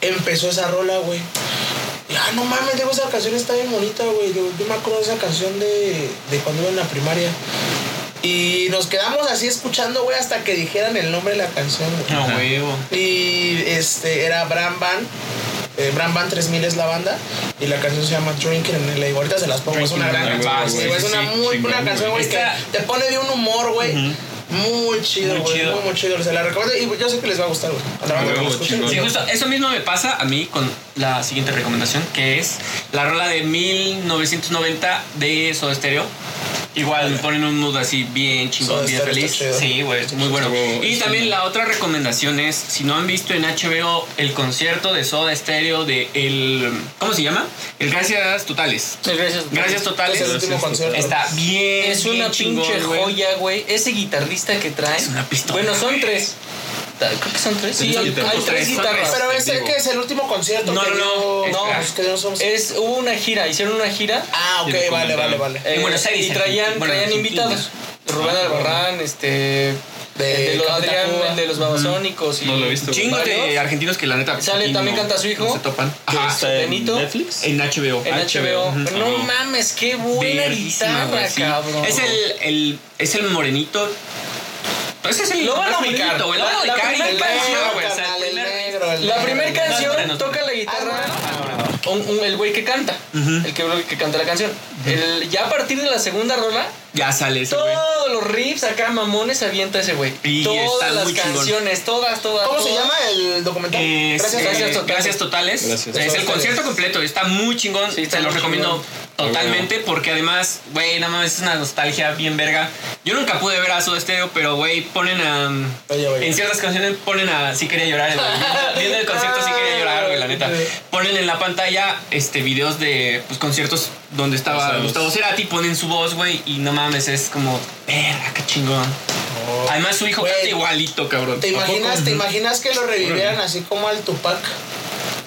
Speaker 3: empezó esa rola, güey. Y, ah, no mames, digo, esa canción está bien bonita, güey. Digo, Yo, me acuerdo de esa canción de, de cuando iba en la primaria. Y nos quedamos así escuchando, güey, hasta que dijeran el nombre de la canción, güey.
Speaker 1: No, Ah, huevo.
Speaker 3: Y este era Bram Van. eh, Bram Van 3000 es la banda. Y la canción se llama Drinking en LA. Ahorita se las pongo. Es una
Speaker 1: Drinking
Speaker 3: gran
Speaker 1: in LA,
Speaker 3: canción.
Speaker 1: güey,
Speaker 3: güey, Es
Speaker 2: sí,
Speaker 3: una
Speaker 2: sí,
Speaker 3: muy
Speaker 2: chingón,
Speaker 3: buena canción, güey.
Speaker 1: güey.
Speaker 3: Que te pone de un humor, güey. Muy chido,
Speaker 1: Muy
Speaker 3: güey.
Speaker 1: chido.
Speaker 3: Muy, muy chido. Se la recomiendo. Y yo sé que les va a gustar, güey. A la banda que
Speaker 2: huevo,
Speaker 3: lo escuche.
Speaker 2: chingón.
Speaker 1: Sí, justo, eso mismo me pasa a mí con la siguiente recomendación, que es la rola de 1990 de Soda Stereo. Igual me ponen un mood así bien chingón,
Speaker 3: Soda
Speaker 1: bien
Speaker 3: Stereo
Speaker 1: feliz.
Speaker 3: está chido.
Speaker 1: Sí, güey, muy bueno.
Speaker 2: chido.
Speaker 1: Y también la otra recomendación es, si no han visto en HBO el concierto de Soda Stereo de el... ¿Cómo se llama? El Gracias Totales.
Speaker 4: Sí, Gracias.
Speaker 1: Gracias
Speaker 3: Es el
Speaker 1: Totales.
Speaker 3: este último concierto.
Speaker 1: Está bien.
Speaker 4: Es una
Speaker 1: bien chingón,
Speaker 4: pinche
Speaker 1: güey.
Speaker 4: joya, güey. Ese guitarrista que trae.
Speaker 1: Es una pistola,
Speaker 4: Bueno, son
Speaker 1: güey.
Speaker 4: tres. creo que son tres.
Speaker 1: Sí,
Speaker 4: Sí, hay,
Speaker 1: guitarras.
Speaker 4: hay tres
Speaker 1: Tres, son
Speaker 4: guitarras.
Speaker 1: tres.
Speaker 3: Pero es el
Speaker 1: vivo.
Speaker 3: que es el último concierto
Speaker 1: No,
Speaker 3: que
Speaker 1: no, no,
Speaker 3: dio-
Speaker 4: espera.
Speaker 3: pues, que dio Somos-
Speaker 4: Es, hubo una gira, hicieron una gira
Speaker 3: Ah,
Speaker 2: Y
Speaker 3: ok,
Speaker 2: el
Speaker 3: vale, vale,
Speaker 2: comentario.
Speaker 3: vale.
Speaker 4: eh,
Speaker 1: En Buenos Aires,
Speaker 4: y traían,
Speaker 1: Argentina. Bueno,
Speaker 4: traían
Speaker 1: Argentina.
Speaker 4: invitados. Rubén
Speaker 1: Ah,
Speaker 4: Albarrán, este.
Speaker 3: De
Speaker 4: el de los
Speaker 3: Café
Speaker 4: Adrián,
Speaker 3: Tacuba.
Speaker 4: el de los babasónicos. y-
Speaker 2: No lo he visto.
Speaker 1: Chingo de
Speaker 4: Varios.
Speaker 1: argentinos que la neta.
Speaker 4: Sale
Speaker 1: aquí
Speaker 4: también
Speaker 1: no-
Speaker 4: canta su hijo.
Speaker 1: no se topan.
Speaker 2: Ah,
Speaker 1: Ajá.
Speaker 2: está en
Speaker 4: Benito.
Speaker 2: Netflix.
Speaker 1: En HBO.
Speaker 4: En HBO.
Speaker 1: Ujú.
Speaker 4: No
Speaker 2: Ah.
Speaker 4: mames, qué buena
Speaker 1: Verguísima,
Speaker 4: guitarra,
Speaker 1: güey, sí.
Speaker 4: cabrón.
Speaker 1: Es el, el, es el morenito. Ese es el
Speaker 4: Lo van
Speaker 1: más
Speaker 4: a ubicar.
Speaker 1: morenito, güey, Lo
Speaker 4: La-
Speaker 1: van a
Speaker 4: la
Speaker 1: ubicar. y
Speaker 4: primera
Speaker 1: el negro,
Speaker 4: canción,
Speaker 1: güey, o sea,
Speaker 3: carnal,
Speaker 1: el
Speaker 3: el
Speaker 1: primer-
Speaker 3: negro, el
Speaker 4: La
Speaker 3: negro.
Speaker 4: primera
Speaker 1: No, no,
Speaker 4: canción
Speaker 1: no.
Speaker 4: toca la guitarra. un- un- el güey que canta.
Speaker 1: Ujú.
Speaker 4: El que, el que canta la canción. El- ya a partir de la segunda rola,
Speaker 1: Ya sale ese, güey.
Speaker 4: todos los riffs acá mamones se avienta ese güey.
Speaker 1: Y
Speaker 4: Todas
Speaker 1: está
Speaker 4: las
Speaker 1: muy chingón.
Speaker 4: canciones, todas, todas.
Speaker 3: ¿Cómo se
Speaker 4: todas.
Speaker 3: llama el documental?
Speaker 1: Es,
Speaker 3: Gracias,
Speaker 1: eh,
Speaker 3: gracias.
Speaker 4: Totales.
Speaker 1: Gracias Totales.
Speaker 2: Gracias.
Speaker 1: Es el
Speaker 4: Totales.
Speaker 1: concierto completo. Está muy chingón.
Speaker 4: Sí, está
Speaker 1: Se lo
Speaker 4: muy
Speaker 1: recomiendo totalmente porque además, güey, nada más es una nostalgia bien verga. Yo nunca pude ver a Soda Stereo, pero, güey, ponen a... um,
Speaker 3: Oye, oye.
Speaker 1: En ciertas canciones ponen a... Sí quería llorar, güey. Viendo el concierto sí quería llorar, güey, la neta.
Speaker 3: Sí.
Speaker 1: Ponen en la pantalla este videos de pues, conciertos donde estaba
Speaker 2: O sea,
Speaker 1: Gustavo
Speaker 2: los-
Speaker 1: Cerati, ponen su voz, güey, y no mames, es como... Verga, qué chingón. Además su hijo
Speaker 3: Oh. Güey.
Speaker 1: canta igualito, cabrón.
Speaker 3: ¿Te
Speaker 1: ¿A poco?
Speaker 3: imaginas, ¿Te imaginas que lo revivieran así como al Tupac?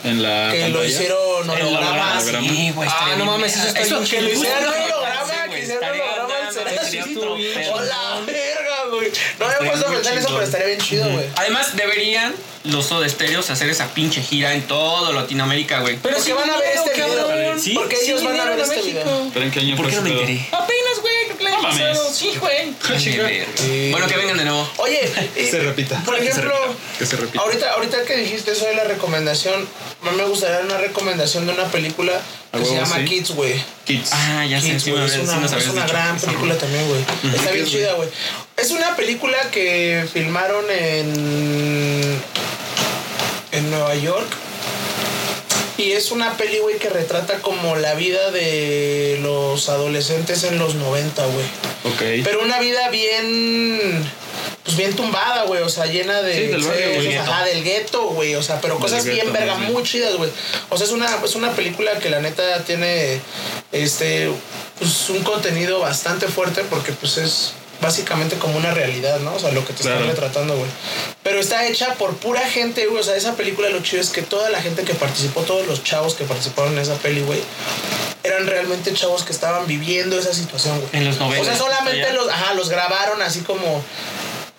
Speaker 2: En la
Speaker 3: Que lo
Speaker 2: pantalla.
Speaker 3: hicieron
Speaker 1: El holograma,
Speaker 3: holograma.
Speaker 2: sí,
Speaker 1: sí, güey.
Speaker 4: Ah,
Speaker 1: estaría
Speaker 4: no
Speaker 1: bien
Speaker 4: mames,
Speaker 1: verga.
Speaker 4: eso está bien
Speaker 1: que
Speaker 4: chido.
Speaker 1: lo hicieran
Speaker 3: Hicieron
Speaker 1: un
Speaker 3: un
Speaker 1: sí,
Speaker 3: holograma,
Speaker 1: güey,
Speaker 3: que hicieron un
Speaker 1: estaría-
Speaker 3: holograma
Speaker 1: no,
Speaker 3: al Cerati.
Speaker 1: sería
Speaker 3: Sí,
Speaker 1: otro
Speaker 4: güey.
Speaker 1: pedo.
Speaker 3: Hola, verga, güey. No me he
Speaker 1: Estaría
Speaker 3: puesto a
Speaker 1: muy
Speaker 3: pensar eso,
Speaker 1: chingón.
Speaker 3: pero estaría bien chido, güey.
Speaker 1: Además, deberían los Soda Stereos hacer esa pinche gira en todo Latinoamérica, güey.
Speaker 4: Pero
Speaker 3: Porque
Speaker 4: si
Speaker 3: van a ver este video.
Speaker 1: ¿Sí?
Speaker 3: Porque ellos van a ver este video.
Speaker 2: ¿Pero en qué año
Speaker 1: ¿Por
Speaker 2: fue
Speaker 1: qué no
Speaker 2: ese
Speaker 1: me
Speaker 2: pedo?
Speaker 1: enteré?
Speaker 4: Apenas, güey, creo que el año
Speaker 2: No mames.
Speaker 4: pasado. Sí, güey.
Speaker 1: Ay, verga.
Speaker 3: Sí.
Speaker 1: Bueno, que vengan de nuevo.
Speaker 3: Oye,
Speaker 2: Que
Speaker 3: y-
Speaker 2: se repita.
Speaker 3: por
Speaker 2: Que se
Speaker 3: ejemplo,
Speaker 2: repita. Que se repita.
Speaker 3: ahorita, ahorita que dijiste eso de la recomendación, a mí me gustaría una recomendación de una película
Speaker 2: A
Speaker 3: que se
Speaker 2: huevo,
Speaker 3: llama
Speaker 2: sí.
Speaker 3: Kids, güey.
Speaker 2: Kids.
Speaker 1: Ah, ya sé,
Speaker 3: Kids,
Speaker 1: sí,
Speaker 3: güey,
Speaker 1: me
Speaker 3: es
Speaker 1: habías- sí
Speaker 3: pues, una,
Speaker 1: nos
Speaker 3: es
Speaker 1: habías
Speaker 3: una
Speaker 1: dicho.
Speaker 3: gran
Speaker 1: Esa
Speaker 3: película también, güey. Está bien chida, güey. Es una película que filmaron en. en Nueva York. Y es una peli, güey, que retrata como la vida de los adolescentes en los 90, güey.
Speaker 2: Ok.
Speaker 3: Pero una vida bien. Pues bien tumbada, güey. O sea, llena de.
Speaker 2: Sí, del barrio,
Speaker 3: excesos,
Speaker 2: güey.
Speaker 3: Ajá, del gueto, güey. O sea, pero cosas
Speaker 2: gueto,
Speaker 3: bien verga,
Speaker 2: más bien.
Speaker 3: muy chidas, güey. O sea, es una, es una película que la neta tiene. Este. Pues un contenido bastante fuerte porque, pues es. Básicamente como una realidad, ¿no? O sea, lo que te están
Speaker 2: Claro.
Speaker 3: retratando, güey. Pero está hecha por pura gente, güey. O sea, esa película lo chido es que toda la gente que participó, todos los chavos que participaron en esa peli, güey, eran realmente chavos que estaban viviendo esa situación, güey.
Speaker 1: En los 90.
Speaker 3: O sea, solamente
Speaker 1: Allá.
Speaker 3: los, ajá, los grabaron así como.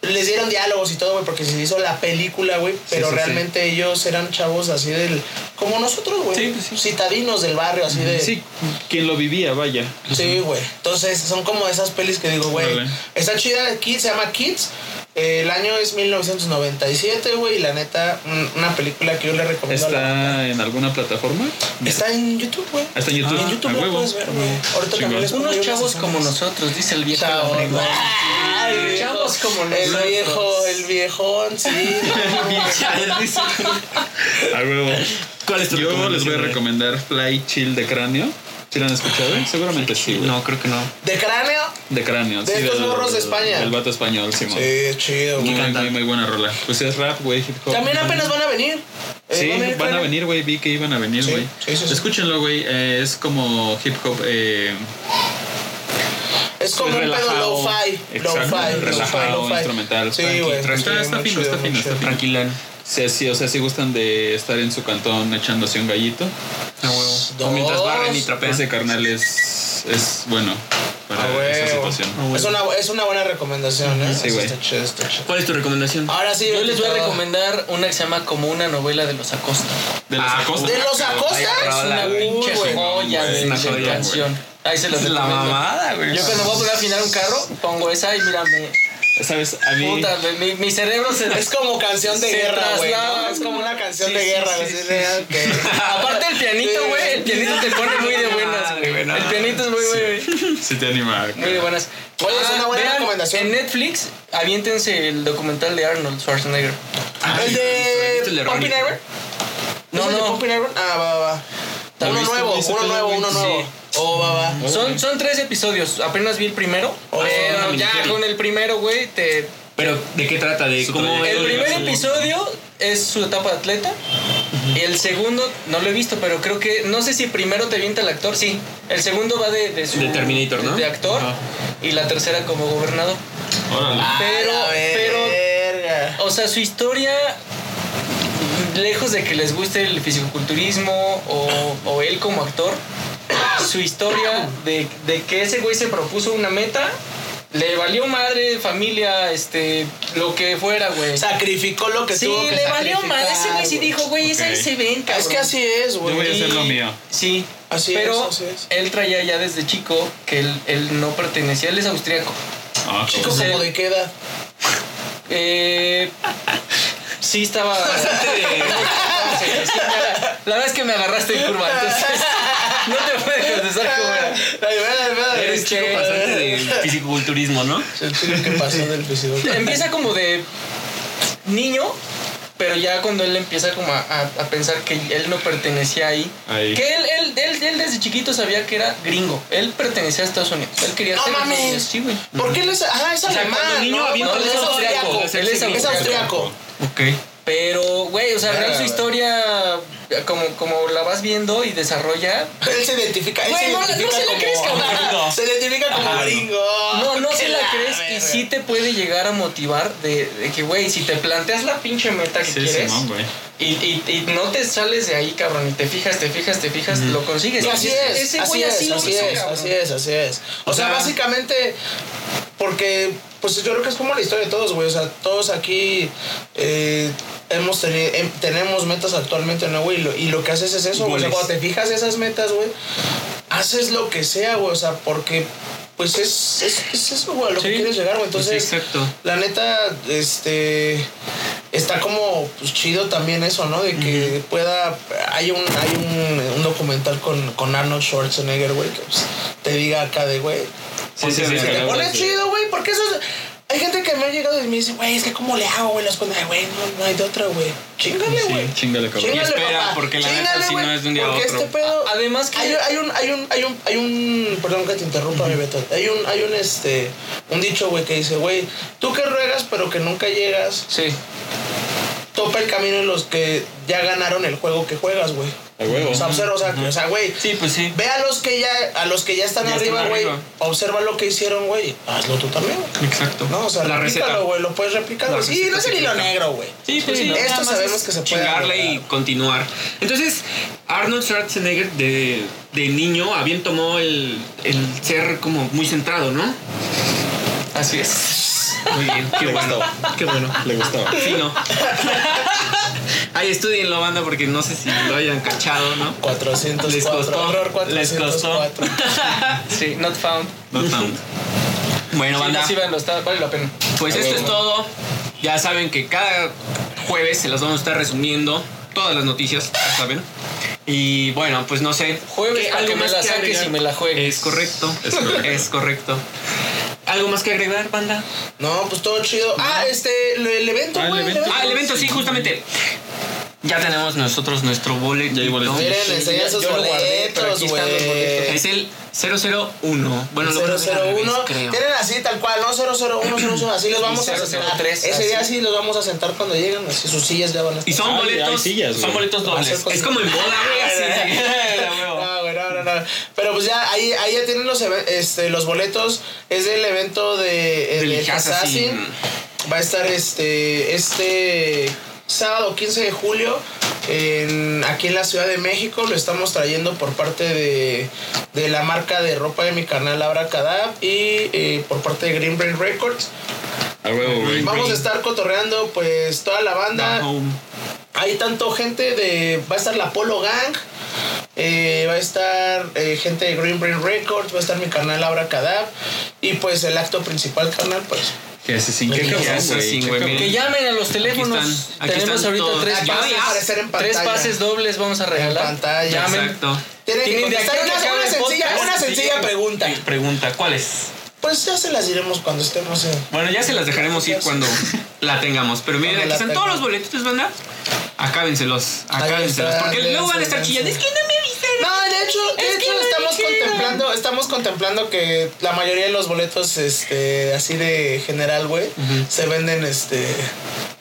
Speaker 3: Les dieron diálogos y todo, güey, porque se hizo la película, güey. Pero
Speaker 2: sí,
Speaker 3: realmente ellos eran chavos así del. Como nosotros, güey.
Speaker 1: Sí, pues sí.
Speaker 3: Citadinos del barrio, así de.
Speaker 2: Sí, quien lo vivía, vaya.
Speaker 3: Sí, güey. Entonces, son como esas pelis que digo, güey.
Speaker 2: Órale.
Speaker 3: Está chida, Kids, se llama Kids. Eh, el año es 1997, güey. Y la neta, mm, una película que yo le recomiendo. a la-
Speaker 2: ¿Está en alguna plataforma?
Speaker 3: Está en YouTube, güey.
Speaker 2: Ah, Está en YouTube.
Speaker 3: En YouTube
Speaker 2: A
Speaker 3: la
Speaker 2: huevo.
Speaker 3: puedes ver, güey. Ahorita
Speaker 2: Chingón.
Speaker 3: también les pongo
Speaker 4: Unos
Speaker 3: yo las
Speaker 4: chavos como
Speaker 3: escenas.
Speaker 4: nosotros, dice el viejo.
Speaker 3: Chavos.
Speaker 4: Obregón.
Speaker 3: Ay,
Speaker 4: Sí,
Speaker 3: viejo.
Speaker 4: Chavos como
Speaker 3: El
Speaker 4: nosotros.
Speaker 3: viejo, el viejón, sí.
Speaker 2: A huevo.
Speaker 1: ¿Cuál es tu
Speaker 2: Yo les voy a
Speaker 1: recomendación, güey?
Speaker 2: recomendar Fly Chill de cráneo. ¿Sí lo han escuchado? Seguramente sí, güey.
Speaker 1: No, creo que no.
Speaker 3: ¿De cráneo?
Speaker 2: De cráneo.
Speaker 3: De
Speaker 2: sí,
Speaker 3: estos
Speaker 2: del-
Speaker 3: morros de España.
Speaker 2: Del vato español, Simón.
Speaker 3: Sí, chido,
Speaker 2: Muy,
Speaker 3: güey.
Speaker 2: muy, muy buena rola. Pues es rap, güey, hip hop.
Speaker 3: También apenas van a venir. Eh,
Speaker 2: Sí, van a
Speaker 3: cráneo.
Speaker 2: venir, güey. Vi que iban a venir,
Speaker 3: Sí,
Speaker 2: güey.
Speaker 3: sí, sí, sí.
Speaker 2: Escúchenlo, güey. eh, es como hip hop. Eh,
Speaker 3: Es como un
Speaker 2: relajado.
Speaker 3: pedo lo-fi.
Speaker 2: Exacto,
Speaker 3: Lo-fi,
Speaker 2: relajado,
Speaker 3: lo-fi, lo-fi.
Speaker 2: instrumental,
Speaker 3: Sí,
Speaker 2: tranqui,
Speaker 3: güey.
Speaker 2: tranqui.
Speaker 3: sí,
Speaker 2: Está- está
Speaker 3: muy
Speaker 2: fino, está
Speaker 3: muy
Speaker 2: fino, está fino.
Speaker 1: Tranquila.
Speaker 2: sí, sí, o sea, si gustan de estar en su cantón echándose un gallito.
Speaker 1: A huevo.
Speaker 3: Dos.
Speaker 1: O mientras barren y trapean.
Speaker 2: Ese carnal es, es bueno para
Speaker 3: Ah, güey.
Speaker 2: esa situación.
Speaker 3: Es una, es una buena recomendación, ¿eh?
Speaker 2: Sí, güey.
Speaker 3: Está chido, está chido.
Speaker 1: ¿Cuál es tu recomendación?
Speaker 3: Ahora sí,
Speaker 4: Yo les voy a
Speaker 3: invitado.
Speaker 4: recomendar una que se llama Como una novela de los Acosta.
Speaker 2: De los
Speaker 1: Ah,
Speaker 2: Acosta.
Speaker 3: pues, ¿De los
Speaker 1: Ay,
Speaker 3: Acosta?
Speaker 1: rola,
Speaker 4: Una
Speaker 1: güey.
Speaker 4: pinche
Speaker 3: güey.
Speaker 4: joya
Speaker 2: Es
Speaker 4: de
Speaker 1: una
Speaker 4: de
Speaker 1: joya,
Speaker 4: canción. Ahí se las
Speaker 1: Es la
Speaker 4: recomiendo.
Speaker 1: mamada, güey.
Speaker 4: Yo cuando voy a poner a afinar un carro, pongo esa y mírame.
Speaker 2: ¿Sabes? A mí.
Speaker 4: Puta, güey, mi, mi cerebro se
Speaker 3: Es como canción de
Speaker 4: Se
Speaker 3: guerra, güey.
Speaker 4: traslada,
Speaker 3: ¿no? Es como una canción
Speaker 4: Sí,
Speaker 3: de
Speaker 4: sí,
Speaker 3: guerra.
Speaker 4: sí,
Speaker 3: así
Speaker 4: sí,
Speaker 3: de, ok.
Speaker 4: Aparte el pianito, güey, el pianito te pone muy de buenas,
Speaker 1: Madre,
Speaker 4: güey.
Speaker 1: güey, no.
Speaker 4: El pianito es muy, muy,
Speaker 2: Si te anima.
Speaker 4: muy de buenas.
Speaker 3: Oye, es una buena recomendación.
Speaker 4: Ah, En Netflix, aviéntense el documental de Arnold Schwarzenegger. Ah,
Speaker 3: El
Speaker 1: el
Speaker 3: de
Speaker 1: de
Speaker 3: Pumping
Speaker 1: Ronnie.
Speaker 3: Iron.
Speaker 4: No,
Speaker 3: ¿Es el de
Speaker 4: no.
Speaker 3: Pumping Iron? Ah, va, va, va. Uno
Speaker 2: ¿Lo viste?
Speaker 3: nuevo,
Speaker 2: ¿Viste
Speaker 3: uno
Speaker 2: todo,
Speaker 3: nuevo,
Speaker 2: güey?
Speaker 3: uno nuevo.
Speaker 4: Sí.
Speaker 3: Oh, va, va.
Speaker 4: Son, son tres episodios, apenas vi el primero.
Speaker 3: Oh, es
Speaker 4: pero
Speaker 1: una
Speaker 4: ya
Speaker 1: miniserie.
Speaker 4: con el primero, güey, te.
Speaker 1: Pero, ¿de qué trata? ¿De
Speaker 2: Su
Speaker 1: cómo
Speaker 2: trayectoria.
Speaker 4: El
Speaker 1: él-
Speaker 4: primer
Speaker 2: segundo.
Speaker 4: episodio es su etapa de atleta. El segundo, no lo he visto, pero creo que. No sé si primero te avienta el actor, sí. El segundo va de, de su.
Speaker 1: De Terminator, ¿no?
Speaker 4: De actor.
Speaker 1: Ajá.
Speaker 4: Y la tercera como gobernador.
Speaker 2: Órale.
Speaker 4: Pero-
Speaker 3: A la
Speaker 4: pero-
Speaker 3: verga. neta.
Speaker 4: O sea, su historia, lejos de que les guste el fisicoculturismo o, o él como actor, su historia de, de que ese güey se propuso una meta, le valió madre, familia, este, lo que fuera, güey.
Speaker 3: Sacrificó lo que
Speaker 4: Sí,
Speaker 3: tuvo que
Speaker 4: le valió
Speaker 3: sacrificar,
Speaker 4: madre ese güey sí dijo, güey, esa
Speaker 2: Ok.
Speaker 4: es se ven,
Speaker 3: Es que
Speaker 4: cabrón".
Speaker 3: así es,
Speaker 2: Yo voy a
Speaker 3: güey.
Speaker 2: hacer lo mío.
Speaker 4: Sí,
Speaker 3: Así es,
Speaker 4: pero
Speaker 3: así es.
Speaker 4: él traía ya desde chico que él, él no pertenecía, él es austriaco.
Speaker 2: Ah,
Speaker 3: Chico,
Speaker 4: Sí.
Speaker 3: como de qué edad.
Speaker 4: Eh, sí, estaba bastante de. Sí, ya, La verdad es que me agarraste en curva, entonces no te puedes contestar cómo era.
Speaker 3: Ay, verdad, verdad.
Speaker 4: Eres chico
Speaker 3: Este,
Speaker 1: Bastante de fisicoculturismo, ¿no?
Speaker 3: Es el chico que pasó del fisico.
Speaker 4: Empieza como de niño, pero ya cuando él empieza como a, a- a pensar que él no pertenecía ahí.
Speaker 2: Ahí.
Speaker 4: Que él, él, él, él desde chiquito sabía que era gringo. Él pertenecía a Estados Unidos. Él quería
Speaker 3: ¡No
Speaker 4: ser
Speaker 3: mames!
Speaker 4: Estados Unidos. Sí, güey.
Speaker 3: ¿Por qué les.? Ah, es
Speaker 4: sea,
Speaker 3: alemán.
Speaker 4: cuando niño
Speaker 3: ¿no?
Speaker 4: avienta
Speaker 3: No,
Speaker 4: el
Speaker 3: es
Speaker 4: austriaco,
Speaker 3: austriaco.
Speaker 4: él es
Speaker 3: Es austriaco.
Speaker 1: Ok.
Speaker 4: Pero, güey, o sea,
Speaker 3: Verga,
Speaker 4: real su
Speaker 3: güey.
Speaker 4: historia, como, como la vas viendo y desarrolla,
Speaker 3: Pero él se identifica. Él
Speaker 4: Güey,
Speaker 3: se
Speaker 4: no, no
Speaker 3: identifica
Speaker 4: se la
Speaker 3: como
Speaker 4: crees, cabrón.
Speaker 3: gringo. Se identifica como
Speaker 1: Ajá.
Speaker 3: gringo.
Speaker 4: No, no
Speaker 3: Qué
Speaker 4: se la crees y
Speaker 3: verga.
Speaker 4: sí te puede llegar a motivar de, de que, güey, si te planteas la pinche meta que
Speaker 2: Sí,
Speaker 4: quieres
Speaker 2: Simón, güey.
Speaker 4: y, y- y no te sales de ahí, cabrón, y te fijas, te fijas, te fijas, lo consigues.
Speaker 3: Y así
Speaker 4: Ese-
Speaker 3: es,
Speaker 4: ese
Speaker 3: así
Speaker 4: güey
Speaker 3: es,
Speaker 4: así lo
Speaker 3: así
Speaker 4: hizo,
Speaker 3: es,
Speaker 4: cabrón.
Speaker 3: así es, así es. O,
Speaker 4: O
Speaker 3: sea,
Speaker 4: sea,
Speaker 3: básicamente, porque, pues yo creo que es como la historia de todos, güey. O sea, todos aquí eh, hemos teni- em- tenemos metas actualmente, ¿no, güey? Y lo, y lo que haces es eso, güey. O sea,
Speaker 1: Goles.
Speaker 3: cuando te fijas esas metas, güey, haces lo que sea, güey. O sea, porque, pues es, es, es eso, güey, a lo que
Speaker 1: Sí.
Speaker 3: quieres llegar, güey.
Speaker 1: Pues
Speaker 3: Entonces,
Speaker 1: exacto.
Speaker 3: la neta, este. Está como pues, chido también eso, ¿no? De que pueda. Hay un, hay un, un documental con, con Arnold Schwarzenegger, güey, que pues, te diga acá de, güey.
Speaker 2: Sí, sí, sí,
Speaker 3: Se te
Speaker 2: claro,
Speaker 3: pone
Speaker 2: sí.
Speaker 3: chido, güey, porque eso es. Hay gente que me ha llegado y me dice, güey, es que cómo le hago, güey, las cosas. Ay, güey, no, no hay de otra, güey. Chingale,
Speaker 2: Sí,
Speaker 3: güey.
Speaker 2: chingale, cabrón.
Speaker 3: Chíngale,
Speaker 1: espera,
Speaker 3: papá.
Speaker 1: porque la neta,
Speaker 3: Chíngale,
Speaker 1: sí,
Speaker 3: güey,
Speaker 1: no es de un día a
Speaker 3: porque
Speaker 1: otro.
Speaker 3: Este pedo,
Speaker 4: Además que-
Speaker 3: Hay, hay un, hay un, hay un, hay un, perdón que te interrumpa, mi Beto. Hay un, hay un, este, un dicho, güey, que dice, güey, tú que ruegas pero que nunca llegas,
Speaker 4: Sí.
Speaker 3: topa el camino en los que ya ganaron el juego que juegas, güey.
Speaker 2: A huevo.
Speaker 3: O sea, observa, o sea, o sea, güey,
Speaker 1: Sí, pues sí.
Speaker 3: ve a los que ya, a los que ya están
Speaker 1: Ya están
Speaker 3: arriba, güey,
Speaker 1: arriba.
Speaker 3: observa lo que hicieron, güey, hazlo tú también, güey.
Speaker 1: Exacto.
Speaker 3: No, o sea,
Speaker 1: la receta.
Speaker 3: replícalo, güey, lo puedes replicar,
Speaker 1: La
Speaker 3: güey. Sí,
Speaker 1: receta
Speaker 3: no es el
Speaker 1: secreta.
Speaker 3: hilo negro, güey.
Speaker 1: Sí, pues sí.
Speaker 3: Esto
Speaker 1: nada más
Speaker 3: sabemos
Speaker 1: es
Speaker 3: que se puede
Speaker 1: Chingarle y
Speaker 3: lograr.
Speaker 1: continuar. Entonces, Arnold Schwarzenegger de, de niño, a bien tomó el, el ser como muy centrado, ¿no?
Speaker 4: Así es.
Speaker 1: Muy bien, qué bueno. Qué bueno.
Speaker 2: Le gustaba.
Speaker 1: Fino. Ay, estudienlo, banda, porque no sé si lo hayan cachado, ¿no?
Speaker 3: 404.
Speaker 1: Les costó,
Speaker 3: error
Speaker 1: les costó.
Speaker 3: 404.
Speaker 4: Sí, not found.
Speaker 2: No tanto.
Speaker 1: Bueno,
Speaker 4: Sí,
Speaker 1: banda,
Speaker 4: no, sí, véanlo, está- vale la pena.
Speaker 1: pues esto es todo. Ya saben que cada jueves se las vamos a estar resumiendo. Todas las noticias, ya ¿saben? Y bueno, pues no sé.
Speaker 4: Jueves
Speaker 1: ¿qué-
Speaker 4: para
Speaker 1: algo
Speaker 4: que me
Speaker 1: más
Speaker 4: la saques
Speaker 1: agregar?
Speaker 4: y me la juegues.
Speaker 1: Es correcto,
Speaker 2: Es correcto.
Speaker 1: es correcto. ¿Algo más que agregar, banda?
Speaker 3: No, pues todo chido. Ah, este, el, el evento,
Speaker 2: Ah, el
Speaker 3: güey. el
Speaker 2: evento.
Speaker 3: evento.
Speaker 1: Ah, el evento, sí, justamente. Ya tenemos nosotros nuestro boleto.
Speaker 2: Ya hay boleto.
Speaker 3: Miren, enseña
Speaker 4: Ah, yo-
Speaker 3: sus
Speaker 4: yo lo guardé, pero
Speaker 3: boletos,
Speaker 4: aquí están los
Speaker 3: güey.
Speaker 1: Es el 001. Bueno, lo voy a hacer al revés,
Speaker 3: 001,
Speaker 1: creo.
Speaker 3: tienen así tal cual, no 001, 001, así los vamos a
Speaker 4: 003,
Speaker 3: sentar. Ese día
Speaker 4: así.
Speaker 3: sí los vamos a sentar cuando lleguen, así sus sillas ya van a estar.
Speaker 1: Y son
Speaker 2: Ay, hay
Speaker 1: boletos.
Speaker 2: sillas, güey.
Speaker 1: son boletos
Speaker 3: Va a
Speaker 1: dobles.
Speaker 3: ser
Speaker 1: Es
Speaker 3: posible.
Speaker 1: como en boda, güey. así, sí.
Speaker 3: No, güey, no, no, no. Pero pues ya, ahí, ahí ya tienen los, eve- este, los boletos. Es del evento de, eh,
Speaker 1: Del
Speaker 3: de
Speaker 1: Assassin.
Speaker 3: Assassin. Va a estar este, este sábado 15 de julio en, aquí en la Ciudad de México. Lo estamos trayendo por parte de, de la marca de ropa de mi canal Abra Cadab y eh, por parte de Green Brain Records.
Speaker 2: A huevo, güey.
Speaker 3: Vamos a estar cotorreando pues toda la banda. Hay tanto gente de. Va a estar la Polo Gang. eh, va a estar eh, gente de Green Brain Records. Va a estar mi canal Abra Cadab. Y pues el acto principal, canal, pues.
Speaker 2: Que hace sin que
Speaker 1: Que
Speaker 2: cabrón,
Speaker 1: hace
Speaker 2: güey.
Speaker 1: sin,
Speaker 2: Qué
Speaker 1: güey,
Speaker 2: cabrón.
Speaker 1: miren.
Speaker 4: Que llamen a los teléfonos.
Speaker 1: Aquí están, aquí
Speaker 4: Tenemos
Speaker 1: están
Speaker 4: ahorita
Speaker 1: todos.
Speaker 4: tres
Speaker 1: Aquí van a
Speaker 4: pases.
Speaker 3: aparecer en
Speaker 4: tres
Speaker 3: pantalla.
Speaker 4: pases dobles vamos a regalar.
Speaker 3: pantalla.
Speaker 4: Llamen.
Speaker 1: Exacto.
Speaker 3: Tienen que
Speaker 4: Tienen de
Speaker 3: contestar
Speaker 4: aquí a que
Speaker 3: una,
Speaker 4: acabe
Speaker 3: una
Speaker 4: el
Speaker 3: sencilla,
Speaker 4: podcast,
Speaker 3: una sencilla pregunta.
Speaker 1: Pregunta, ¿cuál es?
Speaker 3: Pues ya se las diremos cuando estemos en.
Speaker 1: Bueno, ya se las dejaremos ir cuando la tengamos. Pero miren,
Speaker 3: Cuando
Speaker 1: aquí
Speaker 3: la
Speaker 1: están todos
Speaker 3: tengamos.
Speaker 1: los boletitos, banda. Acábenselos,
Speaker 3: Ahí
Speaker 1: acábenselos.
Speaker 3: está,
Speaker 1: Porque
Speaker 3: ya
Speaker 1: luego van a
Speaker 3: se
Speaker 1: estar
Speaker 3: lanza.
Speaker 1: chillando. Es que no me avisaron.
Speaker 3: No, de hecho, de
Speaker 1: Es que
Speaker 3: hecho
Speaker 1: no
Speaker 3: estamos
Speaker 1: dijeron.
Speaker 3: contemplando, estamos contemplando que la mayoría de los boletos, este, así de general, güey, se venden este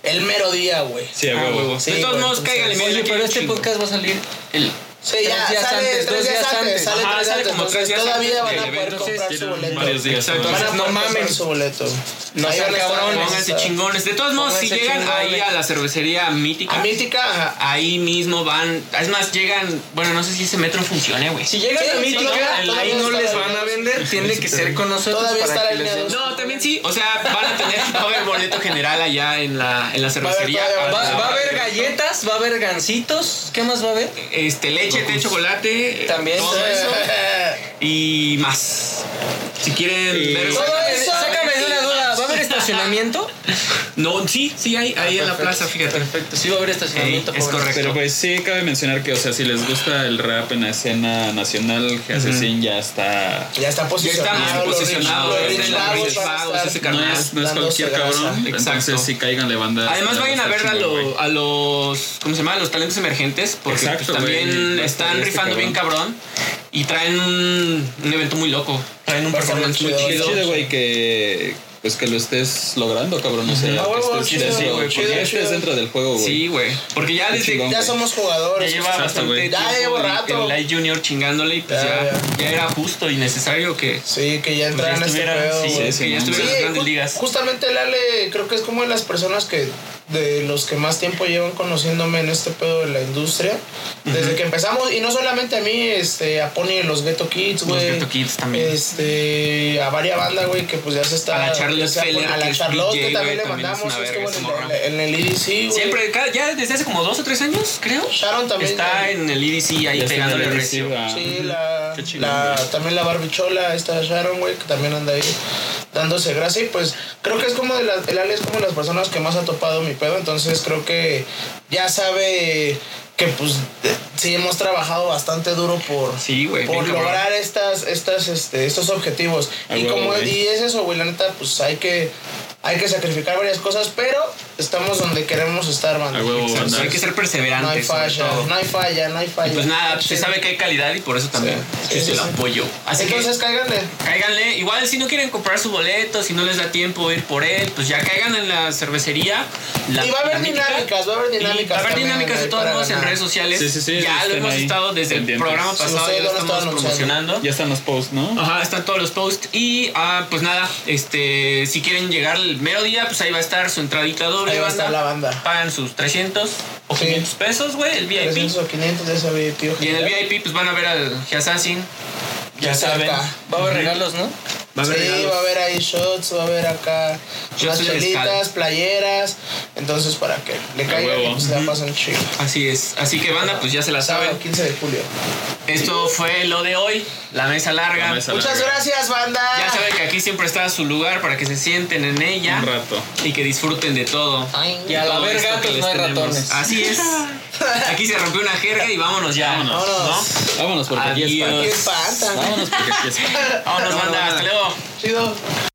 Speaker 3: el mero día, güey.
Speaker 2: Sí, a huevo.
Speaker 3: Sí,
Speaker 1: Ah, de todos
Speaker 3: güey, pues,
Speaker 1: modos,
Speaker 3: entonces-
Speaker 1: cáiganle. miren,
Speaker 4: Oye,
Speaker 1: aquí
Speaker 4: pero
Speaker 1: hay
Speaker 4: este
Speaker 1: un chingo.
Speaker 4: podcast va a salir
Speaker 1: El-
Speaker 3: Sí,
Speaker 4: Tres
Speaker 3: ya
Speaker 4: días
Speaker 3: sale
Speaker 4: antes,
Speaker 3: tres días antes, sale
Speaker 1: Ajá,
Speaker 3: tres
Speaker 1: sale
Speaker 3: días
Speaker 1: como
Speaker 3: antes.
Speaker 1: tres días
Speaker 3: Todavía
Speaker 1: antes
Speaker 3: van a
Speaker 1: del
Speaker 3: poder
Speaker 1: evento,
Speaker 3: comprar su
Speaker 2: Tienen
Speaker 3: boleto.
Speaker 2: varios días.
Speaker 1: Exacto.
Speaker 3: Van a
Speaker 4: Entonces,
Speaker 3: poder
Speaker 4: no
Speaker 3: comprar
Speaker 4: mames.
Speaker 3: su boleto.
Speaker 4: No
Speaker 3: Ahí
Speaker 4: sean
Speaker 3: van a estar, van
Speaker 4: cabrones.
Speaker 3: a
Speaker 1: Pónganse
Speaker 3: estar.
Speaker 1: chingones. De todos modos, si
Speaker 4: Pónganse
Speaker 1: llegan ahí
Speaker 4: chingones.
Speaker 1: a la cervecería mítica,
Speaker 3: A Mítica, ajá.
Speaker 1: ahí mismo van. Es más, llegan. Bueno, no sé si ese metro funcione, güey.
Speaker 4: Si
Speaker 3: Sí,
Speaker 4: llegan a
Speaker 3: sí, todavía-
Speaker 4: Mítica, ahí
Speaker 3: todavía
Speaker 4: no
Speaker 3: está
Speaker 4: les
Speaker 3: la-
Speaker 4: van a vender. Tiene que ser con nosotros.
Speaker 3: Todavía
Speaker 4: para
Speaker 3: está
Speaker 4: que les
Speaker 3: alineado.
Speaker 4: den-
Speaker 1: No, también sí. O sea, van a tener va a haber boleto general allá en la, en la
Speaker 3: haber
Speaker 1: cervecería.
Speaker 3: todavía
Speaker 1: Ah,
Speaker 4: Va, va a haber galletas, va a haber gancitos. ¿Qué más va a haber?
Speaker 1: Este, leche, té, chocolate. eh,
Speaker 4: También.
Speaker 1: Todo eso. Y más. Si quieren ver.
Speaker 4: No, va a haber-
Speaker 3: eso,
Speaker 4: Sácame de una duda. ¿Va a haber estacionamiento?
Speaker 1: No, sí, sí, hay ahí en la plaza, fíjate.
Speaker 4: Perfecto. Sí, va a haber estacionamiento.
Speaker 1: Ey, es
Speaker 4: pobre.
Speaker 1: correcto.
Speaker 2: Pero pues sí, cabe mencionar que, o sea, si les gusta el rap en la escena nacional, Assassin ya está...
Speaker 3: Ya está
Speaker 1: Ya está
Speaker 3: posicionado.
Speaker 1: más
Speaker 3: los
Speaker 1: posicionado.
Speaker 3: Rich- los
Speaker 1: eh,
Speaker 3: Rich
Speaker 1: en los
Speaker 3: Vagos
Speaker 1: Rich
Speaker 3: van a
Speaker 1: Vagos,
Speaker 3: estar-
Speaker 1: ese
Speaker 2: No
Speaker 1: carnal.
Speaker 2: es, no es
Speaker 3: Dándose
Speaker 2: cualquier
Speaker 3: grasa.
Speaker 2: cabrón, entonces
Speaker 1: Exacto.
Speaker 2: sí caiganle banda.
Speaker 1: Además vayan a ver a,
Speaker 2: los
Speaker 1: lo- a los ¿cómo se llama? a los talentos emergentes porque pues,
Speaker 2: Exacto,
Speaker 1: también
Speaker 2: güey.
Speaker 1: están
Speaker 2: Este
Speaker 1: rifando bien cabrón y traen un, un evento muy loco, traen un
Speaker 3: Va a estar
Speaker 1: performance
Speaker 3: muy
Speaker 1: muy
Speaker 3: chido,
Speaker 2: Qué
Speaker 1: chido.
Speaker 2: chido, güey, que pues que lo estés logrando, cabrón. O sea,
Speaker 3: Ah,
Speaker 2: que
Speaker 3: huevo,
Speaker 2: estés
Speaker 3: chido,
Speaker 2: dentro,
Speaker 3: güey,
Speaker 2: porque
Speaker 3: chido,
Speaker 2: ya estés
Speaker 3: chido.
Speaker 2: dentro del juego, güey.
Speaker 1: Sí, güey, porque ya
Speaker 2: Qué
Speaker 1: desde
Speaker 2: chingón.
Speaker 1: ya
Speaker 3: Ya somos jugadores.
Speaker 1: lleva
Speaker 2: Exacto,
Speaker 1: bastante
Speaker 2: güey.
Speaker 3: Ya llevo
Speaker 1: en-
Speaker 3: rato.
Speaker 1: en Light Junior chingándole y pues
Speaker 3: Ya,
Speaker 1: ya,
Speaker 3: ya.
Speaker 1: ya era justo y necesario que
Speaker 3: Sí, que
Speaker 1: pues,
Speaker 3: ya
Speaker 1: ya
Speaker 3: entraran a este
Speaker 1: estuviera,
Speaker 3: pedo.
Speaker 1: sí,
Speaker 3: güey.
Speaker 1: que ya
Speaker 2: Sí,
Speaker 1: estuviera en
Speaker 3: Sí,
Speaker 1: las grandes
Speaker 3: ju-
Speaker 1: ligas.
Speaker 3: Justamente Lale creo que es como de las personas que de los que más tiempo llevan conociéndome en este pedo de la industria desde que empezamos y no solamente a mí este a Pony de los Ghetto Kids
Speaker 1: Los
Speaker 3: güey
Speaker 1: Ghetto Kids también.
Speaker 3: este a varias bandas güey que pues ya se está
Speaker 1: A la Charlotte
Speaker 3: ya se-
Speaker 1: Feller,
Speaker 3: a
Speaker 1: que
Speaker 3: la
Speaker 1: es
Speaker 3: Charlotte
Speaker 1: DJ,
Speaker 3: que también
Speaker 1: güey,
Speaker 3: le
Speaker 1: también es
Speaker 3: mandamos
Speaker 1: una verga
Speaker 3: estuvo
Speaker 1: esa
Speaker 3: en
Speaker 1: morra.
Speaker 3: el- en el EDC güey.
Speaker 1: Siempre cada- ya desde hace como dos o tres años, creo.
Speaker 3: Sharon también
Speaker 1: Está en el EDC ahí
Speaker 2: Ya está en
Speaker 1: pegándole
Speaker 2: el
Speaker 3: E
Speaker 1: recio.
Speaker 2: recibo.
Speaker 3: Sí, la,
Speaker 2: Qué chingón,
Speaker 3: la-
Speaker 2: güey.
Speaker 3: también la barbichola, esta Sharon, güey, que también anda ahí dándose grasa. Y pues creo que es como de las, el Ale es como de las personas que más ha topado mi pedo. Entonces creo que ya sabe que pues de- sí hemos trabajado bastante duro por,
Speaker 1: Sí, güey,
Speaker 3: por
Speaker 1: bien cabrón.
Speaker 3: lograr estas, estas, este, estos objetivos.
Speaker 2: Ah,
Speaker 3: y
Speaker 2: güey,
Speaker 3: como
Speaker 2: güey.
Speaker 3: y es eso, güey, la neta, pues hay que, hay que sacrificar varias cosas, pero estamos donde queremos estar, man.
Speaker 2: A huevo,
Speaker 1: Exacto,
Speaker 2: banda.
Speaker 1: Hay que ser
Speaker 3: No hay
Speaker 1: perseverantes. sobre
Speaker 3: falla,
Speaker 1: todo.
Speaker 3: no hay falla, no hay falla.
Speaker 1: Pues nada, se sabe que hay calidad y por eso también
Speaker 3: Sí,
Speaker 1: existe
Speaker 3: sí,
Speaker 1: el
Speaker 3: sí.
Speaker 1: apoyo. Así
Speaker 3: Entonces cáiganle.
Speaker 1: que cáiganle. Igual si no quieren comprar su boleto, si no les da tiempo ir por él, pues ya caigan en la cervecería. La,
Speaker 3: Y va a haber
Speaker 1: la mítica.
Speaker 3: dinámicas, va a haber
Speaker 1: Y
Speaker 3: dinámicas.
Speaker 1: Va a haber
Speaker 3: también
Speaker 1: dinámicas de
Speaker 3: ahí
Speaker 1: todos
Speaker 3: para
Speaker 1: modos en
Speaker 3: ganar.
Speaker 1: redes sociales.
Speaker 2: Sí, sí, sí,
Speaker 1: ya lo
Speaker 2: estén
Speaker 1: hemos
Speaker 2: ahí
Speaker 1: estado desde el
Speaker 2: pendientes.
Speaker 1: programa
Speaker 2: Sí,
Speaker 1: pasado,
Speaker 3: ustedes
Speaker 1: ya lo
Speaker 3: lo han estado
Speaker 1: estamos
Speaker 3: anunciando.
Speaker 1: promocionando.
Speaker 2: Ya están los posts, ¿no?
Speaker 1: Ajá, están todos los posts. Y ah, pues nada, este si quieren llegar el mero día, pues ahí va a estar su entradita doble.
Speaker 3: Ahí va a estar
Speaker 1: banda.
Speaker 3: la banda.
Speaker 1: Pagan sus 300 o
Speaker 3: Sí.
Speaker 1: 500 pesos, güey, el VIP.
Speaker 3: 300 o 500 de ese VIP.
Speaker 1: Y en el VIP pues van a ver al Assassin.
Speaker 3: Ya saben.
Speaker 4: Va a haber regalos, ¿no?
Speaker 1: Va a haber
Speaker 3: Sí,
Speaker 1: regalos.
Speaker 3: va a haber ahí shots, va a haber acá
Speaker 1: Shots
Speaker 3: unas
Speaker 1: de
Speaker 3: chelitas,
Speaker 1: mezcal.
Speaker 3: playeras. Entonces, para que le caigan y
Speaker 2: huevo.
Speaker 3: pues, se la pasen chido.
Speaker 1: Así es. Así que banda, pues ya se la
Speaker 3: Sábado
Speaker 1: saben.
Speaker 3: 15 de julio.
Speaker 1: Esto fue lo de hoy, la mesa larga.
Speaker 2: La mesa.
Speaker 3: Muchas
Speaker 2: larga.
Speaker 3: gracias, banda.
Speaker 1: Ya saben que aquí siempre está su lugar para que se sienten en ella
Speaker 2: Un rato.
Speaker 1: y que disfruten de todo.
Speaker 3: Ay,
Speaker 4: Y a la
Speaker 1: Todo
Speaker 4: ver
Speaker 1: esto que
Speaker 4: gatos
Speaker 1: les
Speaker 4: no hay
Speaker 1: tenemos.
Speaker 4: ratones.
Speaker 1: Así es. Aquí se rompió una jerga y vámonos ya.
Speaker 2: Vámonos.
Speaker 3: Vámonos.
Speaker 2: Vámonos porque aquí
Speaker 1: Adiós.
Speaker 2: es
Speaker 3: Qué
Speaker 2: pan.
Speaker 3: espanta.
Speaker 2: Vámonos porque aquí es pan.
Speaker 1: Vámonos, banda. Hasta luego.
Speaker 3: Chido.